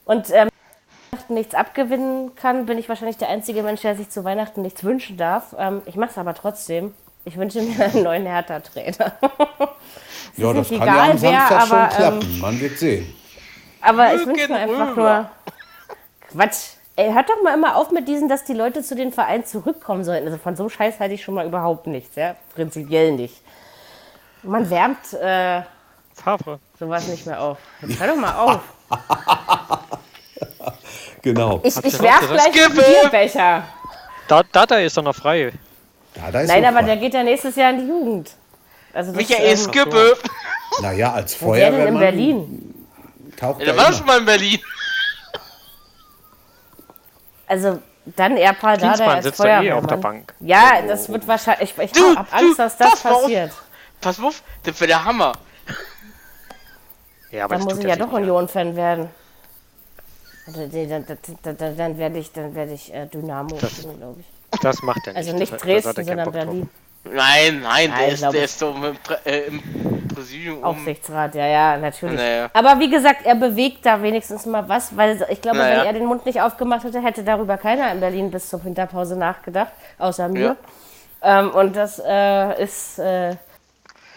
Speaker 2: Und ähm, wenn Weihnachten nichts abgewinnen kann, bin ich wahrscheinlich der einzige Mensch, der sich zu Weihnachten nichts wünschen darf. Ähm, ich mache es aber trotzdem. Ich wünsche mir einen neuen Hertha-Trainer.
Speaker 3: Ja, das
Speaker 2: nicht
Speaker 3: kann ja am
Speaker 2: egal, wer,
Speaker 3: Samstag schon
Speaker 2: aber, ähm,
Speaker 3: klappen. Man wird sehen.
Speaker 2: Aber ich
Speaker 4: Lügen
Speaker 2: wünsche mir einfach nur.
Speaker 4: rüber.
Speaker 2: Quatsch. Ey, hört doch mal immer auf mit diesen, dass die Leute zu den Vereinen zurückkommen sollten. Also von so einem Scheiß halte ich schon mal überhaupt nichts, ja. Prinzipiell nicht. Man wärmt äh,
Speaker 5: Favre.
Speaker 2: sowas nicht mehr auf. Jetzt hör doch mal auf.
Speaker 3: Genau.
Speaker 2: Ich, ich
Speaker 5: doch
Speaker 2: werf
Speaker 5: gesagt,
Speaker 2: gleich den
Speaker 4: Skippe!
Speaker 2: Bierbecher.
Speaker 5: Da, Data ist doch noch frei.
Speaker 3: Ja, da ist
Speaker 2: Nein,
Speaker 3: so
Speaker 2: aber
Speaker 3: frei.
Speaker 2: der geht ja nächstes Jahr in die Jugend. Also das,
Speaker 4: Michael
Speaker 2: ähm,
Speaker 4: Skippe.
Speaker 3: Naja, als
Speaker 2: wer denn
Speaker 3: Feuerwehrmann
Speaker 2: in Berlin?
Speaker 3: taucht
Speaker 4: Der
Speaker 3: er
Speaker 4: war
Speaker 3: immer.
Speaker 4: doch schon mal in Berlin.
Speaker 2: Also dann eher Paldada
Speaker 5: Klinsmann
Speaker 2: als
Speaker 5: sitzt doch eh
Speaker 2: Feuerwehrmann.
Speaker 5: auf der Bank. Oh.
Speaker 2: Ja, das wird wahrscheinlich. Ich, ich
Speaker 4: Du,
Speaker 2: hab Angst,
Speaker 4: du,
Speaker 2: dass das
Speaker 4: pass mal auf.
Speaker 2: passiert.
Speaker 4: Pass auf, das wäre der Hammer.
Speaker 5: Ja, aber
Speaker 2: Dann
Speaker 5: das
Speaker 2: muss
Speaker 5: tut
Speaker 2: ich
Speaker 5: er
Speaker 2: ja
Speaker 5: sich
Speaker 2: doch Also,
Speaker 5: nicht an.
Speaker 2: Union-Fan werden. Dann, dann, dann, dann werde ich, dann werde ich äh, Dynamo
Speaker 5: Das-
Speaker 2: spielen, glaube ich.
Speaker 5: Das macht er nicht.
Speaker 2: Also nicht
Speaker 5: Das- das hat er
Speaker 2: Dresden, sondern
Speaker 5: keinen Bock drauf.
Speaker 2: Berlin.
Speaker 4: Nein, nein,
Speaker 2: Nein,
Speaker 4: der, ist,
Speaker 2: glaub
Speaker 4: der
Speaker 2: ich.
Speaker 4: ist doch im, Prä- äh, im Präsidium. um-
Speaker 2: Aufsichtsrat, ja, ja, natürlich.
Speaker 4: Naja.
Speaker 2: Aber wie gesagt, er bewegt da wenigstens mal was, weil ich glaube,
Speaker 4: Naja.
Speaker 2: wenn er den Mund nicht aufgemacht hätte, hätte darüber keiner in Berlin bis zur Winterpause nachgedacht, außer mir. Ähm, und das äh, ist. Äh,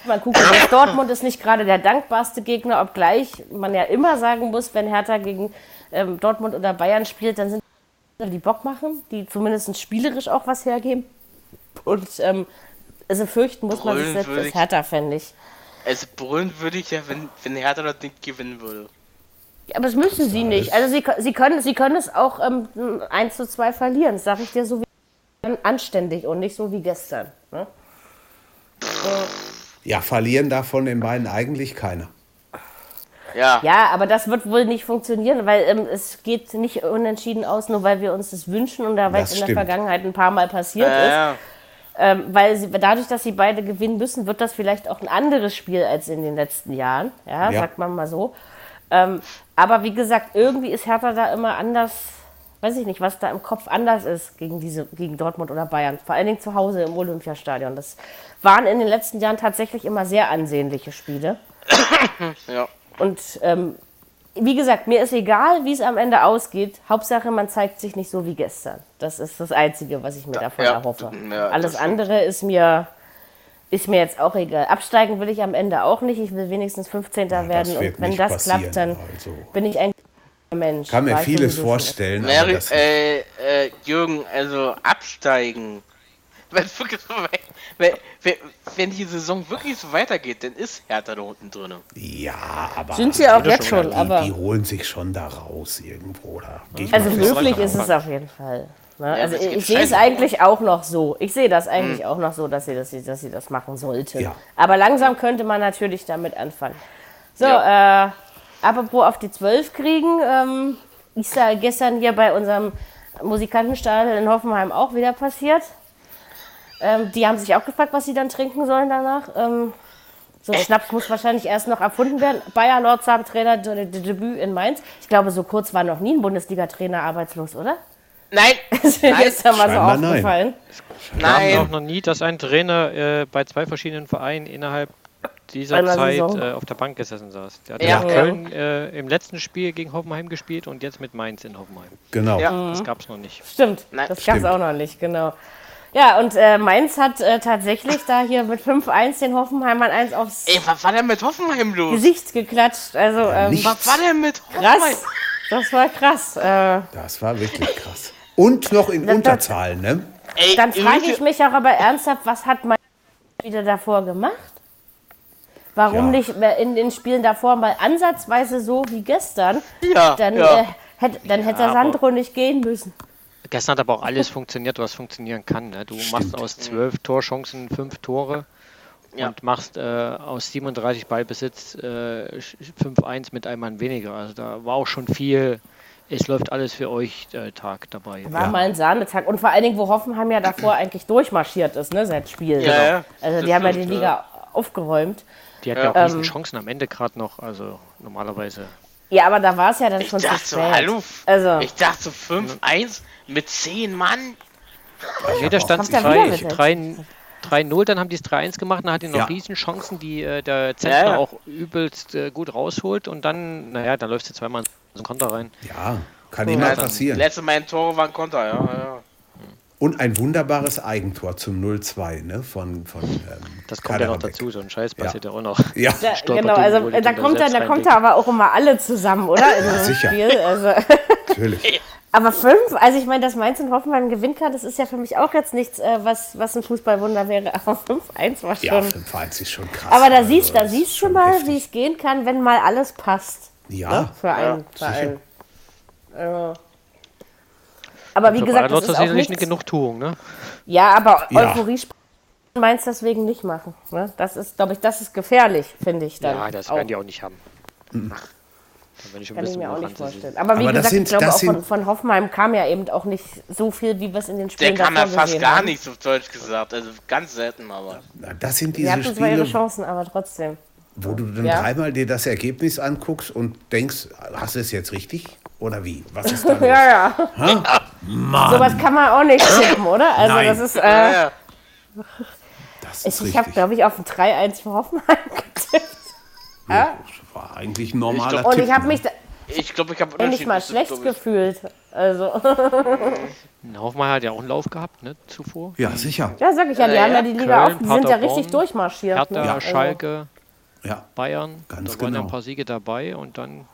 Speaker 2: man guckt, jetzt, Dortmund ist nicht gerade der dankbarste Gegner, obgleich man ja immer sagen muss, wenn Hertha gegen ähm, Dortmund oder Bayern spielt, dann sind die Bock machen, die zumindest spielerisch auch was hergeben. Und ähm, also fürchten muss man sich
Speaker 4: Brüllend
Speaker 2: selbst
Speaker 4: würde
Speaker 2: als
Speaker 4: ich-
Speaker 2: Hertha-Fan nicht.
Speaker 4: Also brüllen würde ich ja, wenn, wenn Hertha das Ding gewinnen würde.
Speaker 2: Ja, aber das müssen sie nicht. Also sie, sie, können, sie können es auch ähm, 1 zu 2 verlieren, das sage ich dir so wie anständig und nicht so wie gestern. Ne?
Speaker 3: Ja, verlieren darf von den beiden eigentlich keiner.
Speaker 4: Ja.
Speaker 2: Ja, aber das wird wohl nicht funktionieren, weil ähm, es geht nicht unentschieden aus, nur weil wir uns das wünschen und da weil es
Speaker 3: Das
Speaker 2: in der
Speaker 3: stimmt.
Speaker 2: Vergangenheit ein paar Mal passiert ist.
Speaker 4: Äh,
Speaker 2: Ähm, weil sie, dadurch, dass sie beide gewinnen müssen, wird das vielleicht auch ein anderes Spiel als in den letzten Jahren. Ja,
Speaker 3: Ja.
Speaker 2: sagt man mal so. Ähm, aber wie gesagt, irgendwie ist Hertha da immer anders. Weiß ich nicht, was da im Kopf anders ist gegen, diese, gegen Dortmund oder Bayern. Vor allen Dingen zu Hause im Olympiastadion. Das waren in den letzten Jahren tatsächlich immer sehr ansehnliche Spiele.
Speaker 4: ja.
Speaker 2: Und ähm, wie gesagt, mir ist egal, wie es am Ende ausgeht. Hauptsache, man zeigt sich nicht so wie gestern. Das ist das Einzige, was ich mir davon
Speaker 4: ja.
Speaker 2: erhoffe.
Speaker 4: Ja, das
Speaker 2: Alles
Speaker 4: stimmt.
Speaker 2: andere ist mir, ist mir jetzt auch egal. Absteigen will ich am Ende auch nicht. Ich will wenigstens 15. werden.
Speaker 3: wird
Speaker 2: Und wenn
Speaker 3: nicht
Speaker 2: das klappt,
Speaker 3: passieren,
Speaker 2: dann
Speaker 3: also.
Speaker 2: bin ich ein Mensch.
Speaker 3: Kann mir
Speaker 2: War ich
Speaker 3: vieles
Speaker 2: sowieso schon.
Speaker 3: vorstellen. Aber
Speaker 4: Mary,
Speaker 3: das,
Speaker 4: äh, äh, Jürgen, also absteigen. Wenn, wirklich so wei- wenn, wenn, wenn die Saison wirklich so weitergeht, dann ist Hertha da unten drin.
Speaker 3: ja, aber also
Speaker 2: Sind sie auch jetzt schon,
Speaker 3: die,
Speaker 2: aber.
Speaker 3: die holen sich schon da raus irgendwo. Da geh ich
Speaker 2: Also
Speaker 3: mal fest.
Speaker 2: möglich
Speaker 5: Sollte
Speaker 2: ist
Speaker 5: man
Speaker 2: es auf jeden Fall. Ne? also
Speaker 4: es
Speaker 2: ich,
Speaker 4: gibt
Speaker 2: ich sehe es
Speaker 4: Scheine.
Speaker 2: eigentlich auch noch so. Ich sehe das eigentlich auch noch so, dass sie, dass, sie, dass sie das machen sollten.
Speaker 3: Mhm. Ja.
Speaker 2: Aber langsam könnte man natürlich damit anfangen. So, äh, apropos auf die 12 kriegen. Ähm, ist ja gestern hier bei unserem Musikantenstadel in Hoffenheim auch wieder passiert. Ähm, die haben sich auch gefragt, was sie dann trinken sollen danach. Ähm, so ein Schnaps muss wahrscheinlich erst noch erfunden werden. Bayer Nordsaab-Trainer de, de Debüt in Mainz. Ich glaube, so kurz war noch nie ein Bundesliga-Trainer arbeitslos, oder?
Speaker 4: Nein!
Speaker 2: Ist mir
Speaker 4: Nein.
Speaker 2: gestern mal so
Speaker 3: Scheinbar nein.
Speaker 2: aufgefallen.
Speaker 5: Wir haben
Speaker 4: Nein!
Speaker 5: auch noch nie, dass ein Trainer äh, bei zwei verschiedenen Vereinen innerhalb dieser
Speaker 2: Einer
Speaker 5: Zeit
Speaker 2: Saison.
Speaker 5: äh, auf der Bank gesessen saß. Der hat
Speaker 4: Ja.
Speaker 5: in
Speaker 4: Ja.
Speaker 5: Köln äh, im letzten Spiel gegen Hoffenheim gespielt und jetzt mit Mainz in Hoffenheim.
Speaker 3: Genau.
Speaker 4: Ja.
Speaker 5: Das gab es noch nicht.
Speaker 2: Stimmt,
Speaker 4: Nein.
Speaker 2: das gab es
Speaker 3: Stimmt.
Speaker 2: auch noch nicht, genau. Ja, und äh, Mainz hat äh, tatsächlich da hier mit 5-1 den Hoffenheimern 1 aufs
Speaker 4: Ey, was war denn mit Hoffenheim los?
Speaker 2: Gesicht geklatscht. Also ähm,
Speaker 3: Nicht
Speaker 4: Was war denn mit Hoffenheim?
Speaker 2: krass. Das war krass. Äh,
Speaker 3: Das war wirklich krass. Und noch in Unterzahlen, ne?
Speaker 4: Ey,
Speaker 2: Dann frage ich
Speaker 4: Leute,
Speaker 2: mich auch aber ernsthaft, was hat man wieder davor gemacht? Warum
Speaker 3: Ja.
Speaker 2: nicht mehr in den Spielen davor mal ansatzweise so wie gestern?
Speaker 4: Ja,
Speaker 2: Dann,
Speaker 4: ja.
Speaker 2: äh, hätte, dann hätte der
Speaker 5: aber-
Speaker 2: Sandro nicht gehen müssen.
Speaker 5: Gestern hat aber auch alles funktioniert, was funktionieren kann. Ne? Du machst aus zwölf Torchancen fünf Tore
Speaker 4: Ja.
Speaker 5: und machst äh, aus 37 Ballbesitz äh, sch- 5-1 mit einem Mann weniger. Also da war auch schon viel. Es läuft alles für euch äh, Tag dabei.
Speaker 2: War mal ein Sahnetag. Und vor allen Dingen, wo Hoffenheim ja davor eigentlich durchmarschiert ist, ne, seit Spiel.
Speaker 4: Ja, ja.
Speaker 2: Also die
Speaker 4: Das
Speaker 2: haben ja die
Speaker 4: stimmt,
Speaker 2: Liga aufgeräumt.
Speaker 5: Die hatten ja, auch riesen Chancen am Ende gerade noch. Also normalerweise.
Speaker 2: Ja, aber da war es ja dann
Speaker 4: ich
Speaker 2: schon zu
Speaker 4: dachte so,
Speaker 2: spät.
Speaker 4: hallo.
Speaker 2: Also,
Speaker 4: Ich dachte so 5-1 mit 10 Mann.
Speaker 5: Nee, da stand
Speaker 2: Kommt er wieder
Speaker 5: 3-0,
Speaker 2: mit
Speaker 5: dann haben die es 3-1 gemacht, dann hat er noch
Speaker 3: Ja.
Speaker 5: riesen Chancen, die äh, der Zentner
Speaker 4: Ja, ja.
Speaker 5: auch übelst äh, gut rausholt und dann, naja, dann läufst du zweimal so ein Konter rein.
Speaker 3: Ja, kann immer passieren.
Speaker 4: Letzte Mal ein Tore waren Konter, ja,
Speaker 3: Und ein wunderbares Eigentor zum 0-2, ne? Von, von ähm,
Speaker 5: Das kommt ja noch
Speaker 3: Kaderbeck.
Speaker 5: dazu, so ein Scheiß passiert ja, auch noch.
Speaker 3: Ja,
Speaker 2: da,
Speaker 5: stolpert
Speaker 2: genau,
Speaker 5: die
Speaker 2: also
Speaker 5: wohl die
Speaker 2: da
Speaker 5: Kinder
Speaker 2: kommt dann,
Speaker 5: selbst
Speaker 2: da kommt
Speaker 5: rein.
Speaker 2: er aber auch immer alle zusammen, oder? In so einem
Speaker 3: sicher.
Speaker 2: Spiel. Also.
Speaker 3: natürlich.
Speaker 2: Aber fünf, also ich meine, dass Mainz und Hoffenheim gewinnen kann, das ist ja für mich auch jetzt nichts, äh, was, was ein Fußballwunder wäre. Aber 5-1 war schon.
Speaker 3: Ja, 5-1 ist schon krass.
Speaker 2: aber da
Speaker 3: Also,
Speaker 2: siehst da
Speaker 3: das ist
Speaker 2: siehst Ne? schon mal,
Speaker 3: heftig.
Speaker 2: wie es gehen kann, wenn mal alles passt.
Speaker 3: Ja,
Speaker 2: Für einen. für
Speaker 3: sicher.
Speaker 2: einen. Ja. aber wie
Speaker 5: Für
Speaker 2: gesagt,
Speaker 5: Bayer
Speaker 2: das ist auch nichts.
Speaker 5: sicherlich eine Genugtuung, ne?
Speaker 2: Ja, aber
Speaker 3: Ja.
Speaker 2: Euphorie sp- Mainz deswegen nicht machen. Ne? Das ist, glaube ich, das ist gefährlich, finde ich dann.
Speaker 5: Ja, das
Speaker 2: auch.
Speaker 5: werden die auch nicht haben. Dann werde ich schon
Speaker 2: Kann ich
Speaker 5: wissen,
Speaker 2: mir auch
Speaker 5: woran
Speaker 2: nicht
Speaker 5: sie sind.
Speaker 2: vorstellen. Aber wie
Speaker 3: Aber das
Speaker 2: gesagt,
Speaker 3: sind-
Speaker 2: ich glaube,
Speaker 3: das
Speaker 2: auch von,
Speaker 3: sind-
Speaker 2: von Hoffenheim kam ja eben auch nicht so viel, wie wir es in ne? den
Speaker 4: Der
Speaker 2: Spielen
Speaker 4: kam ja
Speaker 2: davor
Speaker 4: fast
Speaker 2: gesehen
Speaker 4: gar
Speaker 2: haben.
Speaker 4: nichts auf Deutsch gesagt. Also ganz selten, aber.
Speaker 3: Na, das sind
Speaker 2: Sie
Speaker 3: diese
Speaker 2: hatten zwar ihre
Speaker 3: Spiele,
Speaker 2: Chancen, aber trotzdem.
Speaker 3: wo du dann
Speaker 2: Ja.
Speaker 3: dreimal dir das Ergebnis anguckst und denkst, hast du es jetzt richtig Oder wie? Was ist da los?
Speaker 2: Ja, ja.
Speaker 3: Ha? Mann,
Speaker 2: Sowas kann man auch nicht tippen, oder? Also
Speaker 3: Nein.
Speaker 2: das ist.
Speaker 4: Ja,
Speaker 2: Äh,
Speaker 4: ja.
Speaker 3: das ist
Speaker 2: ich ich habe,
Speaker 3: richtig.
Speaker 2: glaube ich, auf ein 3-1 für Hoffenheim getippt.
Speaker 3: Das war eigentlich ein normaler
Speaker 2: Und
Speaker 3: Tipp.
Speaker 2: ich habe mich da
Speaker 4: Ich glaube, ich habe
Speaker 2: nicht mal schlecht gefühlt. Also,
Speaker 5: Hoffmann hat ja auch einen Lauf gehabt, ne, zuvor.
Speaker 3: ja, sicher.
Speaker 2: ja, sag ich ja, die
Speaker 5: Äh,
Speaker 4: Ja,
Speaker 2: haben ja
Speaker 4: ja.
Speaker 2: die Liga
Speaker 5: Köln,
Speaker 2: auf, die sind ja
Speaker 5: Paderborn,
Speaker 2: richtig durchmarschiert.
Speaker 5: Hertha,
Speaker 2: ne? Also,
Speaker 5: Schalke,
Speaker 3: Ja.
Speaker 5: Bayern.
Speaker 3: Ganz
Speaker 5: da waren ja ein
Speaker 3: genau.
Speaker 5: paar Siege dabei und dann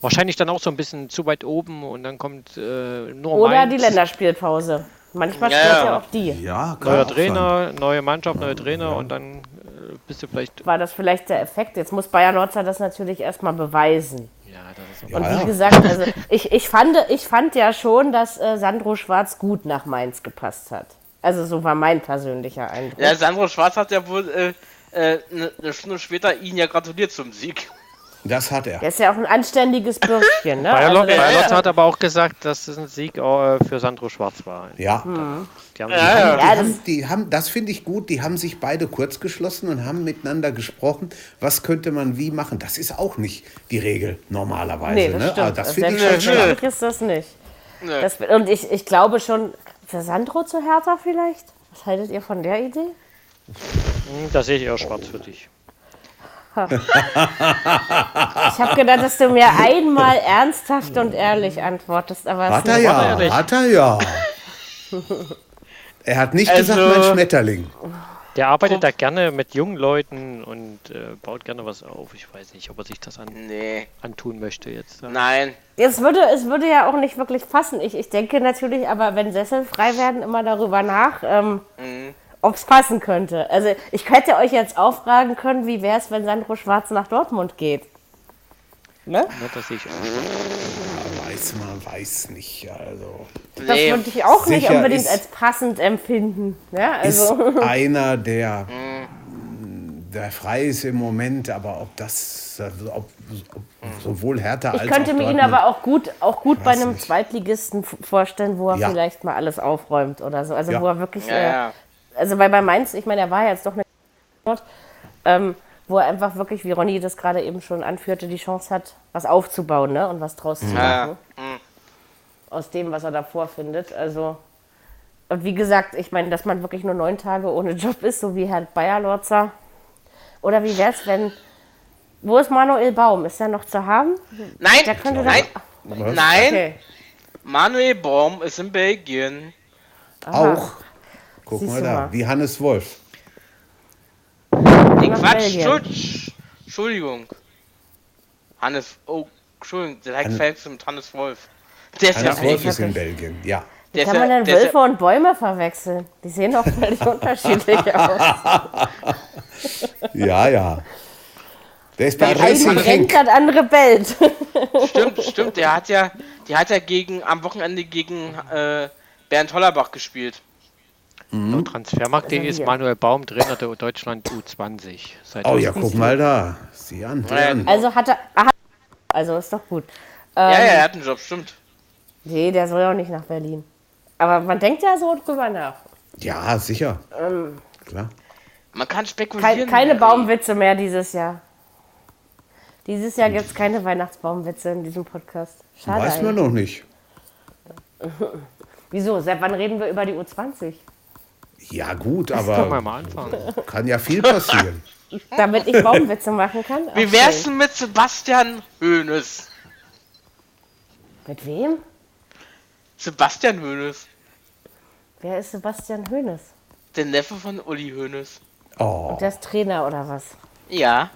Speaker 5: wahrscheinlich dann auch so ein bisschen zu weit oben und dann kommt äh, nur
Speaker 2: Oder
Speaker 5: Mainz.
Speaker 2: die Länderspielpause. Manchmal
Speaker 4: Ja,
Speaker 2: spielt ja,
Speaker 4: ja.
Speaker 2: auch die.
Speaker 3: Ja, kann
Speaker 5: Neuer
Speaker 3: auch
Speaker 5: Trainer, neue Mannschaft, neuer Trainer und dann äh, bist du vielleicht.
Speaker 2: War das vielleicht der Effekt? Jetzt muss Bayern Nordzer das natürlich erstmal beweisen.
Speaker 5: Ja, das ist
Speaker 3: Sein.
Speaker 2: Wie
Speaker 3: Ja, ja.
Speaker 2: gesagt, also ich, ich, fand, ich fand ja schon, dass äh, Sandro Schwarz gut nach Mainz gepasst hat. Also so war mein persönlicher Eindruck.
Speaker 4: Ja, Sandro Schwarz hat ja wohl äh, äh, ne- eine Stunde später ihn ja gratuliert zum Sieg.
Speaker 3: Das hat er.
Speaker 2: Der ist ja auch ein anständiges Bürschchen, ne?
Speaker 5: Bayer,
Speaker 2: Also,
Speaker 5: Lo-
Speaker 2: das-
Speaker 5: Bayer Lotz hat aber auch gesagt, dass es ein Sieg äh, für Sandro Schwarz war.
Speaker 3: Ja.
Speaker 5: Die haben
Speaker 3: Die
Speaker 2: Hm. ja, das,
Speaker 3: haben, die haben, das finde ich gut, die haben sich beide kurz geschlossen und haben miteinander gesprochen, was könnte man wie machen. Das ist auch nicht die Regel normalerweise.
Speaker 2: nee, das
Speaker 3: ne?
Speaker 2: stimmt. Also
Speaker 3: Aber das finde ich schon stark.
Speaker 2: Selbstverständlich ist das nicht. Das, und ich, ich glaube schon, für Sandro zu Hertha vielleicht? Was haltet ihr von der Idee?
Speaker 5: Hm, Da sehe ich eher schwarz für dich.
Speaker 2: Ich habe gedacht, dass du mir einmal ernsthaft und ehrlich antwortest, aber
Speaker 3: Hat
Speaker 2: es
Speaker 3: er
Speaker 2: war-
Speaker 3: ja, hat er ja. Er hat nicht gesagt,
Speaker 5: Also-
Speaker 3: mein Schmetterling.
Speaker 5: Der arbeitet da gerne mit jungen Leuten und äh, baut gerne was auf. Ich weiß nicht, ob er sich das an,
Speaker 4: Nee,
Speaker 5: antun möchte jetzt. äh,
Speaker 4: nein.
Speaker 2: es würde, es würde ja auch nicht wirklich passen. Ich, ich denke natürlich, aber wenn Sessel frei werden, immer darüber nach, ähm, ob es passen könnte. Also ich hätte euch jetzt auch fragen können, wie wäre es, wenn Sandro Schwarz nach Dortmund geht?
Speaker 5: Ne, das sehe ich auch.
Speaker 3: Weiß man, weiß nicht. Also
Speaker 2: Das
Speaker 4: Nee,
Speaker 2: würde ich auch nicht
Speaker 3: sicher
Speaker 2: unbedingt
Speaker 3: ist-
Speaker 2: als passend empfinden. Ja,
Speaker 3: ist
Speaker 2: also.
Speaker 3: einer, der, mm, der frei ist im Moment, aber ob das, also ob, ob sowohl Hertha als
Speaker 2: Ich könnte
Speaker 3: auch
Speaker 2: mir ihn
Speaker 3: Dortmund-
Speaker 2: aber auch gut, auch gut bei
Speaker 3: Weiß
Speaker 2: einem
Speaker 3: nicht.
Speaker 2: Zweitligisten f- vorstellen, wo er
Speaker 3: Ja.
Speaker 2: vielleicht mal alles aufräumt oder so. Also
Speaker 3: Ja.
Speaker 2: wo er wirklich,
Speaker 4: Ja,
Speaker 2: äh,
Speaker 4: ja.
Speaker 2: also weil bei Mainz, ich meine, er war ja jetzt doch eine ähm, wo er einfach wirklich, wie Ronny das gerade eben schon anführte, die Chance hat, was aufzubauen ne? und was draus
Speaker 3: Mhm.
Speaker 2: zu machen.
Speaker 4: Mhm.
Speaker 2: Aus dem, was er davor findet. Also, und wie gesagt, ich meine, dass man wirklich nur neun Tage ohne Job ist, so wie Herr Bayerlorzer. Oder wie wär's, wenn. Wo ist Manuel Baum? Ist er noch zu haben?
Speaker 4: Nein,
Speaker 2: Der könnte
Speaker 4: nein,
Speaker 3: Was?
Speaker 4: nein.
Speaker 2: Okay.
Speaker 4: Manuel Baum ist in Belgien.
Speaker 3: auch. Guck
Speaker 2: Siehst
Speaker 3: mal
Speaker 2: du
Speaker 3: da,
Speaker 2: mal.
Speaker 3: wie Hannes Wolf.
Speaker 4: Den
Speaker 2: Nach
Speaker 4: Quatsch,
Speaker 2: Belgien.
Speaker 4: Schutz. Entschuldigung. Hannes, oh, Entschuldigung, der hat
Speaker 3: Hannes-
Speaker 4: verwechselt mit Hannes Wolf. Der ist
Speaker 3: Hannes
Speaker 4: ja
Speaker 3: Wolf
Speaker 4: Belgier.
Speaker 3: ist in Belgien, ja.
Speaker 4: Der ist
Speaker 2: Kann man
Speaker 4: ja-
Speaker 2: denn
Speaker 4: der ist ja-
Speaker 2: Wölfe und Bäume verwechseln? Die sehen doch völlig unterschiedlich
Speaker 4: Ah,
Speaker 2: aus.
Speaker 3: Ja, ja. Der ist bei
Speaker 4: Der Heidenheim
Speaker 3: Racing
Speaker 2: Ein
Speaker 3: Genk.
Speaker 2: rennt, das andere bellt.
Speaker 4: Stimmt, stimmt, der hat ja, der hat ja gegen, am Wochenende gegen äh, Bernd Hollerbach gespielt.
Speaker 5: Laut Transfermarkt.de ist
Speaker 2: hier.
Speaker 5: Manuel Baum Trainer der Deutschland U20. Seit
Speaker 3: Oh ja, guck mal da. Sieh an, sieh an.
Speaker 2: Also hat er. ah, Also ist doch gut.
Speaker 4: Ja, ja, er hat einen Job, stimmt.
Speaker 2: Nee, der soll ja auch nicht nach Berlin. Aber man denkt ja so drüber nach.
Speaker 3: Ja, sicher.
Speaker 2: Ähm.
Speaker 3: Klar.
Speaker 4: Man kann spekulieren.
Speaker 2: Kein, keine Baumwitze mehr dieses Jahr. Dieses Jahr gibt es keine Weihnachtsbaumwitze in diesem Podcast. Schade.
Speaker 3: Weiß man
Speaker 2: eigentlich.
Speaker 3: noch nicht.
Speaker 2: Wieso? Seit wann reden wir über die U20?
Speaker 3: Ja, gut,
Speaker 5: Können wir
Speaker 3: aber
Speaker 5: mal anfangen.
Speaker 3: kann ja viel passieren.
Speaker 2: Damit ich Baumwitze machen kann? Ach,
Speaker 4: Wie wär's
Speaker 2: schön.
Speaker 4: denn mit Sebastian Hoeneß?
Speaker 2: Mit wem?
Speaker 4: Sebastian Hoeneß,
Speaker 2: Wer ist Sebastian Hoeneß?
Speaker 4: der Neffe von Uli Hoeneß.
Speaker 3: Oh,
Speaker 2: Der ist Trainer oder was?
Speaker 4: Ja.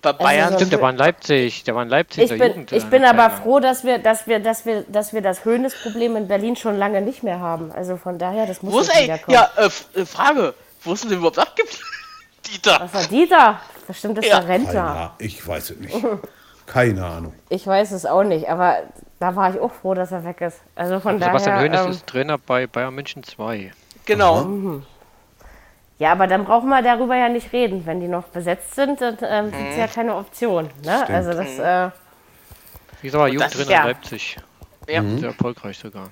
Speaker 4: Bei Bayern.
Speaker 2: so-
Speaker 5: Stimmt, der war in Leipzig. Der war in Leipzig.
Speaker 2: Ich
Speaker 5: in der
Speaker 2: bin,
Speaker 5: Jugend,
Speaker 2: ich
Speaker 5: äh,
Speaker 2: bin
Speaker 5: eine
Speaker 2: aber
Speaker 5: Zeit lang.
Speaker 2: froh, dass wir, dass wir, dass wir, dass wir das Höhnes-Problem in Berlin schon lange nicht mehr haben. Also von daher, das muss
Speaker 4: wo ist
Speaker 2: jetzt
Speaker 4: ey,
Speaker 2: wiederkommen.
Speaker 4: ja, äh, F- äh, Frage, wo ist denn der überhaupt abgeblieben? Dieter.
Speaker 2: Was war die da? Bestimmt ist
Speaker 4: Ja.
Speaker 2: der Rentner.
Speaker 3: keiner, ich weiß es nicht. Keine Ahnung.
Speaker 2: Ich weiß es auch nicht, aber da war ich auch froh, dass er weg ist. Also von
Speaker 5: Sebastian
Speaker 2: daher.
Speaker 5: Hoeneß
Speaker 2: ähm,
Speaker 5: ist Trainer bei Bayern München 2.
Speaker 4: Genau.
Speaker 2: ja, aber dann brauchen wir darüber ja nicht reden. Wenn die noch besetzt sind, dann
Speaker 4: Mhm.
Speaker 2: ähm, ist ja keine Option. Ne? Also das, äh,
Speaker 5: Wie war
Speaker 4: das-
Speaker 5: Jugendtrainer
Speaker 2: ja.
Speaker 5: in Leipzig.
Speaker 4: Ja.
Speaker 3: Mhm.
Speaker 5: Sehr erfolgreich sogar.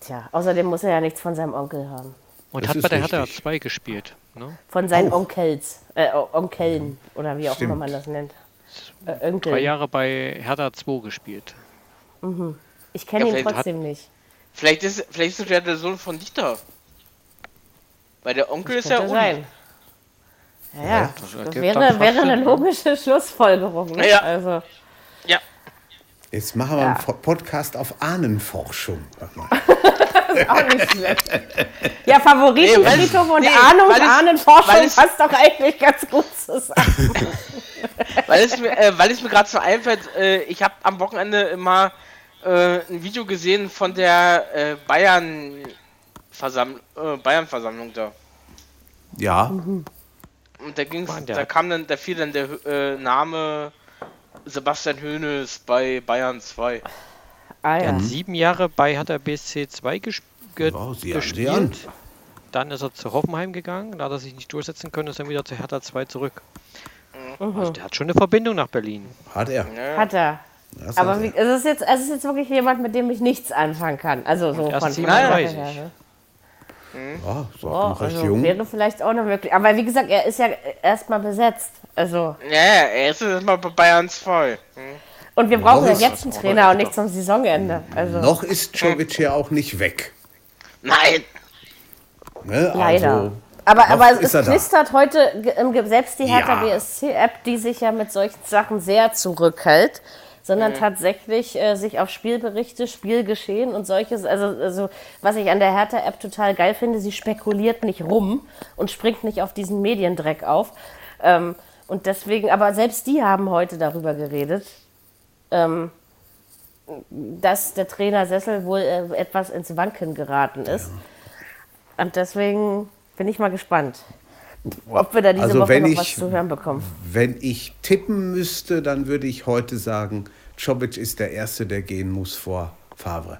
Speaker 2: tja, außerdem muss er ja nichts von seinem Onkel haben.
Speaker 5: Und
Speaker 3: Das
Speaker 5: hat
Speaker 3: ist
Speaker 5: bei der Hertha
Speaker 3: richtig.
Speaker 5: 2 gespielt. Ne?
Speaker 2: Von seinen Onkels, äh, Onkeln oder wie auch immer man das nennt. Äh, Önkel.
Speaker 5: Drei Jahre bei Hertha 2 gespielt.
Speaker 2: Ich kenne
Speaker 4: Ja,
Speaker 2: ihn
Speaker 4: vielleicht hat-
Speaker 2: trotzdem nicht.
Speaker 4: Vielleicht ist, vielleicht ist er der Sohn von Dieter. Weil der Onkel ist ja
Speaker 2: Könnte
Speaker 4: Uli.
Speaker 2: sein. Ja, ja.
Speaker 5: das
Speaker 2: das
Speaker 5: ergibt dann
Speaker 2: wäre,
Speaker 5: fast
Speaker 2: wäre eine
Speaker 5: Sinn, ne?
Speaker 2: logische Schlussfolgerung. Ne?
Speaker 4: Ja.
Speaker 2: Also,
Speaker 4: Ja.
Speaker 3: Jetzt machen wir
Speaker 2: Ja.
Speaker 3: einen Fo- Podcast auf Ahnenforschung. Warte mal.
Speaker 2: auch nicht schlecht. Ja, Favoriten,
Speaker 4: Nee, weil-
Speaker 2: Friedhof und
Speaker 4: nee,
Speaker 2: Ahnung,
Speaker 4: weil es- weil
Speaker 2: Ahnenforschung
Speaker 4: es-
Speaker 2: passt doch eigentlich ganz gut zusammen.
Speaker 4: Weil es mir, äh, weil es mir gerade so einfällt, äh, ich habe am Wochenende immer äh, ein Video gesehen von der äh, Bayern Versammlung, äh, Bayern Versammlung da.
Speaker 3: Ja,
Speaker 4: Und da ging's,
Speaker 5: Mann, der-
Speaker 4: da kam dann, da fiel dann der äh, Name Sebastian Hoeneß bei Bayern 2.
Speaker 2: Ah,
Speaker 5: Er
Speaker 2: ja.
Speaker 5: hat sieben Jahre bei Hertha BSC 2 gesp ge
Speaker 3: Mhm. Ja, sie haben sie an.
Speaker 5: gespielt. Dann ist er zu Hoffenheim gegangen, da hat er sich nicht durchsetzen können, ist dann wieder zu Hertha 2 zurück.
Speaker 2: Mhm.
Speaker 5: Also der hat schon eine Verbindung nach Berlin.
Speaker 3: hat er.
Speaker 2: Hat er.
Speaker 3: Das
Speaker 2: Aber
Speaker 3: hat
Speaker 2: wie,
Speaker 3: er.
Speaker 2: es, ist jetzt, es ist jetzt wirklich jemand, mit dem ich nichts anfangen kann. Also so
Speaker 5: erst
Speaker 2: von von
Speaker 5: 37.
Speaker 2: der Sache her, ne?
Speaker 3: Ja, ist auch
Speaker 2: Oh,
Speaker 3: noch recht
Speaker 2: also
Speaker 3: jung.
Speaker 2: wäre vielleicht auch eine Möglichkeit. Aber wie gesagt, er ist ja erstmal besetzt. Also,
Speaker 4: Ja, er ist jetzt mal bei Bayern 2.
Speaker 2: und wir brauchen ja
Speaker 3: ist
Speaker 2: jetzt einen Trainer und nicht zum Saisonende. Also,
Speaker 3: Noch ist Djokovic ja auch nicht weg.
Speaker 4: Nein!
Speaker 3: Ne?
Speaker 2: leider.
Speaker 3: Also,
Speaker 2: aber aber es
Speaker 3: noch ist
Speaker 2: ist
Speaker 3: er da.
Speaker 2: knistert heute ge- im Ge- selbst die Hertha
Speaker 3: Ja.
Speaker 2: BSC-App, die sich ja mit solchen Sachen sehr zurückhält,
Speaker 3: Mhm.
Speaker 2: sondern tatsächlich äh, sich auf Spielberichte, Spielgeschehen und solches, also, also was ich an der Hertha-App total geil finde, sie spekuliert nicht rum und springt nicht auf diesen Mediendreck auf. Ähm, und deswegen, aber selbst die haben heute darüber geredet, ähm, dass der Trainersessel wohl äh, etwas ins Wanken geraten ist. Und deswegen bin ich mal gespannt, ob wir da diese
Speaker 3: Also
Speaker 2: Woche
Speaker 3: wenn
Speaker 2: noch
Speaker 3: ich-
Speaker 2: was zu hören bekommen.
Speaker 3: Wenn ich tippen müsste, dann würde ich heute sagen, Djokovic ist der Erste, der gehen muss vor Favre.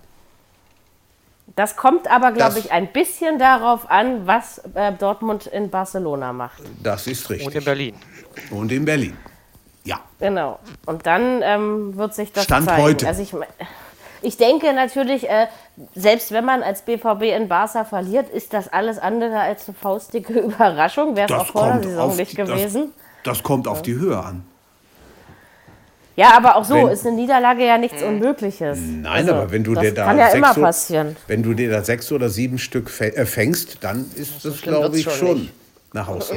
Speaker 2: Das kommt aber, glaube
Speaker 3: Das-
Speaker 2: ich, ein bisschen darauf an, was äh, Dortmund in Barcelona macht.
Speaker 3: Das ist richtig.
Speaker 5: Und in Berlin.
Speaker 3: Und in Berlin. Ja.
Speaker 2: Genau. Und dann ähm, wird sich das
Speaker 3: Stand
Speaker 2: zeigen.
Speaker 3: heute.
Speaker 2: Also ich, ich denke natürlich, äh, selbst wenn man als BVB in Barca verliert, ist das alles andere als eine faustdicke Überraschung. Wäre es auch vor der Saison nicht
Speaker 3: das-
Speaker 2: gewesen. Also
Speaker 3: das kommt auf die Höhe an.
Speaker 2: Ja, aber auch so
Speaker 3: Wenn-
Speaker 2: ist eine Niederlage ja nichts Unmögliches. Also,
Speaker 3: Nein, aber wenn du
Speaker 2: das
Speaker 3: dir da
Speaker 2: kann ja
Speaker 3: sechs
Speaker 2: immer
Speaker 3: so-
Speaker 2: passieren.
Speaker 3: Wenn du dir da sechs oder sieben Stück fä- äh, fängst, dann ist das,
Speaker 2: schlimm
Speaker 3: glaube
Speaker 2: wird's
Speaker 3: ich,
Speaker 2: schon
Speaker 3: schon nach Hause.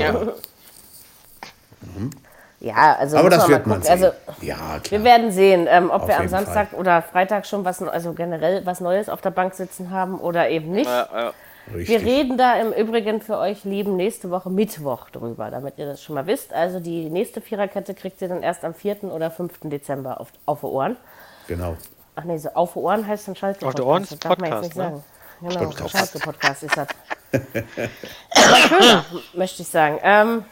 Speaker 2: Ja, also
Speaker 3: Aber
Speaker 2: muss
Speaker 3: das
Speaker 2: mal
Speaker 3: wird man
Speaker 2: gucken.
Speaker 3: sehen.
Speaker 2: Also
Speaker 3: ja, klar.
Speaker 2: wir werden sehen, ähm, ob
Speaker 3: Auf
Speaker 2: wir am
Speaker 3: jeden Fall.
Speaker 2: Samstag oder Freitag schon was, also generell was Neues auf der Bank sitzen haben oder eben nicht.
Speaker 4: Äh, äh,
Speaker 2: Wir
Speaker 3: Richtig.
Speaker 2: reden da im Übrigen für euch Lieben nächste Woche Mittwoch drüber, damit ihr das schon mal wisst. Also die nächste Viererkette kriegt ihr dann erst am 4. oder 5. Dezember auf, auf die Ohren.
Speaker 3: Genau.
Speaker 2: Ach nee, so auf die Ohren heißt dann Schalke
Speaker 5: Auf
Speaker 2: Podcast.
Speaker 5: die Ohren
Speaker 2: das
Speaker 5: ist
Speaker 2: darf man jetzt nicht
Speaker 5: Podcast,
Speaker 2: sagen. Genau,
Speaker 3: Podcast.
Speaker 2: Schalke Podcast ist das. Aber schöner, möchte ich sagen. Ähm,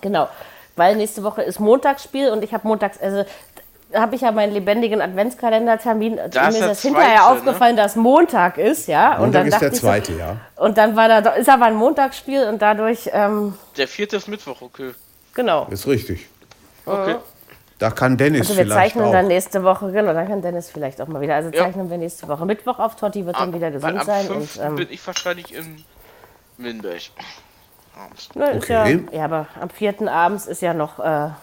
Speaker 2: Genau, weil nächste Woche ist Montagsspiel und ich habe montags, also da habe ich ja meinen lebendigen Adventskalendertermin. und
Speaker 4: Da
Speaker 2: mir
Speaker 4: ist
Speaker 2: ist
Speaker 4: der
Speaker 2: das hinterher
Speaker 4: zweite,
Speaker 2: aufgefallen, dass Montag ist, ja. und
Speaker 3: Montag
Speaker 2: dann
Speaker 3: ist
Speaker 2: dachte
Speaker 3: der
Speaker 2: ich so-
Speaker 3: zweite, ja.
Speaker 2: Und dann war da, ist aber ein Montagsspiel und dadurch, ähm,
Speaker 4: der vierte ist Mittwoch, okay.
Speaker 2: genau.
Speaker 3: Ist richtig.
Speaker 4: Okay.
Speaker 3: Da kann Dennis
Speaker 2: Also wir
Speaker 3: vielleicht
Speaker 2: zeichnen
Speaker 3: auch.
Speaker 2: dann nächste Woche, genau, dann kann Dennis vielleicht auch mal wieder. Also
Speaker 4: Ja.
Speaker 2: zeichnen wir nächste Woche Mittwoch auf. Totti wird dann wieder
Speaker 4: Weil
Speaker 2: gesund
Speaker 4: am
Speaker 2: sein. Und,
Speaker 4: 5.
Speaker 2: ähm,
Speaker 4: bin ich wahrscheinlich in Windeich. Abends.
Speaker 2: ne, ist ja,
Speaker 3: Okay.
Speaker 2: ja, aber am vierten abends ist ja noch äh,
Speaker 4: Ja,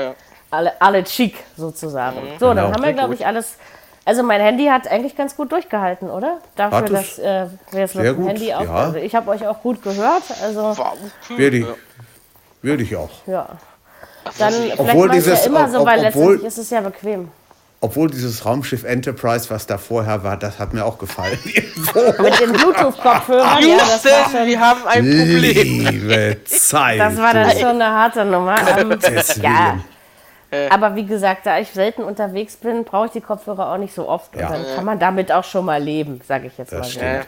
Speaker 4: ja.
Speaker 2: alle, alle chic sozusagen.
Speaker 4: Mhm.
Speaker 2: So,
Speaker 3: Genau.
Speaker 2: dann haben wir, glaube ich, alles. Also mein Handy hat eigentlich ganz gut durchgehalten, oder? Dafür,
Speaker 3: Hat es.
Speaker 2: dass äh, wir jetzt mit
Speaker 3: Sehr
Speaker 2: dem
Speaker 3: gut,
Speaker 2: Handy auf.
Speaker 3: ja.
Speaker 2: Also ich habe euch auch gut gehört. Also
Speaker 4: War okay.
Speaker 3: Würde ich,
Speaker 4: Ja.
Speaker 3: würde ich auch.
Speaker 2: ja.
Speaker 4: Also
Speaker 2: Dann vielleicht
Speaker 3: Obwohl
Speaker 2: mache ich
Speaker 3: dieses-
Speaker 2: ja immer so,
Speaker 3: ob-
Speaker 2: weil
Speaker 3: ob-
Speaker 2: letztendlich
Speaker 3: obwohl-
Speaker 2: ist es ja bequem.
Speaker 3: Obwohl dieses Raumschiff Enterprise, was da vorher war, das hat mir auch gefallen.
Speaker 2: Mit den Bluetooth-Kopfhörern, ja, das war
Speaker 4: Houston,
Speaker 2: schon,
Speaker 4: wir haben ein Problem.
Speaker 3: Liebe Zeit.
Speaker 2: das war dann
Speaker 3: du.
Speaker 2: schon eine harte Nummer. Ähm,
Speaker 3: Gottes
Speaker 2: ja.
Speaker 3: Willen.
Speaker 2: Aber wie gesagt, da ich selten unterwegs bin, brauche ich die Kopfhörer auch nicht so oft.
Speaker 3: Ja.
Speaker 2: Und dann kann man damit auch schon mal leben, sage ich jetzt mal
Speaker 3: Das
Speaker 2: so.
Speaker 3: stimmt.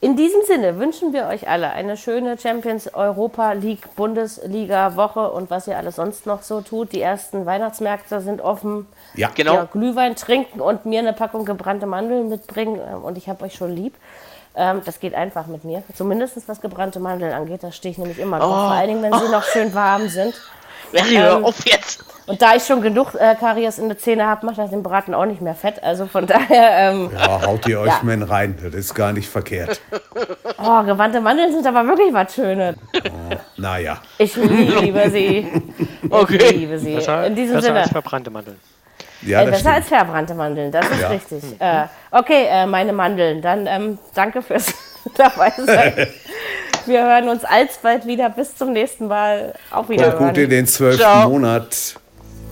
Speaker 2: In diesem Sinne wünschen wir euch alle eine schöne Champions Europa League Bundesliga Woche und was ihr alles sonst noch so tut. Die ersten Weihnachtsmärkte sind offen.
Speaker 3: Ja,
Speaker 4: Genau.
Speaker 2: Ja, Glühwein trinken und mir eine Packung gebrannte Mandeln mitbringen ähm, und ich habe euch schon lieb. Ähm, Das geht einfach mit mir. Zumindest was gebrannte Mandeln angeht, da stehe ich nämlich immer drauf. Vor allen Dingen, wenn sie noch schön warm sind.
Speaker 4: Larry, hör auf jetzt.
Speaker 2: Und da ich schon genug äh, Karies in der Zähne habe, macht das den Braten auch nicht mehr fett. Also von daher, ähm,
Speaker 3: Ja, Ah, haut ihr euch
Speaker 2: Ja.
Speaker 3: mal rein, das ist gar nicht verkehrt.
Speaker 2: oh, gewandte Mandeln sind aber wirklich was Schönes.
Speaker 3: Naja,
Speaker 2: Ich liebe sie.
Speaker 4: Okay.
Speaker 2: Ich liebe sie.
Speaker 5: Besser,
Speaker 2: In diesem
Speaker 5: besser
Speaker 2: Sinne.
Speaker 5: als verbrannte Mandeln.
Speaker 3: Ja,
Speaker 2: äh,
Speaker 3: das
Speaker 2: besser
Speaker 3: stimmt.
Speaker 2: als verbrannte Mandeln, das ist
Speaker 3: Ja.
Speaker 2: richtig. Äh, okay, äh, meine Mandeln, dann ähm, danke fürs dabei sein. Wir hören uns alsbald wieder. Bis zum nächsten Mal. Auch wieder.
Speaker 3: Kommt gut in den zwölften
Speaker 4: Ciao.
Speaker 3: Monat.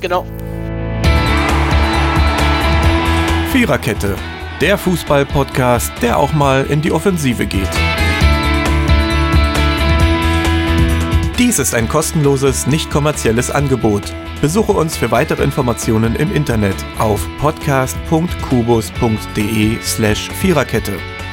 Speaker 4: Genau.
Speaker 1: Viererkette, der Fußball-Podcast, der auch mal in die Offensive geht. Dies ist ein kostenloses, nicht kommerzielles Angebot. Besuche uns für weitere Informationen im Internet auf podcast.kubus.de/slash Viererkette.